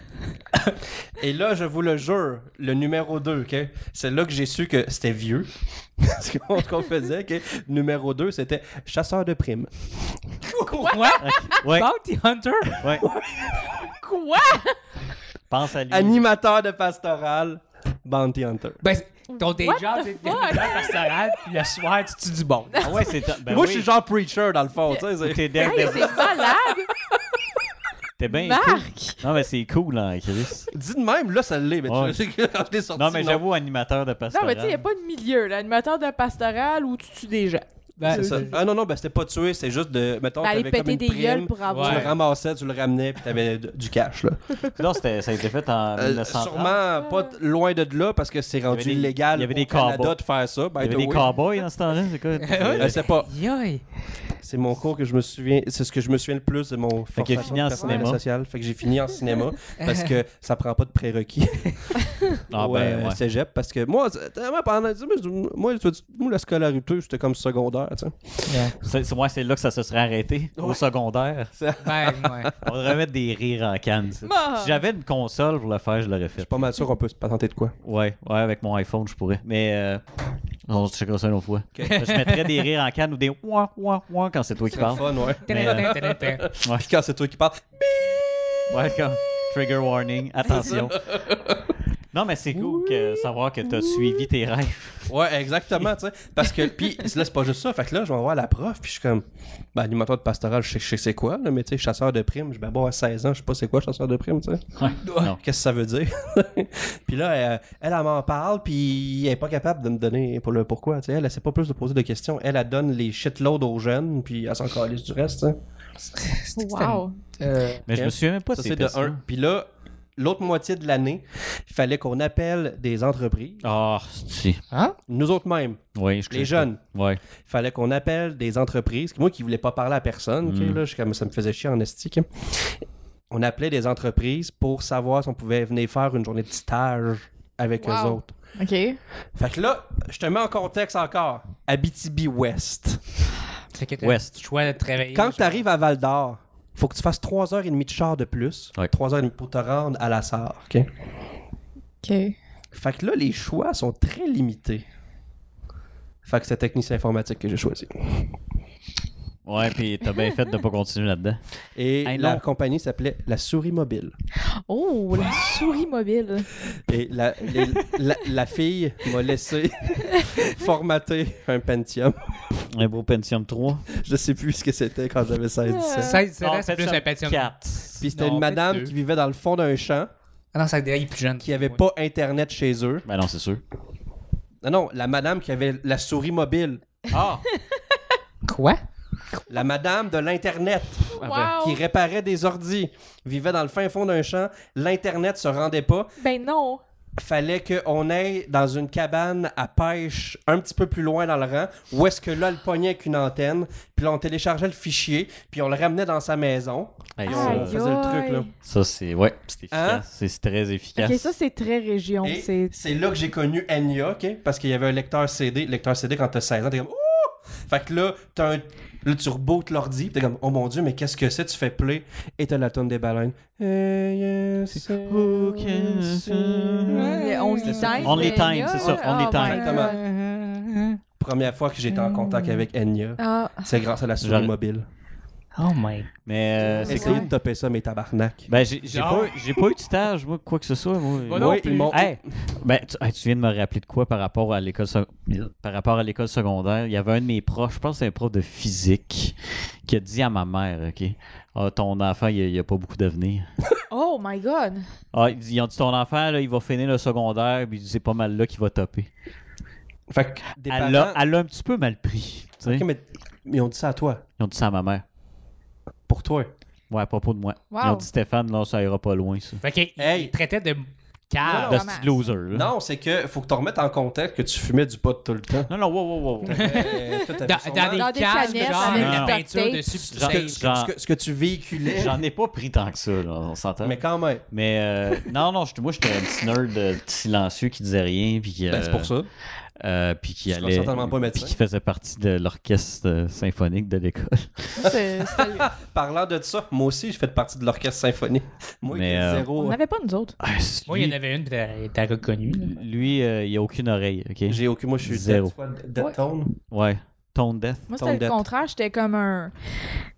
Speaker 1: Et là, je vous le jure, le numéro 2, OK? c'est là que j'ai su que c'était vieux. Ce qu'on ce qu'on faisait, OK? numéro 2, c'était chasseur de primes.
Speaker 4: Quoi?
Speaker 2: Ouais,
Speaker 4: Bounty Hunter?
Speaker 2: ouais.
Speaker 3: Quoi?
Speaker 2: Pense à lui.
Speaker 1: Animateur de pastoral, Bounty Hunter.
Speaker 4: Ben, c'est- ton day
Speaker 3: What
Speaker 4: job,
Speaker 3: the
Speaker 4: c'est
Speaker 3: fuck?
Speaker 4: t'es dans le restaurant, puis le soir, tu tues du bon.
Speaker 2: Ah ouais, c'est. Ben
Speaker 1: Moi,
Speaker 2: oui.
Speaker 1: je suis genre preacher, dans le fond, tu sais. c'est-
Speaker 2: T'es dead,
Speaker 3: Hey,
Speaker 2: dead.
Speaker 3: c'est malade!
Speaker 2: T'es bien cool.
Speaker 3: Marc!
Speaker 2: Non, mais c'est cool, hein, Chris.
Speaker 1: Dis de même, là, ça l'est, mais
Speaker 2: Ouais.
Speaker 1: tu sais que quand je l'ai sorti,
Speaker 2: Non, mais j'avoue, animateur de
Speaker 3: Non,
Speaker 2: pastoral.
Speaker 3: mais tu sais, il n'y a pas de milieu. là. Animateur de pastoral où tu tues des gens.
Speaker 1: C'est ça. Ah non, non, ben c'était pas tué, c'est juste de. Mettons,
Speaker 3: Ben, aller
Speaker 1: t'avais comme
Speaker 3: péter
Speaker 1: une
Speaker 3: des
Speaker 1: prime,
Speaker 3: gueules pour avoir.
Speaker 1: Tu
Speaker 4: Ouais.
Speaker 1: le ramassais, tu le ramenais, puis t'avais d- du cash, là.
Speaker 2: Non, c'était- ça a été fait en
Speaker 1: Euh,
Speaker 2: 1930.
Speaker 3: Ah.
Speaker 1: sûrement pas t- loin de là, parce que c'est rendu
Speaker 2: des-
Speaker 1: illégal
Speaker 2: il y avait des
Speaker 1: au Canada
Speaker 2: cowboys.
Speaker 1: de faire ça. by
Speaker 2: Il y avait
Speaker 1: the
Speaker 2: des
Speaker 1: way.
Speaker 2: cowboys dans ce temps-là, c'est quoi?
Speaker 1: Euh, Je sais pas.
Speaker 4: Yoï.
Speaker 1: C'est mon cours que je me souviens, c'est ce que je me souviens le plus de mon
Speaker 2: Fait qu'il a
Speaker 1: formation
Speaker 2: fini en
Speaker 1: personnelle
Speaker 2: cinéma.
Speaker 1: sociale. Fait que j'ai fini en cinéma parce que ça prend pas de prérequis
Speaker 2: Ah
Speaker 1: au
Speaker 2: ben
Speaker 1: euh,
Speaker 2: ouais.
Speaker 1: cégep parce que moi c'est- moi, pendant tu sais, moi, moi, tu- moi, la scolarité c'était comme secondaire tu sais.
Speaker 2: C'est- c'est- Moi, c'est là que ça se serait arrêté, au
Speaker 1: Ouais.
Speaker 2: secondaire.
Speaker 4: Ben, ouais.
Speaker 2: On devrait mettre des rires en canne. ça.
Speaker 3: Ah.
Speaker 2: Si j'avais une console pour le faire, je l'aurais
Speaker 1: Je suis
Speaker 2: fait.
Speaker 1: pas mal sûr qu'on peut se patenter de quoi.
Speaker 2: Ouais, ouais, avec mon iPhone, je pourrais. Mais euh, on se checkera ça une autre fois. Je mettrais des rires en canne ou des ouah, ouah, ouah quand c'est toi qui
Speaker 1: C'est le
Speaker 2: parles.
Speaker 1: fun ouais.
Speaker 2: Mais, euh,
Speaker 1: Puis quand c'est toi qui parles,
Speaker 2: ouais, comme trigger warning, attention. Non, mais c'est cool que savoir que t'as suivi tes rêves.
Speaker 1: ouais exactement tu sais parce que puis là c'est pas juste ça fait que là je vais voir la prof puis je suis comme ben animateur de pastoral je sais, je sais c'est quoi là, mais tu sais chasseur de primes je ben bon à 16 ans je sais pas c'est quoi chasseur de primes tu sais.
Speaker 2: Ouais. Non.
Speaker 1: qu'est-ce que ça veut dire? puis là, elle, elle, elle m'en parle, puis elle est pas capable de me donner pour le pourquoi. tu sais. Elle, elle sait pas plus de poser de questions. Elle, elle donne les shitloads aux jeunes, puis elle s'en calisse du reste. hein. tu sais.
Speaker 3: Wow!
Speaker 4: Euh,
Speaker 2: Mais je me souviens même pas
Speaker 1: Ça,
Speaker 2: si
Speaker 1: c'est de
Speaker 2: c'était ça.
Speaker 1: un. Puis là, l'autre moitié de l'année, il fallait qu'on appelle des entreprises,
Speaker 2: Ah, si.
Speaker 4: Hein?
Speaker 1: nous autres mêmes,
Speaker 2: Oui, je
Speaker 1: les jeunes.
Speaker 2: Ouais.
Speaker 1: Il fallait qu'on appelle des entreprises. Moi qui voulais pas parler à personne, ok, là, je suis comme- ça me faisait chier en estique. On appelait des entreprises pour savoir si on pouvait venir faire une journée de stage avec
Speaker 3: Wow.
Speaker 1: eux autres.
Speaker 3: OK.
Speaker 1: Fait que là, je te mets en contexte encore. Abitibi-Ouest.
Speaker 4: Fait que t'as
Speaker 2: West.
Speaker 4: le choix de travailler.
Speaker 1: Quand tu arrives à Val d'Or, faut que tu fasses 3h30 de char de plus.
Speaker 2: Ouais.
Speaker 1: 3h30 pour te rendre à la SAR. OK?
Speaker 3: OK.
Speaker 1: Fait que là, les choix sont très limités. Fait que c'est technicien informatique que j'ai choisi.
Speaker 2: Ouais, puis t'as bien fait de pas continuer là-dedans.
Speaker 1: Et
Speaker 2: Hey,
Speaker 1: la
Speaker 2: non.
Speaker 1: compagnie s'appelait La Souris Mobile.
Speaker 3: Oh, la souris mobile!
Speaker 1: Et la, les- la, la fille m'a laissé formater un Pentium.
Speaker 2: Un beau Pentium 3.
Speaker 1: Je sais plus ce que c'était quand j'avais
Speaker 2: Ah.
Speaker 1: 16-17.
Speaker 4: 16, 17 ans, c'est plus un pétium.
Speaker 2: 4.
Speaker 1: Puis c'était
Speaker 4: Non,
Speaker 1: une madame
Speaker 4: peut-être
Speaker 1: qui vivait dans le fond d'un champ,
Speaker 4: Ah non, ça il est plus jeune.
Speaker 1: qui avait pas Internet chez eux.
Speaker 2: Ben non, c'est sûr.
Speaker 1: Non, non, la madame qui avait la souris mobile.
Speaker 2: Ah!
Speaker 4: Quoi?
Speaker 1: La madame de l'Internet
Speaker 3: Wow.
Speaker 1: qui réparait des ordis, vivait dans le fin fond d'un champ. L'Internet se rendait pas.
Speaker 3: Ben non.
Speaker 1: Fallait qu'on aille dans une cabane à pêche un petit peu plus loin dans le rang, où est-ce que là, le pognait avec une antenne, puis là, on téléchargeait le fichier, puis on le ramenait dans sa maison.
Speaker 2: Hey,
Speaker 1: Puis
Speaker 2: ça,
Speaker 1: on
Speaker 3: Aïe,
Speaker 1: faisait le truc, là.
Speaker 3: aïe.
Speaker 2: ça, c'est. Ouais, c'est efficace.
Speaker 1: Hein?
Speaker 2: C'est c'est très efficace.
Speaker 3: Ok, ça c'est très région.
Speaker 1: Et
Speaker 3: C'est
Speaker 1: c'est là que j'ai connu Enya, OK? Parce qu'il y avait un lecteur CD. Lecteur CD, quand t'as 16 ans, t'es comme Ouh! Fait que là, t'as un... là, tu rebootes l'ordi, pis t'es comme Oh mon dieu, mais qu'est-ce que c'est? Tu fais play et t'as la tonne des baleines. Eh, yes, c'est-
Speaker 2: Aucun
Speaker 1: c'est-
Speaker 2: son.
Speaker 3: Le Only Time.
Speaker 2: Only
Speaker 3: de
Speaker 2: Time,
Speaker 3: Enya,
Speaker 2: c'est ça,
Speaker 3: là.
Speaker 2: Only
Speaker 3: Oh
Speaker 2: Time.
Speaker 3: my
Speaker 1: Exactement.
Speaker 3: God.
Speaker 1: Première fois que j'étais en contact avec Enya,
Speaker 3: Ah,
Speaker 1: c'est grâce à la souris
Speaker 2: J'aurais-
Speaker 1: mobile.
Speaker 4: Oh my
Speaker 2: Mais euh,
Speaker 1: C'est
Speaker 2: c'est
Speaker 1: essayé
Speaker 2: cool.
Speaker 1: de taper ça, mes tabarnak.
Speaker 2: Ben, j'ai j'ai
Speaker 4: Genre.
Speaker 2: pas, j'ai pas eu de stage, moi, quoi que ce soit. Moi, Moi,
Speaker 4: Moi non plus.
Speaker 1: mon-
Speaker 2: Hey, ben, tu, hey, tu viens de me rappeler de quoi par rapport à l'école sec- par rapport à l'école secondaire? Il y avait un de mes profs, je pense que c'est un prof de physique, qui a dit à ma mère, OK, Ah, ton enfant, il a- il a pas beaucoup d'avenir.
Speaker 3: Oh my god.
Speaker 2: Ah, ils ils ont dit ton enfant, là, il va finir le secondaire, puis c'est pas mal là qu'il va topper.
Speaker 1: Fait que des
Speaker 2: Elle l'a
Speaker 1: parents-
Speaker 2: elle l'a un petit peu mal pris. tu sais.
Speaker 1: Ok, mais... Ils ont dit ça à toi,
Speaker 2: Ils ont dit ça à ma mère.
Speaker 1: pour toi.
Speaker 2: Ouais, à propos de moi.
Speaker 3: Wow.
Speaker 2: Ils ont dit Stéphane, là, ça ira pas loin, ça.
Speaker 4: Fait qu'il
Speaker 1: Hey.
Speaker 4: il traitait de cave.
Speaker 2: De
Speaker 3: Ramasse.
Speaker 2: style loser, là.
Speaker 1: Non, c'est que faut que tu remettes en contexte que tu fumais du pot tout le temps.
Speaker 2: Non, non, wow, wow, wow.
Speaker 1: Euh, toi, t'avais
Speaker 4: Dans,
Speaker 1: sûrement-
Speaker 4: dans des
Speaker 3: Dans des
Speaker 4: cages,
Speaker 3: canettes
Speaker 4: genre,
Speaker 2: avec
Speaker 4: avec la
Speaker 2: du
Speaker 3: duct
Speaker 4: peinture
Speaker 3: tape.
Speaker 4: dessus, pis tu
Speaker 2: Genre-
Speaker 4: sais,
Speaker 2: genre-
Speaker 1: ce, que, ce que tu véhiculais.
Speaker 2: J'en ai pas pris tant que ça, là, on s'entend.
Speaker 1: Mais
Speaker 2: Mais,
Speaker 1: quand même.
Speaker 2: euh, non, non, j'étais- moi, j'étais un petit nerd euh, silencieux qui disait rien, puis qui,
Speaker 1: Ben,
Speaker 2: euh,
Speaker 1: c'est pour ça.
Speaker 2: euh, puis qui
Speaker 1: Je serais
Speaker 2: allait,
Speaker 1: certainement pas médecin.
Speaker 2: puis qui faisait partie de l'orchestre euh, symphonique de l'école.
Speaker 3: C'est- c'était-
Speaker 1: Parlant de ça, moi aussi, je fais partie de l'orchestre symphonie. Moi,
Speaker 2: Mais,
Speaker 1: qui ai
Speaker 2: euh,
Speaker 3: On
Speaker 1: zéro.
Speaker 3: n'avait pas nous autres.
Speaker 2: Ah, c'est-
Speaker 4: Moi, il y en avait une, pis t'as t'as reconnu. là.
Speaker 2: lui, euh, il a aucune oreille, ok?
Speaker 1: J'ai aucun. Moi, je suis
Speaker 2: Zéro.
Speaker 1: dead- soit dead
Speaker 3: Ouais.
Speaker 1: tone.
Speaker 2: Ouais. Tone death.
Speaker 3: Moi,
Speaker 1: Ton
Speaker 3: c'était
Speaker 1: dette.
Speaker 3: le contraire. J'étais comme un.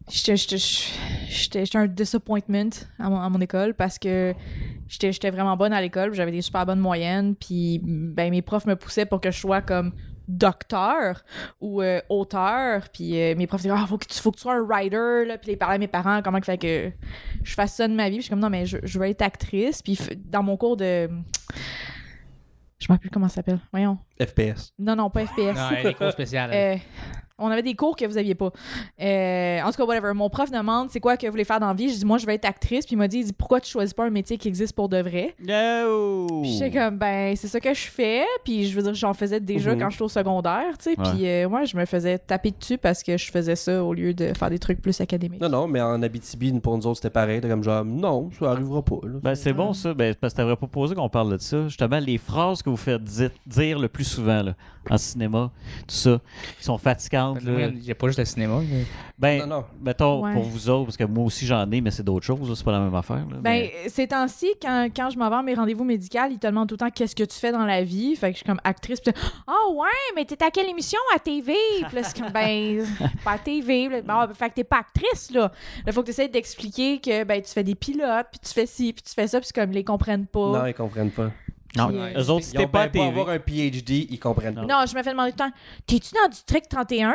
Speaker 3: J'étais j'étais- j'étais- j'étais un disappointment à mon, à mon école parce que j'étais j'étais vraiment bonne à l'école. puis J'avais des super bonnes moyennes. Puis ben, mes profs me poussaient pour que je sois comme docteur ou euh, auteur. Puis euh, mes profs disaient Ah, faut, que tu, faut que tu sois un writer. Là. Puis ils parlaient à mes parents comment il fallait que je fasse ça de ma vie. Puis je suis comme Non, mais je, je veux être actrice. Puis f- dans mon cours de. Je ne sais plus comment ça s'appelle. Voyons.
Speaker 1: FPS.
Speaker 3: Non, non, pas FPS.
Speaker 4: Non, elle est cool spéciale. hein.
Speaker 3: Euh, on avait des cours que vous aviez pas. Euh, en tout cas, whatever. Mon prof demande c'est quoi que vous voulez faire dans la vie. Je dis moi je veux être actrice. Puis il m'a dit, il dit pourquoi tu choisis pas un métier qui existe pour de vrai.
Speaker 2: No!
Speaker 3: Puis j'étais comme ben c'est ça que je fais. Puis je veux dire j'en faisais déjà
Speaker 1: Mhm.
Speaker 3: quand j'étais au secondaire, tu sais. Puis euh, moi je me faisais taper dessus parce que je faisais ça au lieu de faire des trucs plus académiques.
Speaker 1: Non, non, mais en Abitibi, pour nous autres, c'était pareil. T'es comme genre, non, ça arrivera pas. là.
Speaker 2: Ben, c'est bon ça, ben, parce que t'avais proposé qu'on parle de ça. Justement, les phrases que vous faites di- dire le plus souvent là, en cinéma, tout ça, qui sont fatigantes.
Speaker 4: Moi,
Speaker 2: Là.
Speaker 4: il y a pas juste le cinéma. mais-
Speaker 2: Ben,
Speaker 1: Non, non.
Speaker 2: mettons,
Speaker 3: Ouais.
Speaker 2: pour vous autres, parce que moi aussi j'en ai, mais c'est d'autres choses, là, c'est pas la même affaire. là,
Speaker 3: Ben,
Speaker 2: mais-
Speaker 3: ces temps-ci, quand, quand je m'en vais à mes rendez-vous médicaux, ils te demandent tout le temps qu'est-ce que tu fais dans la vie. Fait que je suis comme actrice. Puis Ah ouais, mais t'es à quelle émission à TV? Puis là, c'est comme, ben, pas à TV. Puis là, Bon, ben, fait que t'es pas actrice, là. Là, faut que t'essayes d'expliquer que, ben, tu fais des pilotes, puis tu fais ci, puis tu fais ça, puis c'est comme, ils les comprennent
Speaker 1: Non,
Speaker 3: pas.
Speaker 1: ils comprennent pas.
Speaker 2: non,
Speaker 3: puis, euh,
Speaker 2: eux autres,
Speaker 1: Ils ont
Speaker 2: c'était pas à
Speaker 1: bien beau
Speaker 2: TV.
Speaker 1: avoir un PhD, ils comprennent pas.
Speaker 2: Non.
Speaker 3: Non, je me fais demander tout le temps, t'es-tu dans le district 31?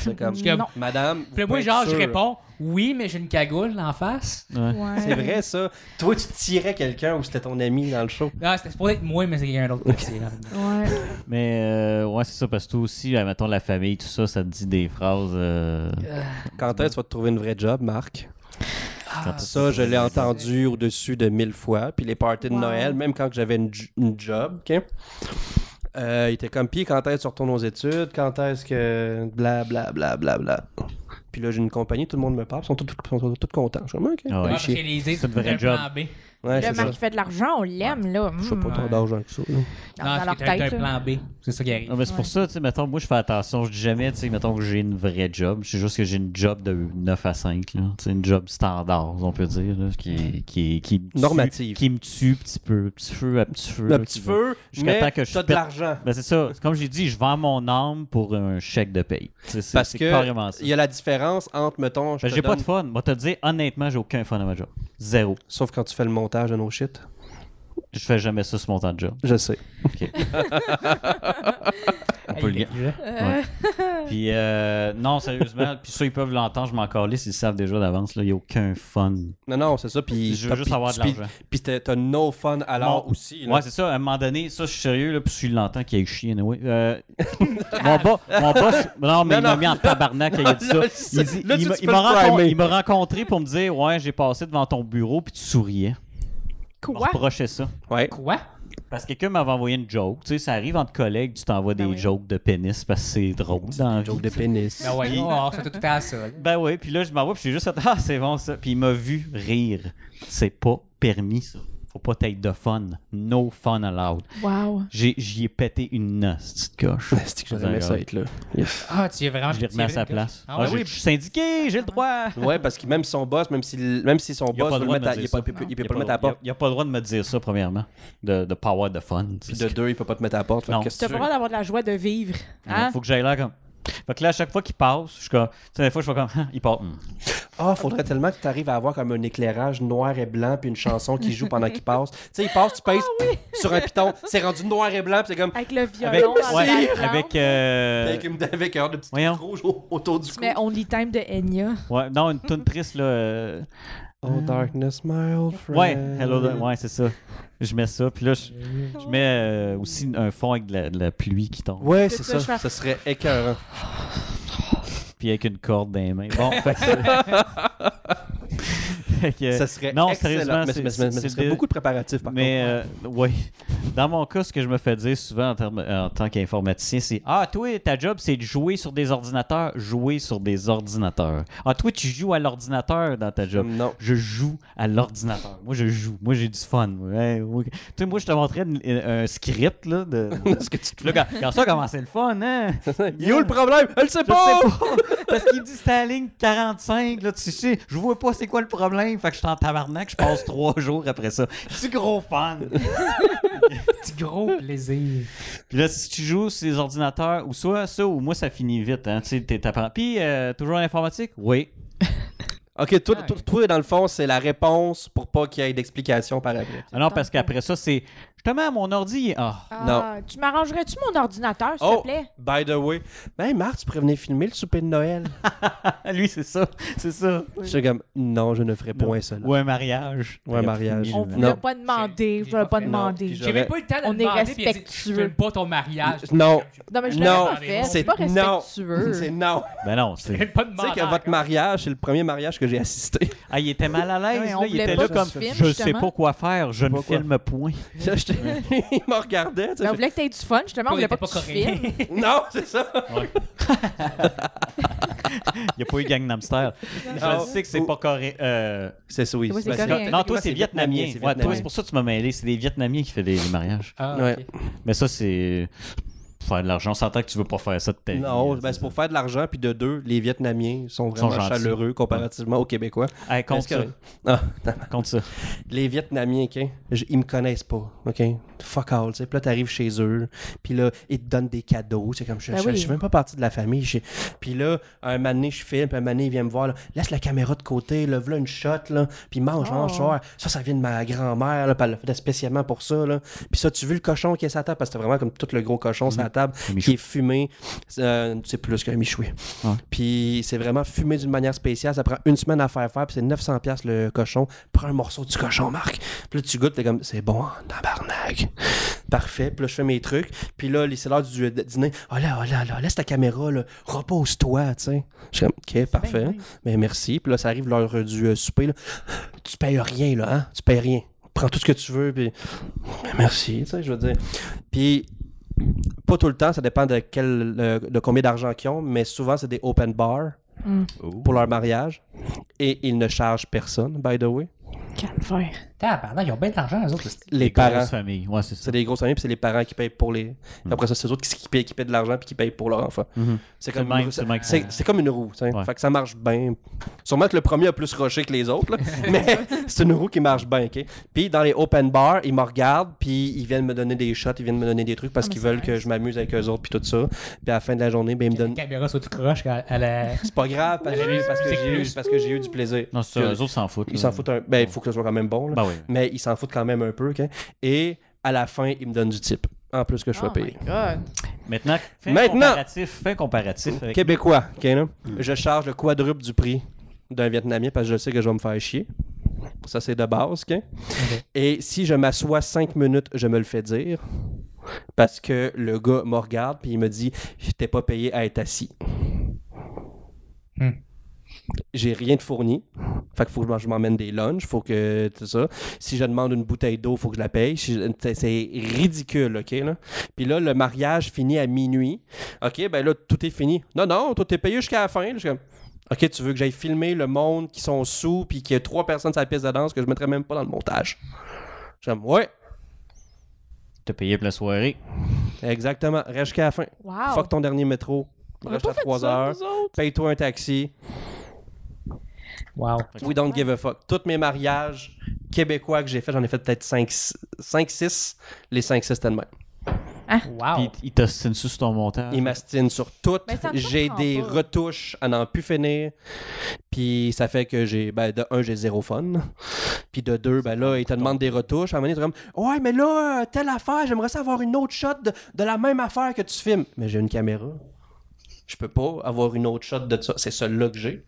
Speaker 1: C'est comme,
Speaker 4: Parce que-
Speaker 3: Non.
Speaker 1: madame. vous
Speaker 4: Puis moi,
Speaker 1: pouvez
Speaker 4: genre,
Speaker 1: être
Speaker 4: je
Speaker 1: sûre.
Speaker 4: réponds oui, mais j'ai une cagoule en face.
Speaker 2: Ouais.
Speaker 3: Ouais.
Speaker 1: C'est vrai, ça. Toi, tu tirais quelqu'un ou c'était ton ami dans le show.
Speaker 4: Non, Ah, c'était supposé être moi, mais c'est quelqu'un d'autre. qui l'a dit.
Speaker 3: Ouais.
Speaker 2: Mais euh, ouais, c'est ça, parce que toi aussi, euh, mettons la famille, tout ça, ça te dit des phrases. euh,
Speaker 1: Quand est-ce que tu vas te trouver une vraie job, Marc?
Speaker 2: Ah.
Speaker 3: Ah,
Speaker 2: quand t'as-
Speaker 1: Ça, je l'ai entendu au-dessus de mille fois. Puis les parties de
Speaker 3: Wow.
Speaker 1: Noël, même quand que j'avais une, j- une job, OK? Euh, il était comme, puis quand est-ce que tu retournes aux études? Quand est-ce que... Bla, bla, bla, bla, bla. Puis là, j'ai une compagnie, tout le monde me parle, ils sont tous tous- sont tous- tous contents. Je suis comme, OK.
Speaker 2: Ah ouais.
Speaker 1: allez
Speaker 4: Ah,
Speaker 1: chier.
Speaker 4: j'ai les idées,
Speaker 2: C'est une vraie
Speaker 4: un
Speaker 2: job.
Speaker 4: plan B.
Speaker 1: Ouais,
Speaker 3: le
Speaker 1: c'est ça.
Speaker 3: mec qui fait de l'argent, on l'aime, là.
Speaker 1: Je fais
Speaker 3: Mm,
Speaker 1: pas trop
Speaker 4: Ouais.
Speaker 1: d'argent que ça. là.
Speaker 3: dans,
Speaker 4: Non,
Speaker 3: dans leur
Speaker 4: c'est un
Speaker 3: tête. là.
Speaker 4: plan B. C'est ça qui arrive.
Speaker 2: Non, mais c'est pour ça, tu sais, mettons, moi, je fais attention. Je dis jamais, tu sais, mettons que j'ai une vraie job. Je sais juste que j'ai une job de 9 à 5, là. Tu sais, une job standard, on peut dire, là, qui, qui, qui me tue-
Speaker 1: Normative.
Speaker 2: Qui me tue petit peu, petit feu à petit feu.
Speaker 1: Le
Speaker 2: là,
Speaker 1: petit
Speaker 2: tu
Speaker 1: feu,
Speaker 2: Jusqu'à
Speaker 1: mais
Speaker 2: temps que je
Speaker 1: t'as de
Speaker 2: pète.
Speaker 1: l'argent.
Speaker 2: vois. Ben, c'est ça. C'est Comme j'ai dit, je vends mon âme pour un chèque de paye. Tu sais, C'est
Speaker 1: Parce
Speaker 2: c'est
Speaker 1: que
Speaker 2: carrément ça.
Speaker 1: il y a la différence entre, mettons, je
Speaker 2: Ben,
Speaker 1: te
Speaker 2: j'ai pas
Speaker 1: donne-
Speaker 2: de fun. Moi, te dire, honnêtement, j'ai aucun fun à ma job. Zéro.
Speaker 1: Sauf quand tu fais le montage de nos shit.
Speaker 2: Je fais jamais ça sur mon temps de job.
Speaker 1: Je sais.
Speaker 2: On peut le ga- Ouais. Puis euh, non, sérieusement, puis ça, ils peuvent l'entendre, je m'en calisse, ils le savent déjà d'avance, là, il n'y a aucun fun.
Speaker 1: Non, non, c'est ça. Puis
Speaker 2: Je veux
Speaker 1: t'as-
Speaker 2: juste
Speaker 1: puis-
Speaker 2: avoir de
Speaker 1: puis-
Speaker 2: l'argent.
Speaker 1: Puis t'as t'as no fun alors
Speaker 2: Mon-
Speaker 1: aussi. là.
Speaker 2: Ouais, c'est ça, à un moment donné, ça, je suis sérieux, là, puis je l'entends qu'il y a eu chien, anyway. Euh, mon, bo- mon boss, non, mais
Speaker 1: Non,
Speaker 2: il m'a
Speaker 1: non.
Speaker 2: mis en tabarnak quand il a dit ça.
Speaker 1: Là, c'est-
Speaker 2: Il, dit-
Speaker 1: là,
Speaker 2: il
Speaker 1: tu
Speaker 2: m'a-
Speaker 1: te
Speaker 2: il
Speaker 1: fais
Speaker 2: m'a
Speaker 1: le
Speaker 2: rencon-
Speaker 1: primer.
Speaker 2: il m'a rencontré pour me dire, ouais, j'ai passé devant ton bureau, puis tu souriais. On
Speaker 3: Quoi?
Speaker 2: reprochait ça.
Speaker 1: Ouais.
Speaker 4: Quoi?
Speaker 2: Parce que quelqu'un m'avait envoyé une joke. Tu sais, ça arrive entre collègues, tu t'envoies des
Speaker 3: oui.
Speaker 2: jokes de pénis parce que c'est drôle dans la vie.
Speaker 1: Joke de pénis.
Speaker 2: Ah
Speaker 4: Ben ouais, oh, c'était tout à ça.
Speaker 2: Ben oui, puis là, je m'envoie, puis j'ai juste fait Ah, c'est bon ça. Puis il m'a vu rire. C'est pas permis, ça. Faut pas être de fun. No fun allowed.
Speaker 3: Wow.
Speaker 2: J'ai- J'y ai, pété une noce, petite coche.
Speaker 1: C'est que j'aimerais ça être là. Yes.
Speaker 4: Ah, tu es vraiment...
Speaker 2: Je l'ai
Speaker 4: tu es
Speaker 2: remis à sa
Speaker 4: vraiment-
Speaker 2: place.
Speaker 4: Ah
Speaker 2: Ah,
Speaker 4: ouais,
Speaker 2: j'ai-
Speaker 4: oui.
Speaker 2: Je suis syndiqué, j'ai le droit.
Speaker 1: Ouais, parce que même son boss, même si, même si son
Speaker 2: Il a
Speaker 1: boss
Speaker 2: pas le
Speaker 1: veut
Speaker 2: droit de
Speaker 1: mettre à-
Speaker 2: me
Speaker 1: il
Speaker 2: dire
Speaker 1: peut
Speaker 2: ça.
Speaker 1: il peut- il peut
Speaker 2: Il
Speaker 1: pas
Speaker 2: a pas
Speaker 1: le
Speaker 2: le
Speaker 1: mettre à la
Speaker 2: droit-
Speaker 1: porte.
Speaker 2: il a pas le droit de me dire ça, premièrement. De, de power de fun.
Speaker 1: Puis de deux, il peut pas te mettre à la porte. Fait que
Speaker 2: Non.
Speaker 1: qu'est-ce
Speaker 3: T'as
Speaker 1: que
Speaker 3: pas
Speaker 1: tu
Speaker 3: le
Speaker 1: veux?
Speaker 3: droit d'avoir de la joie de vivre. Hein?
Speaker 2: Faut que j'aille là comme. Fait que là, à chaque fois qu'il passe, je suis comme. Tu sais, des fois, je fais comme. Ah, Il part. Hum.
Speaker 1: Ah, faudrait tellement que tu arrives à avoir comme un éclairage noir et blanc puis une chanson qui joue pendant qu'il passe. Tu sais, il passe, tu pèses
Speaker 2: Ah
Speaker 1: sur un piton, c'est rendu noir et blanc, puis c'est
Speaker 2: Euh,
Speaker 1: comme
Speaker 3: Avec le
Speaker 2: Avec.
Speaker 3: violon dans
Speaker 2: ouais,
Speaker 3: le background.
Speaker 2: avec. euh,
Speaker 1: avec, une- avec un de petits
Speaker 2: voyons.
Speaker 1: rouge au- autour du
Speaker 3: Tu
Speaker 1: cou.
Speaker 3: mets Only Time de Enya.
Speaker 2: Ouais, non, une toune triste, là. euh,
Speaker 1: Oh darkness, my old friend.
Speaker 2: Ouais, Hello Dark- ouais, c'est ça. Je mets ça, puis là, je, je mets euh, aussi un fond avec de la, de la pluie qui tombe,
Speaker 1: Ouais,
Speaker 3: Que
Speaker 1: c'est
Speaker 3: tu
Speaker 1: ça.
Speaker 3: veux que je fasse?
Speaker 1: Ça serait écœurant.
Speaker 2: puis avec une corde dans les mains. Bon, fait que- Fait que-
Speaker 1: Ça serait
Speaker 2: Euh, non,
Speaker 1: excellent.
Speaker 2: sérieusement,
Speaker 1: Mais,
Speaker 2: c'est-
Speaker 1: mais- mais- mais ça
Speaker 2: c'est
Speaker 1: serait
Speaker 2: dé-
Speaker 1: beaucoup de préparatifs, par
Speaker 2: Mais, euh, ouais. Dans mon cas, ce que je me fais dire souvent en, terme- euh, en tant qu'informaticien, c'est Ah, toi, ta job, c'est de jouer sur des ordinateurs, jouer sur des ordinateurs. Ah, toi, tu joues à l'ordinateur dans ta job.
Speaker 1: contre. Non.
Speaker 2: je joue à l'ordinateur. Moi, je joue. Moi, j'ai du fun. moi. Hey, moi- Tu sais, moi, je te montrais une- euh, un script, là, de...
Speaker 1: Est-ce que tu te
Speaker 2: Puis là, quand, quand ça a commencé le fun, hein?
Speaker 1: Il est où le problème? Elle sait
Speaker 2: Je sais
Speaker 1: pas!
Speaker 2: pas! Parce qu'il dit c'était la ligne 45, là, tu sais, je vois pas c'est quoi le problème, fait que je suis en tabarnak, je passe trois jours après ça. Je suis gros fan!
Speaker 4: Petit gros plaisir.
Speaker 2: Puis là, si tu joues sur les ordinateurs, ou soit ça, ou moi, ça finit vite, hein, tu sais, t'es apprend- Puis, euh, toujours en informatique? Oui.
Speaker 1: Ok, toi, toi, toi, dans le fond, c'est la réponse pour pas qu'il y ait d'explication par après.
Speaker 2: Ah non, parce qu'après ça, c'est, justement, mon ordi, il est- ah,
Speaker 3: Ah, Tu m'arrangerais-tu mon ordinateur, s'il te
Speaker 1: Oh,
Speaker 3: plaît?
Speaker 1: by the way, ben Marc, tu pourrais venir filmer le souper de Noël.
Speaker 2: lui, c'est ça, c'est ça.
Speaker 1: Je suis comme, non, je ne ferai
Speaker 2: Non.
Speaker 1: point cela.
Speaker 2: Ou un mariage.
Speaker 1: Ou un mariage.
Speaker 3: On
Speaker 2: Absolument.
Speaker 1: Non.
Speaker 3: voulait pas demander.
Speaker 4: J'ai-
Speaker 3: Je
Speaker 4: j'ai
Speaker 3: voulais
Speaker 4: pas
Speaker 3: pas
Speaker 4: fait.
Speaker 3: demander.
Speaker 1: Non, puis
Speaker 4: J'avais pas eu le temps de
Speaker 3: On est
Speaker 4: demander, puis il a dit,
Speaker 3: respectueux.
Speaker 4: Je filme pas ton mariage.
Speaker 1: Non,
Speaker 3: Non, mais je l'ai
Speaker 1: Non.
Speaker 3: pas fait. C'est
Speaker 1: c'est
Speaker 3: pas
Speaker 1: non.
Speaker 3: respectueux.
Speaker 1: C'est non.
Speaker 2: Ben non,
Speaker 4: Je
Speaker 2: c'est.
Speaker 4: filme pas de
Speaker 1: Tu sais
Speaker 4: mariage.
Speaker 1: que votre mariage, c'est le premier mariage que j'ai assisté.
Speaker 2: Ah, il était mal à l'aise.
Speaker 3: Ouais, on
Speaker 2: là, il
Speaker 3: voulait
Speaker 2: était
Speaker 3: pas
Speaker 2: là
Speaker 3: que
Speaker 2: comme
Speaker 3: tu filmes,
Speaker 2: je sais
Speaker 3: justement.
Speaker 2: pas quoi faire, je ne
Speaker 1: Pas quoi.
Speaker 2: filme point.
Speaker 1: Là, j'étais- Il me regardait. tu sais,
Speaker 3: Mais on voulait que tu aies du fun, justement. On voulait pas que tu filmes.
Speaker 1: je- Non, c'est ça.
Speaker 2: Il n'y a pas eu Gangnam Style.
Speaker 1: Ah,
Speaker 2: je sais que c'est
Speaker 1: ou-
Speaker 2: pas coré... euh,
Speaker 1: C'est ça, oui.
Speaker 3: Oui, c'est
Speaker 1: Ben,
Speaker 3: correct.
Speaker 2: Non, toi, c'est
Speaker 1: c'est
Speaker 2: vietnamien.
Speaker 1: vietnamien,
Speaker 2: Ouais,
Speaker 1: c'est
Speaker 2: toi,
Speaker 1: vietnamien.
Speaker 2: c'est pour ça que tu m'as mêlé. C'est des Vietnamiens qui font des, des mariages.
Speaker 4: Ah,
Speaker 1: Ouais.
Speaker 4: ok.
Speaker 2: Mais ça, c'est. pour Faire de l'argent, on s'entend que tu veux pas faire euh, ça de ta vie,
Speaker 1: Non,
Speaker 2: là,
Speaker 1: ben, c'est pour faire de l'argent, puis de deux, les Vietnamiens sont
Speaker 2: Sont
Speaker 1: vraiment
Speaker 2: gentils.
Speaker 1: chaleureux comparativement aux Québécois.
Speaker 2: Hey, compte
Speaker 1: Est-ce
Speaker 2: ça.
Speaker 1: que- Ah, non.
Speaker 2: Compte ça.
Speaker 1: les Vietnamiens, OK, je- ils me connaissent pas, OK? Fuck all, tu sais. Puis là, t'arrives chez eux, puis là, ils te donnent des cadeaux. C'est comme, je,
Speaker 3: Ben
Speaker 1: je,
Speaker 3: oui.
Speaker 1: je suis même pas partie de la famille. j'ai- Puis là, un moment donné, je filme, puis un moment donné, il vient me voir, là, laisse la caméra de côté, là, voilà une shot, là, puis mange,
Speaker 3: Oh.
Speaker 1: mange, soir. Ça, ça vient de ma grand-mère, là, puis elle l'a fait spécialement pour ça, là. Puis ça, tu veux le cochon qui est sur la table, parce que c'était vraiment comme tout le gros cochon sur la table,
Speaker 2: Mm. Un
Speaker 1: qui
Speaker 2: michou.
Speaker 1: est fumé, euh, c'est plus qu'un michoui.
Speaker 2: Ouais.
Speaker 1: Puis c'est vraiment fumé d'une manière spéciale, ça prend une semaine à faire faire, puis c'est 900$ piastres le cochon. Prends un morceau du cochon, Marc. Puis là, tu goûtes, t'es comme, c'est bon, tabarnak. Parfait, puis là, je fais mes trucs, puis là, les- c'est l'heure du du dîner. Oh là, oh là, là, laisse ta caméra, là, repose-toi, tu sais. Je suis comme, ok, parfait, mais merci. Puis là, ça arrive l'heure euh, du euh, souper, là. Tu payes rien, là, hein, tu payes rien. Prends tout ce que tu veux, puis Mais merci, tu sais, je veux dire. Puis pas tout le temps, ça dépend de, quel, euh, de combien d'argent qu'ils ont, mais souvent, c'est des open bar pour leur mariage. Et ils ne chargent personne, by the way.
Speaker 3: Calvaire.
Speaker 4: Tabarnak, ils ont bien d'argent, eux autres. c'est-
Speaker 1: Les
Speaker 2: Grosse
Speaker 1: parents.
Speaker 2: famille. Ouais, c'est ça.
Speaker 1: C'est des grosses familles, puis c'est les parents qui payent pour les.
Speaker 2: Mm.
Speaker 1: Après ça, c'est eux autres qui, qui payent, qui payent de l'argent puis qui payent pour leur enfant.
Speaker 2: Mhm.
Speaker 1: C'est
Speaker 2: le
Speaker 1: comme,
Speaker 2: même,
Speaker 1: une roue-
Speaker 2: c'est le même que ça.
Speaker 1: c'est- c'est comme une roue. tu sais.
Speaker 2: Ouais.
Speaker 1: Fait que ça marche bien. Sûrement que le premier a plus roché que les autres, là, mais c'est une roue qui marche bien. ok? Puis dans les open bars, ils me regardent, puis ils viennent me donner des shots, ils viennent me donner des trucs parce
Speaker 3: Ah, mais
Speaker 1: qu'ils
Speaker 3: c'est
Speaker 1: veulent que je m'amuse avec eux autres, puis tout ça. Puis à la fin de la journée, ben, ils me
Speaker 4: La
Speaker 1: donnent.
Speaker 4: caméra sur toute croche à, à la.
Speaker 1: C'est pas grave parce que j'ai eu- parce que j'ai eu, parce que j'ai eu du plaisir.
Speaker 2: Non, c'est ça.
Speaker 1: Que-
Speaker 2: Eux autres s'en foutent.
Speaker 1: Ils
Speaker 2: là.
Speaker 1: s'en foutent un. Ben, il faut que ce soit quand même bon. là.
Speaker 2: Ben oui.
Speaker 1: Mais ils s'en foutent quand même un peu. ok? Et à la fin, ils me donnent du type. en plus que je
Speaker 2: Ah,
Speaker 1: sois
Speaker 3: Oh my
Speaker 1: payé.
Speaker 3: God.
Speaker 2: Maintenant, fais un
Speaker 1: Maintenant!
Speaker 2: comparatif. Fais un comparatif avec
Speaker 1: Québécois, ok, là. Je charge le quadruple du prix d'un Vietnamien parce que je sais que je vais me faire chier. Ça, c'est de base, ok? Et si je m'assois cinq minutes, je me le fais dire. Parce que le gars me regarde puis il me dit J'étais pas payé à être assis.
Speaker 4: Hmm.
Speaker 1: J'ai rien de fourni. Fait que faut que je m'emmène des lunchs, faut que tout ça. Si je demande une bouteille d'eau, faut que je la paye. Si je- c'est- C'est ridicule, OK? Là? Puis là, le mariage finit à minuit. OK, ben là, tout est fini. Non, non, tout est payé jusqu'à la fin. là. Je suis comme, OK, tu veux que j'aille filmer le monde qui sont sous puis qu'il y a trois personnes sur la piste de danse que je mettrais même pas dans le montage. Je suis comme, ouais,
Speaker 2: te payer pour la soirée.
Speaker 1: exactement. Reste jusqu'à la fin.
Speaker 3: Wow.
Speaker 1: Fuck ton dernier métro.
Speaker 3: On a
Speaker 1: Reste
Speaker 3: pas
Speaker 1: à
Speaker 3: fait
Speaker 1: 3
Speaker 3: ça,
Speaker 1: heures.
Speaker 3: nous autres.
Speaker 1: Paye-toi un taxi.
Speaker 4: Wow.
Speaker 1: We don't give a fuck. Tous mes mariages québécois que j'ai fait, j'en ai fait peut-être 5-6. Les 5-6 étaient de même.
Speaker 4: Wow.
Speaker 2: Puis il t'ostine sur ton montage.
Speaker 1: Ah. Ils m'astinent sur tout.
Speaker 3: Mais ça me
Speaker 1: J'ai
Speaker 3: surprend
Speaker 1: des
Speaker 3: pas.
Speaker 1: retouches à n'en plus finir. Puis ça fait que j'ai, ben, de un, j'ai zéro fun. Puis de deux, ben là, ils te demandent des retouches. À un moment donné, ils sont comme, ouais, mais là, euh, telle affaire, j'aimerais ça avoir une autre shot de, de la même affaire que tu filmes. Mais j'ai une caméra. Je peux pas avoir une autre shot de ça. C'est celle-là que j'ai.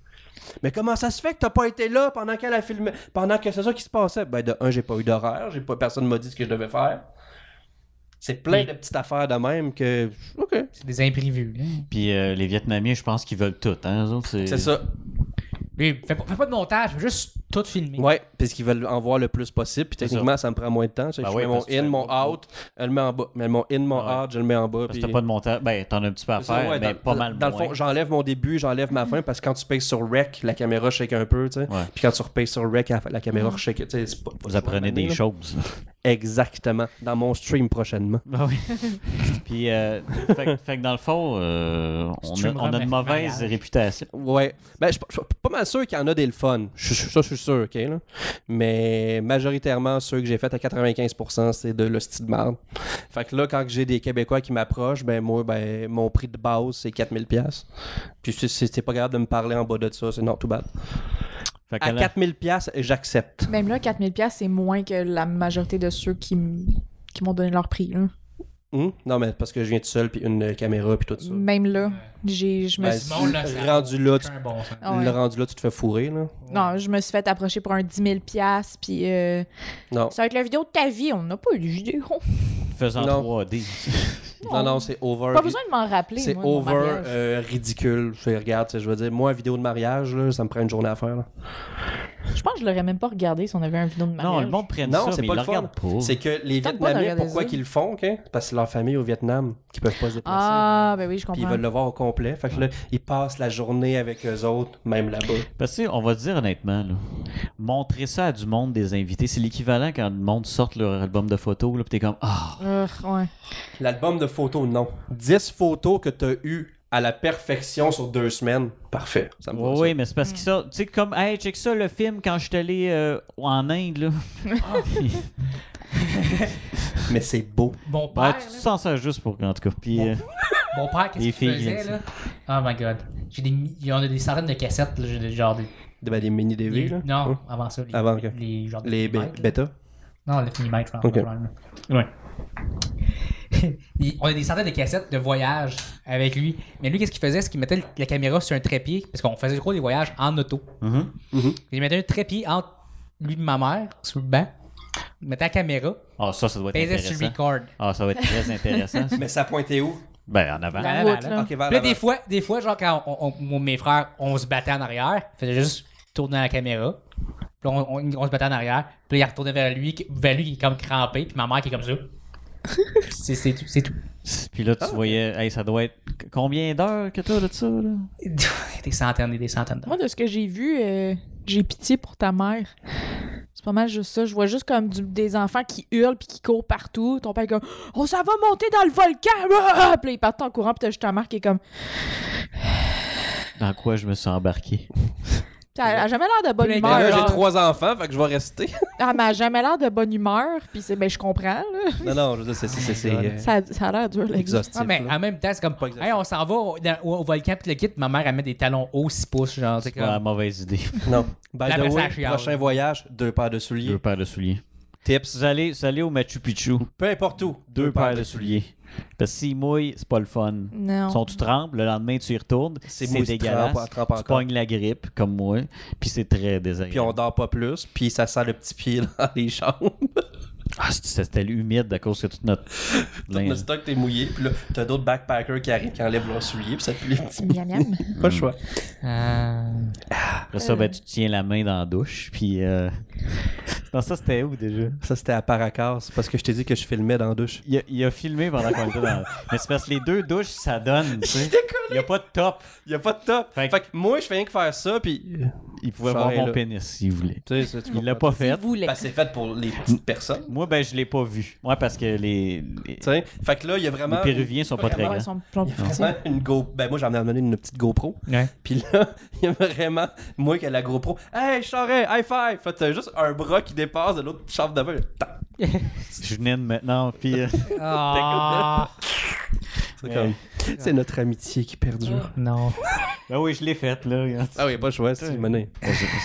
Speaker 1: Mais comment ça se fait que t'as pas été là pendant qu'elle a filmé, pendant que c'est ça qui se passait? Ben, de un, j'ai pas eu d'horaire, j'ai pas, personne m'a dit ce que je devais faire. C'est plein de petites affaires de même que, ok,
Speaker 4: C'est des imprévus. hein.
Speaker 2: Puis euh, les Vietnamiens, je pense qu'ils veulent tout. Hein, eux autres,
Speaker 1: c'est ça.
Speaker 4: Lui, fais pas, fais pas de montage, fais juste tout filmer.
Speaker 1: Ouais, parce qu'ils veulent en voir le plus possible. Puis techniquement, ça. me prend moins de temps. Tu sais,
Speaker 2: Ben
Speaker 1: je
Speaker 2: ouais,
Speaker 1: mets mon
Speaker 2: parce que tu
Speaker 1: in,
Speaker 2: fais
Speaker 1: mon
Speaker 2: pas-
Speaker 1: out, elle met en bas. Mais mon in, mon
Speaker 2: Ah ouais.
Speaker 1: out, je le mets en bas.
Speaker 2: Parce
Speaker 1: puis-
Speaker 2: que t'as pas de montage. Ben, t'en as un petit peu à
Speaker 1: C'est ça,
Speaker 2: faire,
Speaker 1: ouais,
Speaker 2: mais
Speaker 1: dans-
Speaker 2: pas
Speaker 1: dans-
Speaker 2: mal
Speaker 1: Dans le
Speaker 2: moins.
Speaker 1: fond, j'enlève mon début, j'enlève ma fin, parce que quand tu payes sur rec, la caméra shake un peu, tu sais.
Speaker 2: Ouais. Mm.
Speaker 1: Puis quand tu repays sur rec, la, la caméra shake, tu sais, c'est pas- pas
Speaker 2: Vous
Speaker 1: toujours la
Speaker 2: apprenez
Speaker 1: même,
Speaker 2: des
Speaker 1: là.
Speaker 2: choses.
Speaker 1: Exactement. Dans mon stream prochainement.
Speaker 2: Ben oui. Puis, euh, fait, que- fait que dans le fond, euh, on, a,
Speaker 4: Streamer
Speaker 2: on a une
Speaker 4: mariage.
Speaker 2: mauvaise réputation.
Speaker 1: Ouais. Ben, je suis pas- je suis pas mal sûr qu'il y en a des le fun. Je- je- Ça, je suis sûr, OK? là. Mais majoritairement, ceux que j'ai fait à 95%, c'est de l'hostie de marde. Fait que là, quand j'ai des Québécois qui m'approchent, ben moi, ben, mon prix de base, c'est 4000$. piastres. Puis si si t'es pas capable de me parler en bas de ça, c'est non, tout bad.
Speaker 2: Fait que
Speaker 1: À
Speaker 2: là-
Speaker 1: 4000$, piastres, j'accepte.
Speaker 3: Même là, 4000$, c'est moins que la majorité de ceux qui, m- qui m'ont donné leur prix. là.
Speaker 1: Hum? Non, mais parce que je viens tout seul, puis une euh, caméra, puis tout ça.
Speaker 3: Même là, j'ai- je me
Speaker 1: Ben,
Speaker 3: suis-
Speaker 1: Simon, là, ça rendu là, tu-
Speaker 4: aucun bon sens.
Speaker 3: Ah ouais.
Speaker 1: Le rendu là, tu te fais fourrer, là.
Speaker 3: Non, je me suis fait approcher pour un 10 000 puis euh,
Speaker 1: Non.
Speaker 3: ça va être la vidéo de ta vie. On n'a pas eu de vidéo.
Speaker 2: faisant
Speaker 1: Non.
Speaker 2: 3D.
Speaker 1: Non, non, c'est over.
Speaker 3: Pas besoin de m'en rappeler.
Speaker 1: C'est
Speaker 3: moi, de mon
Speaker 1: over,
Speaker 3: mariage.
Speaker 1: euh, ridicule. Je fais, regarde, tu sais, je veux dire, moi, vidéo de mariage, là, ça me prend une journée à faire. là.
Speaker 3: Je pense que je l'aurais même pas regardé si on avait un vidéo de mariage.
Speaker 2: Non, le monde prenne
Speaker 1: Non,
Speaker 2: ça,
Speaker 1: c'est
Speaker 2: mais
Speaker 1: pas
Speaker 2: ils
Speaker 1: le
Speaker 2: le
Speaker 1: fun.
Speaker 2: regardent pas.
Speaker 1: C'est que les
Speaker 3: Tente pas de
Speaker 1: Vietnamiens,
Speaker 3: regarder
Speaker 1: pourquoi
Speaker 3: ça.
Speaker 1: qu'ils le font, OK? Parce que leur famille au Vietnam, qui peuvent pas se déplacer.
Speaker 3: Ah, ben oui, je
Speaker 1: Puis ils
Speaker 3: comprends.
Speaker 1: veulent le voir au complet. Fait que là, ils passent la journée avec eux autres, même là-bas.
Speaker 2: Parce que, on va se dire honnêtement, là, montrer ça à du monde des invités, c'est l'équivalent quand le monde sort leur album de photos, là, pis t'es comme, ah,
Speaker 3: Urgh, ouais.
Speaker 1: L'album de photos, non. 10 photos que t'as eues à la perfection sur deux semaines, parfait. Ça me va,
Speaker 2: oui,
Speaker 1: ça.
Speaker 2: mais c'est parce qu'ils sortent, tu sais, comme, hey, check ça, le film, quand je suis allé euh, en Inde, là.
Speaker 1: Mais c'est beau.
Speaker 4: Mon père,
Speaker 2: Ben,
Speaker 4: là,
Speaker 2: tu te sens ça juste pour, en tout cas. Puis, euh,
Speaker 4: mon père,
Speaker 2: Les
Speaker 4: qu'est-ce qu'il
Speaker 2: filles,
Speaker 4: faisait,
Speaker 2: ça.
Speaker 4: là?
Speaker 1: hein.
Speaker 4: Oh my god. J'ai des, mi- il y en a des centaines de cassettes, là, j'ai des- genre des...
Speaker 1: Des- ben, des mini-DV,
Speaker 4: les-
Speaker 1: là.
Speaker 4: non,
Speaker 1: Hein?
Speaker 4: avant ça. Les,
Speaker 1: Avant, ok.
Speaker 4: les, genre des
Speaker 1: Les bé-
Speaker 4: millimètres, là.
Speaker 1: bêta.
Speaker 4: Non, le finimètre, je pense,
Speaker 1: Ok.
Speaker 4: probablement. Ouais. Il- on a des centaines de cassettes de voyage avec lui. Mais lui, qu'est-ce qu'il faisait? C'est qu'il mettait le- la caméra sur un trépied, parce qu'on faisait gros des voyages en auto.
Speaker 2: mhm.
Speaker 4: Il mettait un trépied entre lui et ma mère, sur le banc. Il mettait la caméra,
Speaker 2: Ah, ça, ça doit être
Speaker 4: pesait sur
Speaker 2: intéressant.
Speaker 4: record.
Speaker 2: Ah, ça va être très intéressant. ça.
Speaker 1: Mais ça pointait où?
Speaker 2: ben, en avant.
Speaker 4: Dans la
Speaker 3: route,
Speaker 4: balle,
Speaker 3: là.
Speaker 1: OK, vers
Speaker 4: Puis Hein, là,
Speaker 1: l'avant.
Speaker 4: des fois, des fois, genre, quand on- on- moi, mes frères, on se battait en arrière, ils faisaient juste tourner la caméra. Puis on, on- on se battait en arrière. Puis là, il retournait vers lui, qui- vers lui qui est comme crampé, puis ma mère qui est comme ça. C'est c'est tout. C'est tout.
Speaker 2: Puis là,
Speaker 1: Ah,
Speaker 2: tu voyais, hey, ça doit être combien d'heures que t'as de ça, là?
Speaker 4: Des centaines et des centaines d'heures.
Speaker 3: Moi, de ce que j'ai vu, euh, j'ai pitié pour ta mère. C'est pas mal juste ça. Je vois juste comme du- des enfants qui hurlent puis qui courent partout. Ton père est comme « On s'en va monter dans le volcan! Ah! » Puis là, ils partent en courant puis t'as juste ta mère qui est comme... Puis
Speaker 2: Dans quoi je me suis embarqué?
Speaker 3: elle, elle a jamais l'air de bonne
Speaker 4: Puis
Speaker 3: humeur.
Speaker 1: Mais Ben, là,
Speaker 3: genre.
Speaker 1: j'ai trois enfants, fait que je vais rester.
Speaker 3: Ah, mais elle a jamais l'air de bonne humeur. Puis c'est... Ben, je comprends, là.
Speaker 1: non, non, je veux dire, c'est- c'est... c'est, euh,
Speaker 3: Ça, ça a l'air dur, la vie.
Speaker 1: Exhaustif.
Speaker 4: Ah, mais
Speaker 1: là.
Speaker 4: en même temps, c'est comme,
Speaker 1: Pas exact.
Speaker 4: hey, on s'en va au, dans- au- au volcan, puis le kit, ma mère, elle met des talons hauts, 6 pouces, genre, c'est
Speaker 2: C'est pas la
Speaker 4: comme.
Speaker 2: mauvaise idée.
Speaker 1: Non. By
Speaker 4: La
Speaker 1: the way,
Speaker 4: message,
Speaker 1: prochain
Speaker 4: regarde.
Speaker 1: voyage, deux paires de
Speaker 2: Deux
Speaker 1: souliers.
Speaker 2: paires de souliers.
Speaker 1: Tips.
Speaker 2: Vous allez, vous allez au Machu Picchu,
Speaker 1: Peu importe où.
Speaker 2: deux paires de souliers. Parce que s'ils mouillent, c'est pas le fun.
Speaker 3: Non.
Speaker 2: Sont tu trempes, le lendemain tu y retournes,
Speaker 1: C'est
Speaker 2: c'est
Speaker 1: mouille, tu
Speaker 2: dégueulasse.
Speaker 1: trempes- trempes
Speaker 2: tu
Speaker 1: encore.
Speaker 2: pognes la grippe, comme moi, puis c'est très
Speaker 1: Puis on
Speaker 2: désagréable.
Speaker 1: dort pas plus, puis ça sent le petit pied dans les chambres.
Speaker 2: Ah, c'est- c'était humide à cause que toute notre.
Speaker 1: Le stock, t'es mouillé, puis là, t'as d'autres backpackers qui arrivent, qui enlèvent leurs souliers, puis ça pue les petits.
Speaker 3: Miam, miam.
Speaker 1: Pas le choix.
Speaker 2: Après ça, ben, tu te tiens la main dans la douche, puis. euh, Non, ça c'était où déjà?
Speaker 1: Ça, c'était à Paracas, parce que je t'ai dit que je filmais dans la douche.
Speaker 2: Il a, il a filmé pendant qu'on était dans. Mais c'est parce que les deux douches, ça donne, tu sais. Il n'y a pas de top.
Speaker 1: Y a pas de top. Fait,
Speaker 2: Fait-
Speaker 1: que moi, je fais rien que faire ça, puis.
Speaker 2: Il pouvait
Speaker 1: Ça
Speaker 2: voir
Speaker 1: est
Speaker 2: mon
Speaker 1: là.
Speaker 2: pénis s'il voulait.
Speaker 1: Tu sais, ça, tu
Speaker 2: Il l'a
Speaker 1: comprends.
Speaker 2: pas fait.
Speaker 3: voulez.
Speaker 1: Parce que c'est fait pour les petites personnes.
Speaker 2: Moi, ben, je l'ai pas vu. Moi, parce que les, les,
Speaker 1: Tu sais, fait que là, il y a
Speaker 2: les
Speaker 1: vraiment.
Speaker 2: Péruviens sont pas très
Speaker 3: Ouais,
Speaker 2: grands.
Speaker 3: ils sont plomb-
Speaker 1: Vraiment une Go... Ben, moi, j'en ai amené une petite GoPro.
Speaker 4: Ouais.
Speaker 1: Puis là, il y a vraiment, moi qui ai la GoPro, Hey, Charest, high five! Fait que t'as juste un bras qui dépasse de l'autre chambre d'avant. Tac!
Speaker 2: Je venais de maintenant, puis. euh,
Speaker 4: Ah,
Speaker 1: C'est comme. C'est notre amitié qui perdure.
Speaker 4: non.
Speaker 2: ben oui, je l'ai faite, là. regarde.
Speaker 1: Ah oui, pas le choix, c'est mené.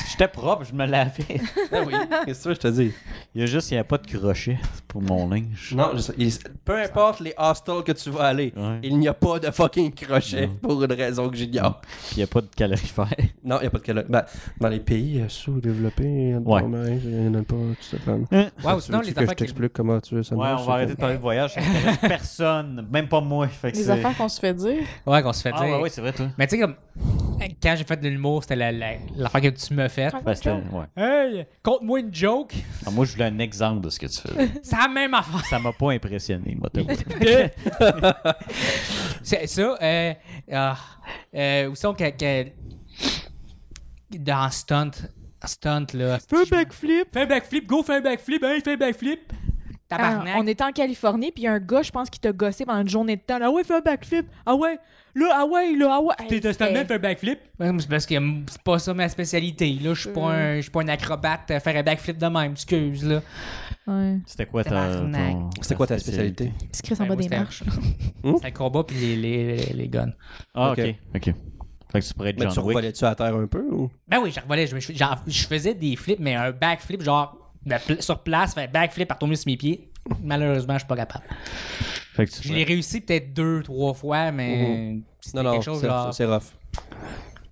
Speaker 2: J'étais propre, je me lavais.
Speaker 1: Ah oui, qu'est-ce que je te dis?
Speaker 2: Il y a juste, il n'y a pas de crochet pour mon linge.
Speaker 1: Non, je sais- il- peu importe les hostels que tu vas aller,
Speaker 2: Ouais.
Speaker 1: il n'y a pas de fucking crochet pour une raison que j'ignore.
Speaker 2: Puis il n'y a pas de calorifère.
Speaker 1: Non, il n'y a pas de crochet. Ben, dans les pays euh, sous-développés,
Speaker 2: Ouais.
Speaker 1: il n'y en a pas, tout ça. Fan.
Speaker 2: ouais,
Speaker 4: Ouais, ou sinon, les affaires qui.
Speaker 1: comment tu veux ça
Speaker 2: on va arrêter de parler de voyage. Ça intéresse personne, même pas moi. Fait que
Speaker 3: Les
Speaker 2: c'est-
Speaker 3: affaires qu'on se fait dire.
Speaker 4: Ouais, qu'on se fait
Speaker 2: Ah, ouais,
Speaker 4: dire.
Speaker 2: ouais, c'est vrai, toi.
Speaker 4: Mais tu sais, comme. Quand j'ai fait de l'humour, c'était la- la- l'affaire que tu me fais.
Speaker 2: Ben, c'était- ouais.
Speaker 4: Hey, conte-moi une joke.
Speaker 2: Ah, moi, je voulais un exemple de ce que tu faisais.
Speaker 4: C'est la même affaire.
Speaker 2: Ça m'a pas impressionné, moi. t'avoue.
Speaker 4: C'est ça. Euh, ah, euh, où sont que, que- Dans Stunt. Stunt, là. Fais un backflip. Fais un backflip. Go, fais un backflip. Hey, fais un backflip.
Speaker 3: Ah,
Speaker 4: Tabarnak.
Speaker 3: on était en Californie, puis il y a un gars, je pense, qui t'a gossé pendant une journée de temps. Ah ouais, fais un backflip. Ah ouais, là, ah ouais, là, ah ouais.
Speaker 4: T'es un
Speaker 3: Hey,
Speaker 4: stuntman,
Speaker 3: c'était-
Speaker 4: fais un backflip? Ouais, mais c'est parce que mm, c'est pas ça ma spécialité. Là, je suis pas,
Speaker 3: Mm.
Speaker 4: un- je suis pas un acrobate à faire un backflip de même, excuse. Là.
Speaker 3: Ouais. Ben,
Speaker 2: C'était quoi ta.
Speaker 4: Tabarnak.
Speaker 2: ton-
Speaker 1: C'était quoi ta spécialité?
Speaker 3: Il se crisse en
Speaker 4: Ouais,
Speaker 3: bas
Speaker 4: Ben, moi, c'était-
Speaker 3: des marches.
Speaker 4: C'est un combat puis les, les, les, les guns.
Speaker 2: Ah,
Speaker 1: Ok.
Speaker 2: ok. Ok. Fait que tu pourrais être
Speaker 1: Mais Ben, tu
Speaker 2: John Wick.
Speaker 1: revolais-tu à terre un peu ou?
Speaker 4: Ben oui, je revolais, je, je- genre, je faisais des flips, mais un backflip, genre, de pl- sur place, faire backflip par tomber sur mes pieds. Malheureusement, je suis pas capable.
Speaker 2: Fait que tu
Speaker 4: Je l'ai réussi peut-être deux, trois fois, mais
Speaker 1: Mm-hmm.
Speaker 4: c'était
Speaker 1: Non, non,
Speaker 4: quelque
Speaker 1: c'est
Speaker 4: chose genre.
Speaker 1: c'est rough.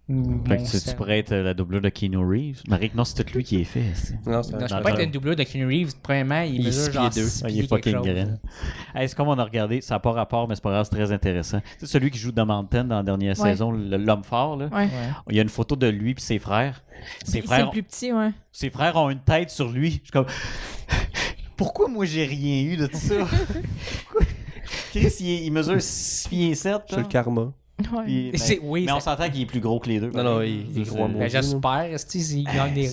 Speaker 2: Fait
Speaker 4: Mon
Speaker 2: que tu, tu
Speaker 4: sang.
Speaker 2: pourrais être euh, la doublure de Keanu Reeves. Marie, non, c'est tout lui qui est fait. c'est-
Speaker 1: Non, c'est
Speaker 4: Non, je
Speaker 2: Dans
Speaker 4: peux pas
Speaker 2: le-
Speaker 4: être une doublure de Keanu Reeves. Premièrement, il,
Speaker 1: Il est
Speaker 4: mesure
Speaker 1: six
Speaker 4: genre
Speaker 1: pieds deux.
Speaker 4: six
Speaker 2: Ah, il est
Speaker 4: pieds quelque
Speaker 2: fucking
Speaker 4: chose.
Speaker 2: grand. Hey, c'est comme on a regardé, ça n'a pas rapport, mais c'est pas grave, c'est très intéressant. C'est celui qui joue dans Mountain dans la dernière
Speaker 3: Ouais.
Speaker 2: saison, le- l'homme fort. Là.
Speaker 3: Ouais.
Speaker 2: Il y a une photo de lui et ses frères. Ses
Speaker 3: Puis C'est
Speaker 2: frères,
Speaker 3: le plus petit, ouais.
Speaker 2: ses frères ont une tête sur lui. Je suis comme. Pourquoi moi j'ai rien eu de tout ça? Pourquoi- Chris, il, est- il mesure 6 pieds 7.
Speaker 1: C'est le karma.
Speaker 3: Ouais.
Speaker 4: Et c'est- oui,
Speaker 2: ben, mais on
Speaker 4: c'est-
Speaker 2: s'entend qu'il est plus gros que les deux.
Speaker 1: Non, non, il- il est gros à
Speaker 4: Ben,
Speaker 1: mourir.
Speaker 4: J'espère, est-ce qu'il gagne des.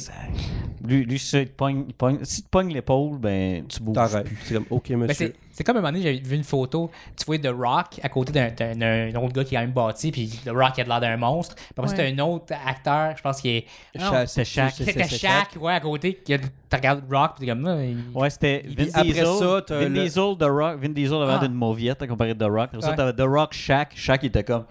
Speaker 2: Lui, lui ça, il te pogne- il pogne- si tu pognes l'épaule, ben, tu bouges.
Speaker 1: T'arrêtes. C'est comme, ok,
Speaker 4: Ben,
Speaker 1: monsieur.
Speaker 4: c'est c'est comme un moment donné, j'avais vu une photo, tu vois The Rock à côté d'un- d'un d'un autre gars qui est quand même bâti, puis The Rock il a de l'air d'un monstre. Puis après,
Speaker 3: Ouais.
Speaker 4: c'est un autre acteur, je pense qu'il est.
Speaker 1: Cha-
Speaker 4: Non,
Speaker 2: c'est Shaq.
Speaker 1: c'est-
Speaker 4: C'était
Speaker 1: c'est
Speaker 4: Shaq, ouais, à côté, qui a- tu regardes Rock, puis t'es comme. Ah, il-
Speaker 2: Ouais, c'était Vin
Speaker 1: Puis après
Speaker 2: Diesel.
Speaker 1: ça, t'as
Speaker 2: Vin
Speaker 1: le-
Speaker 2: Diesel, The Rock. Vin Diesel avait
Speaker 4: Ah.
Speaker 2: l'air d'une mauviette à comparer de The Rock. Après ça,
Speaker 4: Ouais.
Speaker 2: t'avais The Rock, Shaq. Shaq, il était comme.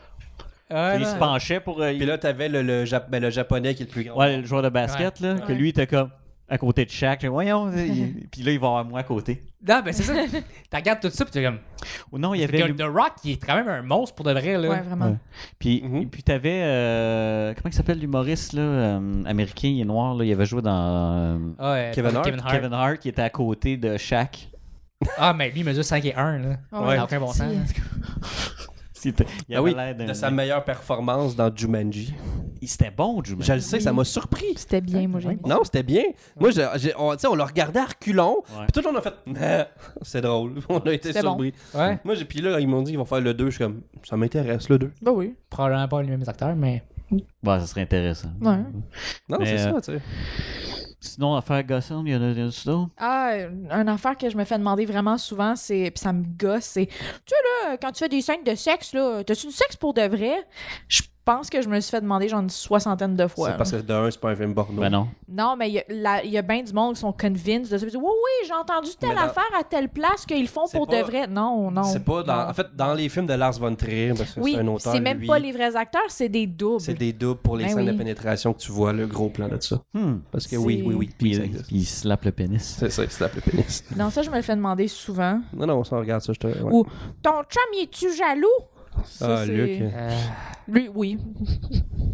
Speaker 4: Ah,
Speaker 2: il se
Speaker 4: non.
Speaker 2: penchait pour. euh, il-
Speaker 1: Puis là, t'avais le, le, Jap- ben, le japonais qui est le plus grand.
Speaker 2: ouais, le joueur de basket, là. Que
Speaker 3: Ouais.
Speaker 2: lui, il était comme. À côté de Shaq. J'ai dit, Voyons. il- Puis là, il va avoir moi à côté.
Speaker 4: Non, ben c'est ça. tu regardes tout ça, puis t'es comme.
Speaker 2: Ou non, il y
Speaker 4: Parce
Speaker 2: avait.
Speaker 4: que
Speaker 2: lui-
Speaker 4: The Rock, il est quand même un monstre pour de vrai, là.
Speaker 3: Ouais, vraiment.
Speaker 2: Ouais. Puis,
Speaker 1: Mhm.
Speaker 2: puis t'avais. euh, comment il s'appelle l'humoriste, là euh, Américain, il est noir, là. Il avait joué dans. euh,
Speaker 4: Ah, euh,
Speaker 1: Kevin Hart.
Speaker 2: Kevin Hart, qui était à côté de Shaq.
Speaker 4: Ah, mais lui, il mesure 5 et 1, là.
Speaker 3: Ouais.
Speaker 4: Ça n'a aucun bon sens.
Speaker 2: C'était- Il
Speaker 1: Ah
Speaker 2: avait
Speaker 1: oui,
Speaker 2: l'air d'un-
Speaker 1: de sa meilleure performance dans Jumanji.
Speaker 2: Il- C'était bon, Jumanji.
Speaker 1: Je le sais, ça m'a surpris.
Speaker 3: C'était bien, moi, j'ai aimé.
Speaker 1: Non, c'était bien. Moi, je, j'ai- on, tu sais, on le regardait à reculons.
Speaker 2: Ouais.
Speaker 1: Puis tout le monde a fait, Ah, c'est drôle. On a été
Speaker 3: C'était bon.
Speaker 1: surpris.
Speaker 4: Ouais.
Speaker 1: Moi, j'ai, puis là, ils m'ont dit qu'ils vont faire le 2. Je suis comme, ça m'intéresse, le 2.
Speaker 3: Bah oui.
Speaker 4: Probablement pas les mêmes acteurs, mais.
Speaker 2: Ouais, ça serait intéressant.
Speaker 3: Ouais.
Speaker 1: Non,
Speaker 2: Mais,
Speaker 1: c'est
Speaker 2: euh,
Speaker 1: ça, tu sais.
Speaker 2: Sinon, affaire gossante, il y en a il y en a-tu d'autres?
Speaker 3: Ah, une affaire que je me fais demander vraiment souvent, c'est. Puis ça me gosse, c'est. Tu sais, là, quand tu fais des scènes de sexe, là, t'as-tu du sexe pour de vrai? Je suis pense que je me suis fait demander genre une soixantaine de fois.
Speaker 1: C'est
Speaker 3: là.
Speaker 1: parce que d'un, c'est pas un film porno.
Speaker 2: Ben non.
Speaker 3: Non, mais il y a- la- il y a, bien du monde qui sont convinced de ça. Ils disent, oui, oui, j'ai entendu telle
Speaker 1: Mais dans-
Speaker 3: affaire à telle place qu'ils font
Speaker 1: C'est
Speaker 3: pour
Speaker 1: pas-
Speaker 3: de vrai. Non, non.
Speaker 1: C'est pas dans,
Speaker 3: non.
Speaker 1: en fait dans les films de Lars von Trier parce que
Speaker 3: Oui,
Speaker 1: c'est un
Speaker 3: puis
Speaker 1: auteur.
Speaker 3: c'est même
Speaker 1: lui,
Speaker 3: pas les vrais acteurs, c'est des doubles.
Speaker 1: C'est des doubles pour les
Speaker 3: Ben
Speaker 1: scènes de
Speaker 3: oui.
Speaker 1: pénétration que tu vois le gros plan de ça.
Speaker 2: Hmm.
Speaker 1: Parce que oui,
Speaker 3: C'est-
Speaker 1: oui, oui,
Speaker 2: Puis,
Speaker 1: ça
Speaker 2: euh,
Speaker 1: existe.
Speaker 2: puis il slappe le pénis.
Speaker 1: C'est ça, c'est la plus pénis.
Speaker 3: Non, ça, je me le fais demander souvent.
Speaker 1: Non, non, ça regarde ça, je te. ouais.
Speaker 3: Ou ton chum, y es-tu jaloux? Ça,
Speaker 1: ah,
Speaker 3: c'est-
Speaker 1: Luc. euh,
Speaker 3: Lui, oui.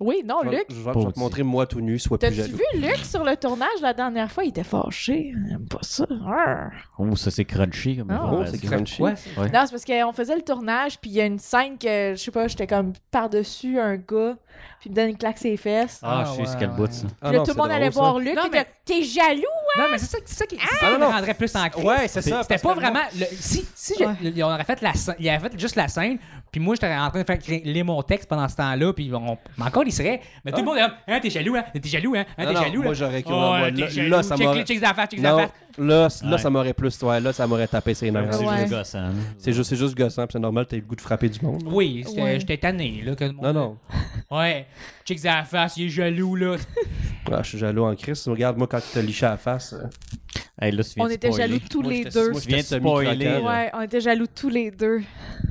Speaker 3: oui, non,
Speaker 1: je vais-
Speaker 3: Oh, Luc.
Speaker 1: Je vais je vais te montrer moi tout nu, sois plus
Speaker 3: T'as-tu
Speaker 1: jaloux.
Speaker 3: vu Luc sur le tournage la dernière fois? Il était fâché. Il aime pas ça. Arr.
Speaker 2: Oh, ça c'est crunchy comme
Speaker 3: Ah,
Speaker 1: Oh,
Speaker 2: information.
Speaker 1: c'est crunchy.
Speaker 4: Ouais.
Speaker 2: Ouais.
Speaker 3: Non, c'est parce qu'on faisait le tournage, puis il y a une scène que, je sais pas, j'étais comme par-dessus un gars, puis il me donne une claque ses fesses.
Speaker 2: Ah, je
Speaker 4: Ah,
Speaker 2: sais c'est quel
Speaker 4: ouais,
Speaker 2: bout
Speaker 4: ouais.
Speaker 2: ça.
Speaker 1: Ah
Speaker 3: Puis
Speaker 1: non,
Speaker 3: là, tout le
Speaker 1: c'est
Speaker 3: monde
Speaker 1: drôle,
Speaker 3: allait
Speaker 1: ça.
Speaker 3: voir Luc,
Speaker 4: Non,
Speaker 3: puis il
Speaker 4: mais-
Speaker 3: était T'es jaloux? hein?
Speaker 4: Non, mais c'est ça, c'est ça qui c'est ça
Speaker 1: Ah,
Speaker 4: qui
Speaker 1: non,
Speaker 4: me
Speaker 1: non.
Speaker 4: rendrait plus en crise.
Speaker 1: Ouais, c'est ça,
Speaker 4: C'était
Speaker 1: parce
Speaker 4: pas
Speaker 1: que-
Speaker 4: vraiment. le- si si je-
Speaker 3: Ouais.
Speaker 4: le- on aurait fait la scène- il avait fait juste la scène, puis moi, j'étais en train de faire lire mon texte pendant ce temps-là, puis on, mais encore, il serait. Mais tout le monde est comme Hein, t'es jaloux, hein? T'es jaloux, hein? Hein,
Speaker 1: Ah. Non,
Speaker 4: T'es
Speaker 1: non,
Speaker 4: jaloux,
Speaker 1: moi,
Speaker 4: là?
Speaker 1: j'aurais cru,
Speaker 4: Oh,
Speaker 1: moi,
Speaker 4: t'es
Speaker 1: là,
Speaker 4: jaloux.
Speaker 1: là, ça
Speaker 4: Check-
Speaker 1: m'aurait-
Speaker 4: Check la face, check la
Speaker 1: Non,
Speaker 4: face.
Speaker 1: là, c- là,
Speaker 2: Ouais.
Speaker 1: ça m'aurait plus, ouais, là, ça m'aurait tapé ses nerfs.
Speaker 2: C'est
Speaker 3: Ah, Ouais.
Speaker 2: juste gossant. hein.
Speaker 1: C'est juste, c'est juste gossant, puis c'est normal, t'as eu le goût de frapper du monde.
Speaker 4: Oui, c'était-
Speaker 3: Ouais.
Speaker 4: j'étais tanné, là. Que le monde-
Speaker 1: Non, non.
Speaker 4: Ouais, check la face, il est jaloux, là.
Speaker 1: Ah, je suis jaloux en crise. Regarde, moi, quand tu t'as liché à la face. euh,
Speaker 2: Hey, là, tu viens
Speaker 3: On
Speaker 2: de
Speaker 3: était
Speaker 2: spoiler.
Speaker 3: jaloux tous
Speaker 1: moi,
Speaker 3: les
Speaker 1: j'étais-
Speaker 3: deux.
Speaker 1: Moi, je
Speaker 2: Viens
Speaker 1: viens
Speaker 2: de spoiler, là.
Speaker 3: Ouais, on était jaloux tous les deux.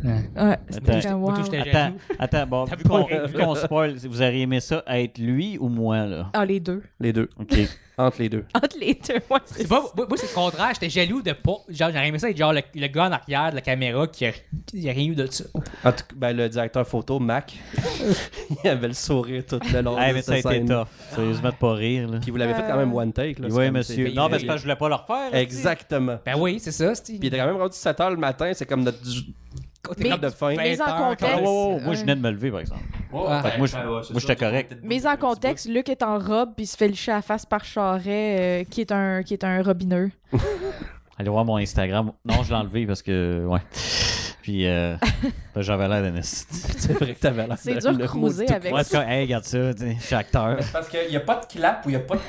Speaker 4: Ouais.
Speaker 3: Ouais, c'était comme,
Speaker 4: Moi,
Speaker 3: wow.
Speaker 4: tout, j'étais
Speaker 2: Attends,
Speaker 4: jaloux.
Speaker 2: attends, bon,
Speaker 4: T'as
Speaker 2: vu qu'on
Speaker 4: pas-
Speaker 2: vu qu'on spoil, vous auriez aimé ça être lui ou moi, là?
Speaker 3: Ah, les deux.
Speaker 1: Les deux.
Speaker 2: OK.
Speaker 1: Entre les deux.
Speaker 3: Entre les deux, ouais, c'est
Speaker 4: C'est pas, moi, moi, c'est le contraire. J'étais jaloux de pas. Genre, j'aurais aimé ça être genre le, le gars en arrière de la caméra qui a, qui a rien eu de ça.
Speaker 1: En tout cas, ben, le directeur photo, Mac, il avait le sourire tout le long.
Speaker 2: Hey,
Speaker 1: de
Speaker 2: Ah, mais ça a
Speaker 1: cette
Speaker 2: été
Speaker 1: scène.
Speaker 2: tough. Sérieusement, de pas rire, là.
Speaker 1: Puis vous l'avez fait quand même
Speaker 3: Euh.
Speaker 1: one take. Là, c'est
Speaker 2: Oui,
Speaker 1: comme-
Speaker 2: monsieur.
Speaker 1: c'est-
Speaker 2: Non, mais c'est parce que je voulais pas le refaire. là,
Speaker 1: Exactement.
Speaker 4: Ben oui, c'est ça, c'est.
Speaker 1: Puis il était quand même rendu 7 h le matin, c'est comme notre. du-
Speaker 4: T'es
Speaker 1: de faim.
Speaker 3: Mais en
Speaker 4: peur,
Speaker 2: tu sais. Oh,
Speaker 3: contexte.
Speaker 2: oh, oh, Moi,
Speaker 3: Ouais.
Speaker 2: je venais de me lever, par exemple.
Speaker 4: Ah.
Speaker 2: Fait que moi, je- moi, j'étais correct.
Speaker 3: Mais en contexte, Luc est en robe puis il se fait licher à la face par Charret, euh, qui, est un, qui est un robineux.
Speaker 2: Allez voir mon Instagram. Non, je l'ai enlevé parce que. Ouais. Puis, euh, parce que j'avais l'air d'un esti.
Speaker 1: C'est vrai que t'avais l'air
Speaker 3: C'est
Speaker 1: de-
Speaker 3: dur de
Speaker 1: le
Speaker 3: cruiser
Speaker 1: maudit-
Speaker 3: avec
Speaker 2: Ouais, en tout
Speaker 3: ça.
Speaker 2: cas, hey, regarde ça, tu sais, je suis acteur.
Speaker 1: Parce qu'il n'y a pas de clap ou il n'y a pas de.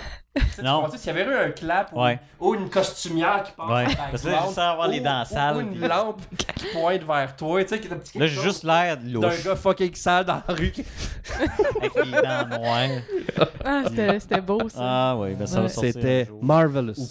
Speaker 2: Non.
Speaker 1: Tu sais, S'il y avait eu un clap ou,
Speaker 2: Ouais.
Speaker 1: ou une costumière qui passe
Speaker 2: Ouais.
Speaker 1: en
Speaker 2: Parce que
Speaker 1: background,
Speaker 2: là, juste avoir les
Speaker 1: ou-
Speaker 2: dents
Speaker 1: ou-
Speaker 2: sales,
Speaker 1: Ou une
Speaker 2: puis-
Speaker 1: lampe qui pointe vers toi, tu sais, qui est un petit
Speaker 2: Là,
Speaker 1: quelque
Speaker 2: j'ai
Speaker 1: chose
Speaker 2: juste l'air de
Speaker 1: d'un
Speaker 2: louche.
Speaker 1: gars fucking sale dans la rue. qui-
Speaker 2: Avec les dents noires.
Speaker 3: Ah, c'était c'était beau, ça.
Speaker 2: Ah, ouais, ben ça va
Speaker 3: Ouais.
Speaker 2: sortir. un jour.
Speaker 1: marvelous.
Speaker 2: Ou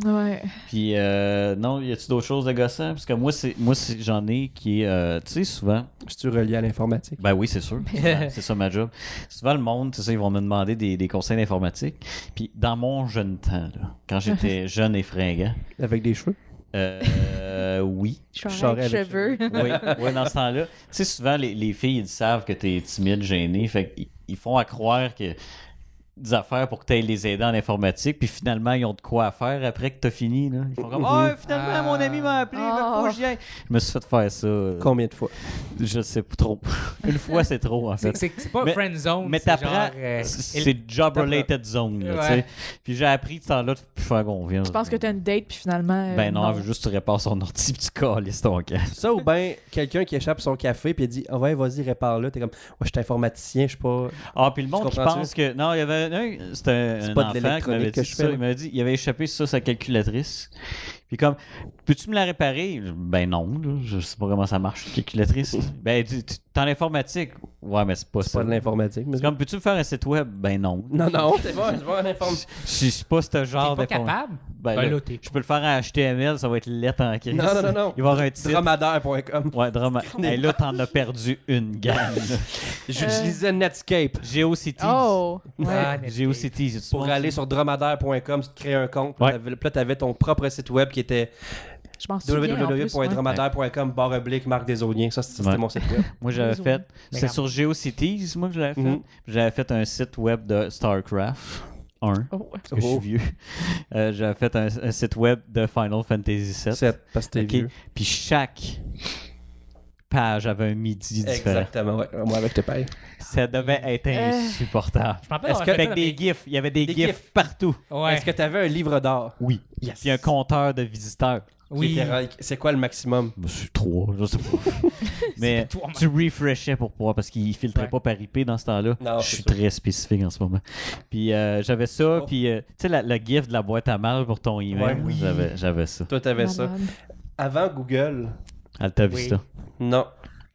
Speaker 2: pas.
Speaker 3: Ouais.
Speaker 2: Puis, euh, non, y a-tu d'autres choses de gossant? Parce que moi, c'est, moi c'est- j'en ai qui est, euh, tu sais, souvent,
Speaker 1: Es-tu relié à l'informatique?
Speaker 2: ben oui, c'est sûr, c'est c'est ça ma job. Souvent, le monde, tu sais, ils vont me demander des, des conseils d'informatique. Puis, dans mon jeune temps, là, quand j'étais jeune et fringant,
Speaker 1: Avec des cheveux?
Speaker 2: euh, euh, oui.
Speaker 3: Charret
Speaker 1: Charret
Speaker 3: avec
Speaker 1: avec
Speaker 3: cheveux.
Speaker 2: Oui, oui, dans ce temps-là. Tu sais, souvent, les, les filles, ils savent que t'es timide, gêné. Fait qu'ils ils font à croire que des affaires pour que t'ailles les aider en informatique, puis finalement, ils ont de quoi à faire après que t'as fini. Là. Ils font comme Ah, finalement,
Speaker 4: Ah.
Speaker 2: mon ami m'a appelé, il
Speaker 3: Ah.
Speaker 2: faut que j'y aille. Je me suis fait faire ça. euh,
Speaker 1: Combien de fois?
Speaker 2: Je sais pas trop. Une fois, c'est trop, en
Speaker 4: C'est-
Speaker 2: fait.
Speaker 4: C'est c'est pas
Speaker 2: Mais-
Speaker 4: friend zone.
Speaker 2: Mais
Speaker 4: c'est
Speaker 2: t'apprends,
Speaker 4: genre, euh,
Speaker 2: c'est c'est job-related zone, là, tu
Speaker 4: Ouais.
Speaker 2: sais. Puis j'ai appris de ce temps-là de plus faire confiance.
Speaker 3: Je pense que t'as une date, puis finalement. euh,
Speaker 2: Ben non, elle veut juste que tu répares son ordi puis tu calisses ton camp.
Speaker 1: Ça ou ben quelqu'un qui échappe son café puis il dit Ah ouais, vas-y, répare-le. T'es comme Ouais, je suis informaticien, je suis pas.
Speaker 2: Ah, puis le monde qui
Speaker 1: comprends-tu?
Speaker 2: pense que. Non, il y avait un. C'était un,
Speaker 1: C'est
Speaker 2: un
Speaker 1: pas de
Speaker 2: enfant qui m'avait
Speaker 1: l'électronique que
Speaker 2: dit
Speaker 1: je
Speaker 2: ça.
Speaker 1: fais, là.
Speaker 2: Il m'avait dit il avait échappé ça, sa calculatrice. Puis comme, peux-tu me la réparer Ben non, là, je sais pas comment ça marche, une calculatrice. ben, tu, tu- t'es en informatique. Ouais, mais c'est pas
Speaker 1: C'est
Speaker 2: ça.
Speaker 1: pas de l'informatique. mais-
Speaker 2: C'est comme, peux-tu me faire un site web Ben non.
Speaker 1: Non, non, c'est pas, c'est pas en informatique.
Speaker 2: Je je suis pas ce genre
Speaker 4: T'es pas
Speaker 2: d'informatique.
Speaker 4: capable?
Speaker 2: Ben,
Speaker 4: Ben
Speaker 2: là,
Speaker 4: là, t'es-
Speaker 2: je peux le faire en HTML, ça va être lettre en crise.
Speaker 1: Non, non, non, non.
Speaker 2: Il va y avoir un titre.
Speaker 1: Dromadaire.com.
Speaker 2: Ouais, drama. Hey, là, t'en as perdu une gamme.
Speaker 1: J'utilisais Netscape
Speaker 2: GeoCities.
Speaker 3: Oh! Ouais.
Speaker 4: Ah,
Speaker 2: GeoCities. c'est-tu
Speaker 1: pour
Speaker 2: bon,
Speaker 1: aller sur dromadaire.com, tu te créais un compte.
Speaker 2: Ouais.
Speaker 1: T'avais- Puis là, t'avais ton propre site web qui était
Speaker 3: Je m'en souviens. en plus, ouais.
Speaker 1: www.dromadaire.com, barre oblique, Marc Desauniers. Ça, c'était
Speaker 2: Ouais.
Speaker 1: mon site web.
Speaker 2: Moi, j'avais
Speaker 3: Zoom.
Speaker 2: fait. C'est
Speaker 4: Regarde.
Speaker 2: sur GeoCities, moi, que je l'avais fait.
Speaker 1: Mhm.
Speaker 2: J'avais fait un site web de StarCraft 1.
Speaker 3: Oh.
Speaker 2: parce que je suis
Speaker 1: Oh.
Speaker 2: vieux. Euh, j'avais fait un, un site web de Final Fantasy VII.
Speaker 1: Sept, parce que t'es
Speaker 2: Ok.
Speaker 1: vieux.
Speaker 2: Puis chaque page avait un midi différent.
Speaker 1: Exactement, ouais. Moi, avec tes pères.
Speaker 2: Ça devait être
Speaker 4: Euh.
Speaker 2: insupportable.
Speaker 4: Je m'en rappelle
Speaker 1: Est-ce
Speaker 4: d'avoir
Speaker 1: que-
Speaker 4: fait
Speaker 2: Avec
Speaker 4: ça,
Speaker 2: des
Speaker 4: mais-
Speaker 2: gifs. Il y avait des,
Speaker 1: Des
Speaker 2: gifs,
Speaker 1: gifs.
Speaker 2: partout.
Speaker 4: Ouais.
Speaker 1: Est-ce que t'avais un livre d'or?
Speaker 2: Oui.
Speaker 1: Yes.
Speaker 2: Puis un compteur de visiteurs.
Speaker 1: Qui
Speaker 4: Oui.
Speaker 1: était- C'est quoi le maximum?
Speaker 2: Je suis trois, je sais pas. Mais
Speaker 4: C'est toi,
Speaker 2: tu refreshais pour pouvoir parce qu'il filtrait
Speaker 4: Ouais.
Speaker 2: pas par IP dans ce temps-là.
Speaker 1: Non,
Speaker 2: je
Speaker 1: c'est
Speaker 2: suis
Speaker 1: sûr.
Speaker 2: très spécifique en ce moment. Puis euh, j'avais ça,
Speaker 1: Oh.
Speaker 2: puis euh, tu sais, la, la gift de la boîte à mal pour ton email,
Speaker 1: Ouais, oui.
Speaker 2: j'avais, j'avais ça.
Speaker 1: Toi, t'avais ça.
Speaker 3: Malade.
Speaker 1: Avant Google,
Speaker 2: Alta Vista.
Speaker 1: non.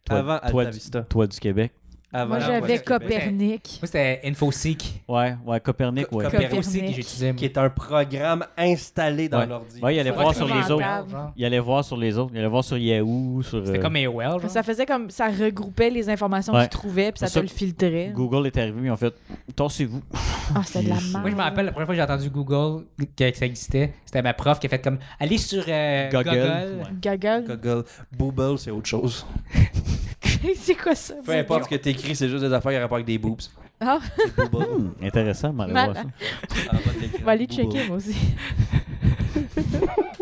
Speaker 2: Toi,
Speaker 1: Avant
Speaker 2: toi,
Speaker 1: Alta Vista.
Speaker 2: Du, toi du Québec.
Speaker 1: avant
Speaker 3: Moi,
Speaker 1: la
Speaker 3: j'avais
Speaker 1: Voix du Québec,
Speaker 3: Copernic.
Speaker 4: Moi, c'était InfoSeek.
Speaker 2: Ouais, ouais, Copernic,
Speaker 1: Co-
Speaker 2: ouais.
Speaker 1: Cop-
Speaker 4: InfoSeek que
Speaker 3: Copernic.
Speaker 4: j'utilisais.
Speaker 1: qui est un programme installé dans
Speaker 2: Ouais.
Speaker 1: l'ordi.
Speaker 2: Ouais, il allait
Speaker 3: Ça,
Speaker 2: voir
Speaker 3: c'est
Speaker 2: sur les
Speaker 3: épouvantable.
Speaker 2: autres. Il allait voir sur les autres. Il allait voir sur Yahoo, sur.
Speaker 4: C'était
Speaker 2: euh,
Speaker 4: comme AOL. genre.
Speaker 3: Ça faisait comme ça regroupait les informations
Speaker 2: Ouais.
Speaker 3: qu'il trouvait puis ça
Speaker 2: C'est ça
Speaker 3: te le filtrait.
Speaker 2: Google est arrivé, mais en fait, torsez-vous.
Speaker 3: Ah, c'était de la
Speaker 2: Yes.
Speaker 3: merde.
Speaker 4: Moi, je me rappelle, la première fois que j'ai entendu Google, que, que ça existait, c'était ma prof qui a fait comme Allez sur euh,
Speaker 2: Google.
Speaker 4: Google.
Speaker 2: Ouais.
Speaker 3: Google.
Speaker 1: Google, Booble, c'est autre chose.
Speaker 3: c'est quoi ça?
Speaker 1: Peu importe ce que t'écris, c'est juste des affaires qui ont rapport avec des boobs.
Speaker 3: Ah,
Speaker 1: C'est Booble.
Speaker 2: Hmm, intéressant, mais allez voir ça.
Speaker 3: Malin.
Speaker 1: En bas de l'écran,
Speaker 3: je vais aller
Speaker 1: Booble.
Speaker 3: checker, moi aussi.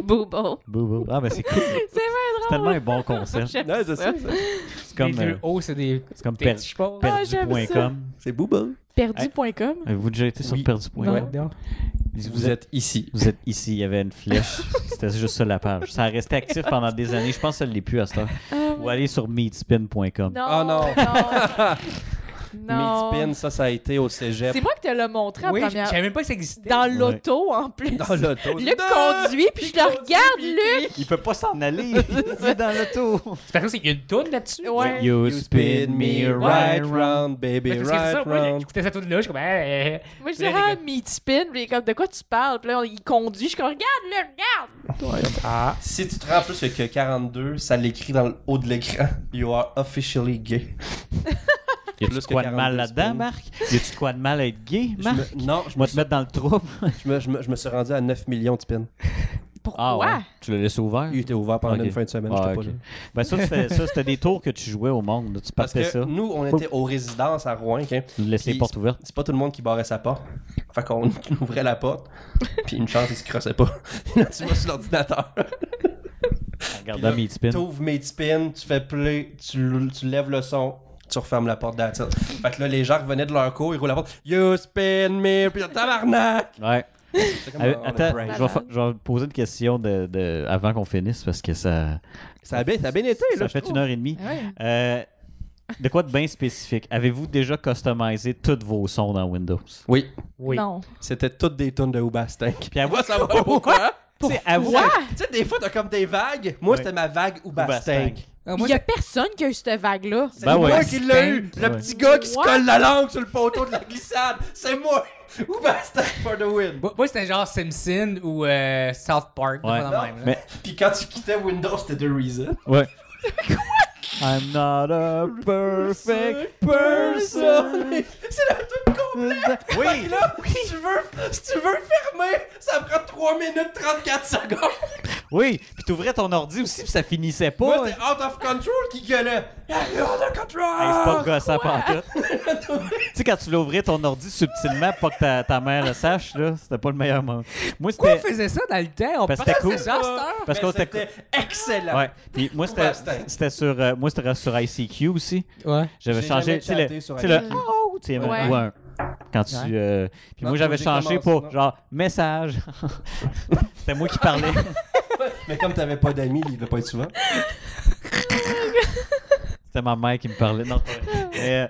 Speaker 3: Boobo.
Speaker 2: Bou, bou. Ah, mais c'est cool.
Speaker 3: C'est
Speaker 2: C'est
Speaker 3: bien
Speaker 2: tellement
Speaker 3: drôle.
Speaker 2: un bon concept.
Speaker 3: J'aime
Speaker 1: Non, c'est
Speaker 3: ça.
Speaker 1: ça. ça.
Speaker 2: C'est
Speaker 4: Les
Speaker 2: comme,
Speaker 4: deux
Speaker 2: euh,
Speaker 4: hauts, c'est des.
Speaker 2: c'est comme
Speaker 4: des
Speaker 2: per-
Speaker 4: petits, je pense.
Speaker 3: Ah, j'aime
Speaker 2: perdu.com.
Speaker 1: C'est Booble.
Speaker 3: Perdu.com.
Speaker 2: Avez-vous déjà été sur
Speaker 1: Oui.
Speaker 2: perdu.com?
Speaker 3: Non.
Speaker 4: Ouais, non.
Speaker 2: Vous
Speaker 1: Vous
Speaker 2: êtes,
Speaker 1: êtes ici.
Speaker 2: vous êtes ici, il y avait une flèche. C'était juste ça la page. Ça a resté actif pendant des années. Je pense que ça ne l'est plus à ce temps.
Speaker 3: Ah,
Speaker 2: Ou aller sur meatspin.com.
Speaker 3: Non.
Speaker 1: Ah, non.
Speaker 3: Non. non.
Speaker 1: Meatspin, ça, ça a été au cégep.
Speaker 3: C'est moi qui te l'ai montré en
Speaker 4: Oui, je je
Speaker 3: première.
Speaker 4: savais même pas que ça existait.
Speaker 3: Dans l'auto, en plus.
Speaker 1: Dans l'auto.
Speaker 3: Luc
Speaker 1: Non!
Speaker 3: conduit, puis je le regarde, Luc.
Speaker 2: Il peut pas s'en aller. Il est dans l'auto.
Speaker 4: C'est parce qu'il y a une toune là-dessus.
Speaker 3: Ouais.
Speaker 2: You
Speaker 1: You spin me right round, baby,
Speaker 4: Mais parce que c'est ça,
Speaker 1: right
Speaker 4: moi,
Speaker 1: round.
Speaker 4: j'écoutais cette toune là, je suis comme. Eh, eh, eh.
Speaker 3: Moi, je dis,
Speaker 4: Là, les
Speaker 3: ah,
Speaker 4: gars.
Speaker 3: meat spin. Puis il est comme, de quoi tu parles? Puis là, on- il conduit. Je suis comme, regarde, Luc, regarde.
Speaker 4: Ah.
Speaker 1: Si tu te rends plus que 42, ça l'écrit dans le haut de l'écran. You are officially gay.
Speaker 2: Y a-tu
Speaker 1: Plus
Speaker 2: de quoi
Speaker 1: que
Speaker 2: de mal
Speaker 1: 42
Speaker 2: là-dedans,
Speaker 1: spins.
Speaker 2: Marc? Y a-tu de quoi de mal à être gay,
Speaker 1: Je
Speaker 2: Marc?
Speaker 1: me- non, je
Speaker 2: Je
Speaker 1: me,
Speaker 2: vais te mettre dans le trouble.
Speaker 1: je, me, je, me, je me suis rendu à 9 millions de spins.
Speaker 3: Pourquoi?
Speaker 2: Ah ouais? Tu l'as laissé ouvert?
Speaker 1: Il était ouvert pendant
Speaker 2: Ok.
Speaker 1: une fin de semaine,
Speaker 2: Ah,
Speaker 1: j'étais
Speaker 2: ok.
Speaker 1: pas là.
Speaker 2: Ben ça, c'était, ça, c'était des tours que tu jouais au monde. Tu
Speaker 1: Parce
Speaker 2: partais
Speaker 1: que
Speaker 2: ça.
Speaker 1: nous, on était aux résidences à Rouen. ok?
Speaker 2: Tu laissais les
Speaker 1: Puis-
Speaker 2: portes ouvertes.
Speaker 1: C'est pas tout le monde qui barrait sa porte. Fait qu'on ouvrait la porte, puis une chance, il se crossait pas. Là, tu vas sur l'ordinateur. Puis
Speaker 2: Regardant
Speaker 1: là,
Speaker 2: mes spins.
Speaker 1: T'ouvres Matespin, tu fais play, tu, tu lèves le son, tu refermes la porte d'Atil. Fait que là, les gens revenaient de leur cours, ils roulent la porte. You spin me, puis là, tabarnak!
Speaker 2: Ouais.
Speaker 1: C'est comme
Speaker 2: Ah,
Speaker 1: un- on a
Speaker 2: attends,
Speaker 1: break.
Speaker 2: je vais, fa- je vais poser une question de, de- avant qu'on finisse parce que ça,
Speaker 1: Ça a bien, ça a bien été,
Speaker 2: ça
Speaker 1: là.
Speaker 2: fait une heure et demie.
Speaker 3: Ah ouais.
Speaker 2: Euh, de quoi de bien spécifique? Avez-vous déjà customisé tous vos sons dans Windows?
Speaker 1: Oui,
Speaker 4: Oui.
Speaker 3: Non.
Speaker 1: c'était toutes des tonnes de Hoobastank.
Speaker 2: Puis à vous,
Speaker 1: savoir pourquoi?
Speaker 2: tu sais, à vous,
Speaker 1: Tu sais, des fois, t'as comme des vagues. Moi,
Speaker 2: Ouais.
Speaker 1: c'était ma vague Hoobastank.
Speaker 2: Hoobastank.
Speaker 4: Ah,
Speaker 3: Il
Speaker 4: moi,
Speaker 3: y a
Speaker 4: c'est-
Speaker 3: personne qui a eu cette vague-là.
Speaker 1: C'est
Speaker 2: Ben
Speaker 1: moi
Speaker 2: ouais.
Speaker 1: qui l'ai eu. Le
Speaker 2: Ouais.
Speaker 1: petit gars qui se
Speaker 3: What?
Speaker 1: colle la langue sur le poteau de la glissade. C'est moi. Hoobastank for the win.
Speaker 4: moi, moi, c'était genre Simpson ou euh, South Park.
Speaker 2: Ouais.
Speaker 4: pas de même, là.
Speaker 2: Mais-
Speaker 1: Puis quand tu quittais Windows, c'était The Reason.
Speaker 2: Ouais. I'm not a perfect person.
Speaker 1: Personne. C'est la toute complète. Fait que là, si tu, veux, si tu veux fermer, ça prend 3 minutes 34 secondes.
Speaker 2: Oui, puis t'ouvrais ton ordi aussi, puis ça finissait pas. hein.
Speaker 1: Moi, c'était Out of Control qui gueulait. Out of
Speaker 2: Hey, c'est pas
Speaker 1: Control.
Speaker 2: gossant pantoute. tu sais, quand tu l'as ouvert ton ordi subtilement pour que ta, ta mère le sache, là, c'était pas le meilleur moment. Moi,
Speaker 4: Pourquoi on
Speaker 2: c'était.
Speaker 4: faisait ça dans le temps? On
Speaker 2: Parce que
Speaker 4: pensait
Speaker 2: c'était cool.
Speaker 4: que c'était genre cette heure.
Speaker 2: Parce
Speaker 1: Mais
Speaker 2: qu'on
Speaker 1: Ben, c'était excellent.
Speaker 2: Ouais. Puis moi, c'était,
Speaker 1: Bastard.
Speaker 2: c'était sur, euh, moi, c'était sur ICQ aussi.
Speaker 4: Ouais.
Speaker 2: J'avais
Speaker 1: J'ai
Speaker 2: changé.
Speaker 1: jamais
Speaker 2: Tu sais, le.
Speaker 1: chanté sur
Speaker 2: tu sais, le-
Speaker 1: ICQ.
Speaker 2: Oh! Tu sais,
Speaker 1: Ouais.
Speaker 2: ou un- Quand tu.
Speaker 4: Ouais.
Speaker 2: euh, Puis
Speaker 1: Non,
Speaker 2: moi,
Speaker 1: toi,
Speaker 2: j'avais
Speaker 1: j'ai
Speaker 2: changé
Speaker 1: commencé,
Speaker 2: pour
Speaker 1: non.
Speaker 2: genre message. c'était moi qui parlais.
Speaker 1: Mais comme t'avais pas d'amis, il devait pas être souvent.
Speaker 2: C'était ma mère qui me parlait. Non, c'est pas vrai. Mais, euh,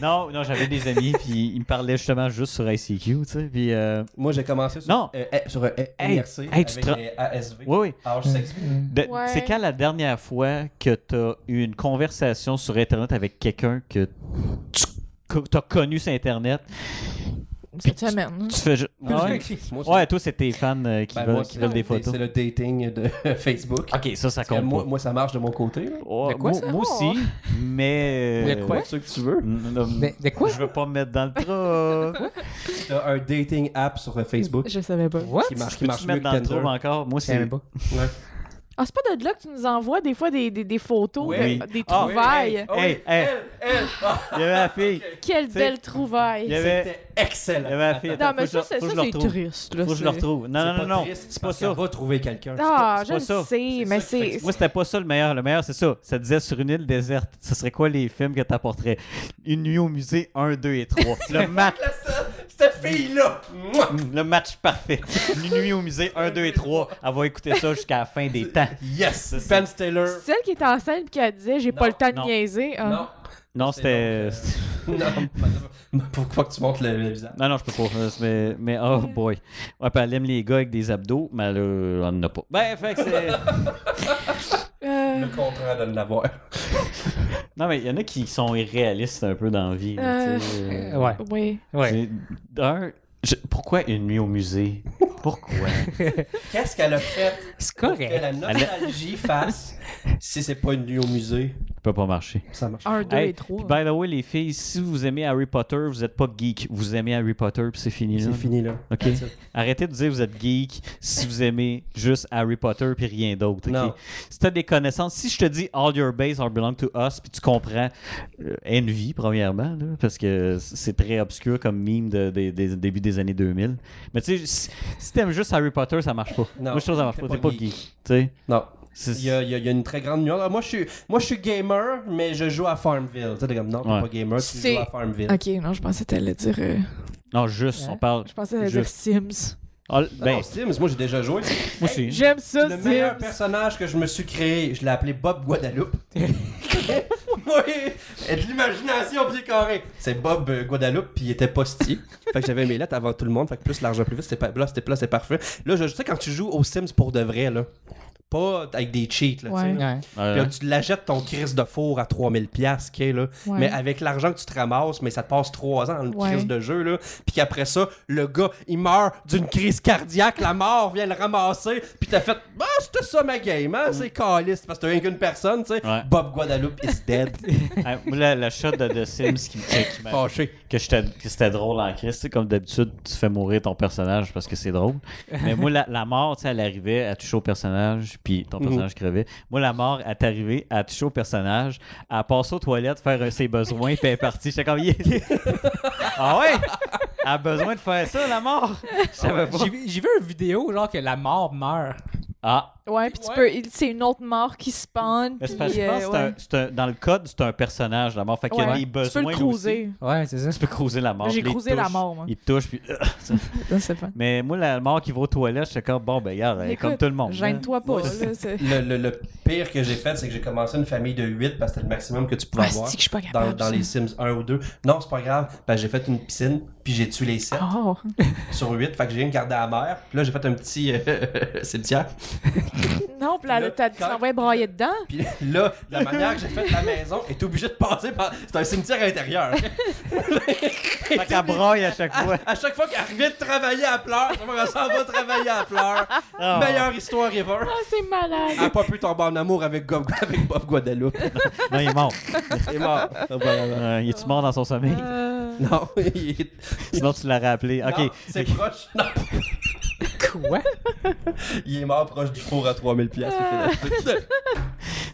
Speaker 2: non, non, j'avais des amis, puis ils me parlaient justement juste sur ICQ, tu sais. Puis. euh,
Speaker 1: Moi, j'ai commencé sur,
Speaker 2: Non.
Speaker 1: euh, eh, sur un eh,
Speaker 2: Hey,
Speaker 1: IRC
Speaker 2: hey, tu
Speaker 1: avec
Speaker 2: te ra-
Speaker 1: les ASV.
Speaker 2: Oui, oui.
Speaker 1: Âge sexe.
Speaker 2: De-
Speaker 3: Ouais.
Speaker 2: C'est quand la dernière fois que tu as eu une conversation sur Internet avec quelqu'un que tu as connu sur Internet?
Speaker 3: Cette semaine.
Speaker 2: Tu fais ju- Ah ouais?
Speaker 1: Moi, c'est-
Speaker 2: Ouais, toi, c'est tes fans euh, qui,
Speaker 1: ben,
Speaker 2: veulent,
Speaker 1: moi,
Speaker 2: qui
Speaker 1: c'est-
Speaker 2: veulent des photos.
Speaker 1: C'est le dating de Facebook.
Speaker 2: Ok, ça, ça
Speaker 1: Parce que
Speaker 2: compte
Speaker 1: moi,
Speaker 2: pas.
Speaker 1: moi, ça marche de mon côté. là.
Speaker 2: Oh,
Speaker 4: De quoi,
Speaker 2: moi,
Speaker 4: ça?
Speaker 2: moi aussi, mais...
Speaker 4: De quoi?
Speaker 1: Pour ceux que tu veux.
Speaker 2: Mm, non,
Speaker 4: Mais de quoi?
Speaker 2: Je veux pas me mettre dans le trou.
Speaker 1: T'as un dating app sur euh, Facebook
Speaker 3: Je savais pas.
Speaker 4: What?
Speaker 1: qui marche, qui
Speaker 2: Peux-tu
Speaker 1: marche
Speaker 2: me
Speaker 1: mieux que
Speaker 2: mettre dans le trou
Speaker 1: Tinder.
Speaker 2: encore? Moi, c'est...
Speaker 4: pas.
Speaker 1: Ouais.
Speaker 3: Ah, c'est pas de là que tu nous envoies des fois des, des, des photos,
Speaker 1: Oui.
Speaker 3: de- des
Speaker 2: Ah,
Speaker 3: trouvailles.
Speaker 1: Oh,
Speaker 2: Hey, hey.
Speaker 1: Elle, elle. Ah,
Speaker 2: Il y avait la fille.
Speaker 3: Quelle
Speaker 2: C'est-
Speaker 3: belle trouvaille.
Speaker 2: Il y avait...
Speaker 1: C'était excellent.
Speaker 2: Il y avait la fille.
Speaker 1: Attends,
Speaker 3: Non,
Speaker 2: Attends,
Speaker 3: mais
Speaker 2: faut que
Speaker 3: ça,
Speaker 2: je- faut
Speaker 3: c'est
Speaker 2: que je
Speaker 3: ça,
Speaker 2: le
Speaker 3: c'est
Speaker 2: retrouve.
Speaker 3: triste. là,
Speaker 2: Faut que je
Speaker 3: c'est-
Speaker 2: le retrouve. Non, non, non, non.
Speaker 1: triste,
Speaker 2: C'est pas
Speaker 1: parce
Speaker 2: ça.
Speaker 1: qu'elle va trouver quelqu'un.
Speaker 3: Ah,
Speaker 2: c'est
Speaker 3: je
Speaker 2: pas
Speaker 3: le
Speaker 2: ça.
Speaker 3: sais,
Speaker 1: ça,
Speaker 3: mais
Speaker 1: fait que
Speaker 3: c'est.
Speaker 2: Moi, c'était pas ça le meilleur. Le meilleur, c'est ça. Ça disait sur une île déserte. Ce serait quoi les films que t'apporterais Une nuit au musée 1, 2 et 3. Le match,
Speaker 1: La seule- Cette fille-là. Mouah.
Speaker 2: le match parfait. Une nuit au musée 1, 2 et 3. Elle va écouter ça jusqu'à la fin des temps.
Speaker 1: Yes.
Speaker 2: C'est
Speaker 1: Ben Stiller.
Speaker 3: C'est celle qui était enceinte et qui elle disait J'ai
Speaker 1: Non,
Speaker 3: pas le temps de
Speaker 2: non,
Speaker 3: niaiser. Ah.
Speaker 1: Non.
Speaker 2: Non, c'était. euh,
Speaker 1: Non. madame, Pourquoi que tu montes le, le visage?
Speaker 2: Non, non, je peux pas. Euh, Mais, mais oh boy. Ouais, puis elle aime les gars avec des abdos, mais elle, euh, elle en a pas. Ben, fait que c'est.
Speaker 3: Euh,
Speaker 1: Le contraire de l'avoir.
Speaker 2: Non, mais il y en a qui sont irréalistes un peu dans la vie. là,
Speaker 3: Euh,
Speaker 2: tu sais.
Speaker 4: Euh, ouais,
Speaker 3: Oui.
Speaker 4: ouais.
Speaker 2: C'est- d'un, je- pourquoi une nuit au musée? Pourquoi?
Speaker 1: Qu'est-ce qu'elle a fait
Speaker 4: C'est
Speaker 1: pour que
Speaker 4: correct.
Speaker 1: la nostalgie fasse si c'est pas une nuit au musée?
Speaker 2: Ça peut pas marcher.
Speaker 1: Ça marche.
Speaker 3: Un, deux
Speaker 2: Hey,
Speaker 3: et trois.
Speaker 2: puis
Speaker 1: hein.
Speaker 2: ben- by the way, les filles, si vous aimez Harry Potter, vous êtes pas geek. Vous aimez Harry Potter, puis c'est fini. là.
Speaker 1: C'est fini là.
Speaker 2: OK.
Speaker 1: That's it.
Speaker 2: Arrêtez de dire que vous êtes geek si vous aimez juste Harry Potter puis rien d'autre. ok?
Speaker 1: Non.
Speaker 2: Si t'as des connaissances, si je te dis All your base are belong to us puis tu comprends euh, Envy premièrement là, parce que c'est très obscur comme mime de, de- des- début des années 2000. Mais tu sais si, si t'aimes juste Harry Potter, ça marche pas.
Speaker 1: Non.
Speaker 2: Moi je trouve que ça marche
Speaker 1: T'es
Speaker 2: pas.
Speaker 1: pas
Speaker 2: T'es pas
Speaker 1: geek.
Speaker 2: geek. tu sais.
Speaker 1: Non.
Speaker 2: C'est-
Speaker 1: Il y, a, il y a- il y a une très grande nuance. Ah, Moi je, suis, moi, je suis gamer, mais je joue à Farmville. Tu sais, t'es comme, non, t'es
Speaker 2: Ouais.
Speaker 1: pas gamer, tu
Speaker 3: C'est-
Speaker 1: joues à Farmville.
Speaker 3: Ok, non, je pensais que t'allais dire. euh,
Speaker 2: Non, juste
Speaker 1: Hein?
Speaker 2: on parle
Speaker 3: Je pensais que t'allais
Speaker 2: Je-
Speaker 3: dire Sims.
Speaker 2: All-
Speaker 1: Ah Non,
Speaker 2: ben,
Speaker 1: Sims, moi j'ai déjà joué.
Speaker 2: moi aussi.
Speaker 3: J'aime ça,
Speaker 1: Le meilleur
Speaker 3: Sims.
Speaker 1: personnage que je me suis créé, je l'ai appelé Bob Guadalupe. oui, et de l'imagination pied carré. C'est Bob euh, Guadalupe, puis il était postier. fait que j'avais mes lettres avant tout le monde, fait que plus l'argent plus vite, c'était pas- là c'était là, c'est parfait. Là, je tu sais quand tu joues aux Sims pour de vrai là, pas avec des cheats là, tu sais,
Speaker 3: Ouais.
Speaker 1: là.
Speaker 4: Ouais.
Speaker 2: Euh,
Speaker 1: Puis là, tu l'achètes ton crise de four à 3000 pièces là,
Speaker 3: Ouais.
Speaker 1: mais avec l'argent que tu te ramasses, mais ça te passe 3 ans dans une
Speaker 3: Ouais.
Speaker 1: crise de jeu là, puis qu'après ça, le gars, il meurt d'une crise cardiaque, la mort vient le ramasser, puis t'as fait "Bah, c'était ça ma game, hein, c'est caliste parce que t'as rien qu'une personne, tu sais.
Speaker 2: Ouais.
Speaker 1: Bob Guadalupe is dead."
Speaker 2: Ah, moi, la, la shot de The Sims qui, me- qui m'a
Speaker 1: Fâché.
Speaker 2: que, j'étais- que c'était drôle en Christ. Tu sais, Comme d'habitude, tu fais mourir ton personnage parce que c'est drôle. Mais moi, la, la mort, tu sais, elle arrivait, elle touchait au personnage, puis ton personnage crevait. Moi, la mort, elle est arrivée, elle touchait au personnage, elle passait aux toilettes faire euh, ses besoins, puis elle est partie. J'étais comme, Yeah. ah ouais? Elle a besoin de faire ça, la mort? Je savais pas.
Speaker 4: J'ai vu- J'ai vu une vidéo, genre, que la mort meurt.
Speaker 2: Ah,
Speaker 3: Ouais, puis tu peux. il- C'est une autre mort qui spawn.
Speaker 2: mais c'est
Speaker 3: puis,
Speaker 2: parce que je
Speaker 3: euh,
Speaker 2: pense que c'est un-
Speaker 3: ouais.
Speaker 2: c'est un- dans le code, c'est un personnage, la mort. Fait qu'il y a
Speaker 3: Ouais.
Speaker 2: des
Speaker 3: Tu peux
Speaker 2: besoins.
Speaker 3: le
Speaker 2: là, aussi.
Speaker 3: cruiser.
Speaker 4: Ouais, c'est ça.
Speaker 2: Tu peux cruiser la mort. puis
Speaker 3: J'ai
Speaker 2: là, il
Speaker 3: cruisé la
Speaker 2: touche-
Speaker 3: mort, moi.
Speaker 2: Il te touche, puis. euh,
Speaker 3: Ça, c'est fun.
Speaker 2: Mais moi, la mort qui va aux toilettes, j'étais comme, bon, ben, regarde, elle est comme
Speaker 3: Écoute,
Speaker 2: tout le monde. hein.
Speaker 3: Gêne-toi pas.
Speaker 1: Moi,
Speaker 3: là,
Speaker 1: c'est-
Speaker 3: c'est-
Speaker 1: Le, le- le pire que j'ai fait, c'est que j'ai commencé une famille de 8 parce que c'était le maximum que tu pouvais
Speaker 3: Ah,
Speaker 1: avoir.
Speaker 3: c'est que je suis pas
Speaker 1: Dans,
Speaker 3: capable.
Speaker 1: dans les
Speaker 3: ça.
Speaker 1: Sims 1 ou 2. Non, c'est pas grave. parce que j'ai fait une piscine, puis j'ai tué les 7.
Speaker 3: Oh.
Speaker 1: sur 8, fait que j'ai rien gardé à la mer. Puis là, j'ai fait un petit euh, cimetière.
Speaker 3: Non, puis là,
Speaker 1: Là,
Speaker 3: t'as- tu
Speaker 1: quand-
Speaker 3: t'envoies broyer dedans.
Speaker 1: Puis là, la manière que j'ai fait la maison est obligée de passer par. C'est un cimetière intérieur.
Speaker 2: Fait qu'elle braille à chaque fois.
Speaker 1: À chaque fois qu'elle revient de travailler à pleurs, ça va, elle s'en va travailler à pleurs.
Speaker 2: Ah.
Speaker 1: Meilleure histoire ever.
Speaker 3: Ah, c'est malade.
Speaker 1: Elle a pas pu tomber en amour avec, Gob- avec Bob Guadalupe.
Speaker 2: Non, il est mort.
Speaker 1: Il est mort.
Speaker 2: Euh, il est-tu mort dans son sommeil?
Speaker 3: Euh,
Speaker 1: Non, il est...
Speaker 2: Sinon, tu l'aurais appelé.
Speaker 1: non,
Speaker 2: OK.
Speaker 1: c'est proche. Non,
Speaker 4: Quoi?
Speaker 1: il est mort proche du four à 3000 pièces.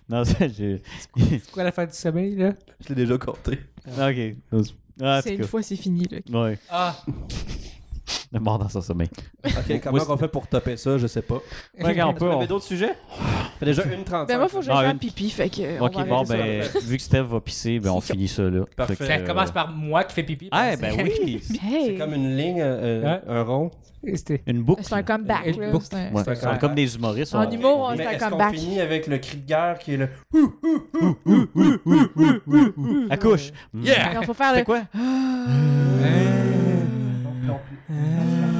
Speaker 2: Non, ça, j'ai...
Speaker 4: C'est quoi la fin du sommeil, là?
Speaker 1: Je l'ai déjà compté.
Speaker 2: OK. Ah, en
Speaker 3: c'est
Speaker 2: tout
Speaker 3: une fois, c'est fini. Là.
Speaker 2: cas.
Speaker 3: Ben,
Speaker 2: Ouais.
Speaker 4: Ah!
Speaker 2: Il est mort dans son sommeil.
Speaker 1: Ok,
Speaker 2: Moi,
Speaker 1: comment on fait pour topper ça, je sais pas.
Speaker 2: Ouais, regarde, on peut.
Speaker 1: Vous
Speaker 2: on-
Speaker 1: avez d'autres sujets? Fait déjà une trente.
Speaker 3: Ben, moi, faut que j'aille
Speaker 2: Ah,
Speaker 3: faire
Speaker 2: une-
Speaker 3: pipi. Fait que. euh, on va
Speaker 2: OK, bon,
Speaker 3: arrêter ça.
Speaker 2: ben, vu que Steph va pisser, ben, on
Speaker 3: C'est
Speaker 2: finit ça, là.
Speaker 1: Parfait.
Speaker 2: Fait que,
Speaker 4: Ça
Speaker 2: euh,
Speaker 4: commence par moi qui fais pipi.
Speaker 2: Ah, ben oui.
Speaker 1: C'est
Speaker 3: Hey!
Speaker 1: comme une ligne, euh, euh,
Speaker 4: Hein?
Speaker 1: un rond.
Speaker 4: C'était.
Speaker 2: Une boucle.
Speaker 3: C'est un comeback.
Speaker 4: Une
Speaker 3: là,
Speaker 4: boucle.
Speaker 3: c'est un-
Speaker 2: Ouais,
Speaker 4: C'est un
Speaker 2: on est comme des humoristes.
Speaker 3: En
Speaker 2: on-
Speaker 3: humour, on
Speaker 1: Mais
Speaker 3: c'est un
Speaker 1: est-ce qu'on
Speaker 3: comeback.
Speaker 1: finit avec le cri de guerre qui est le...
Speaker 2: Accouche.
Speaker 1: Yeah!
Speaker 3: Alors, faut faire
Speaker 2: Hmm. C'est
Speaker 3: le.
Speaker 2: quoi?
Speaker 4: Euh,
Speaker 1: Non, non, non.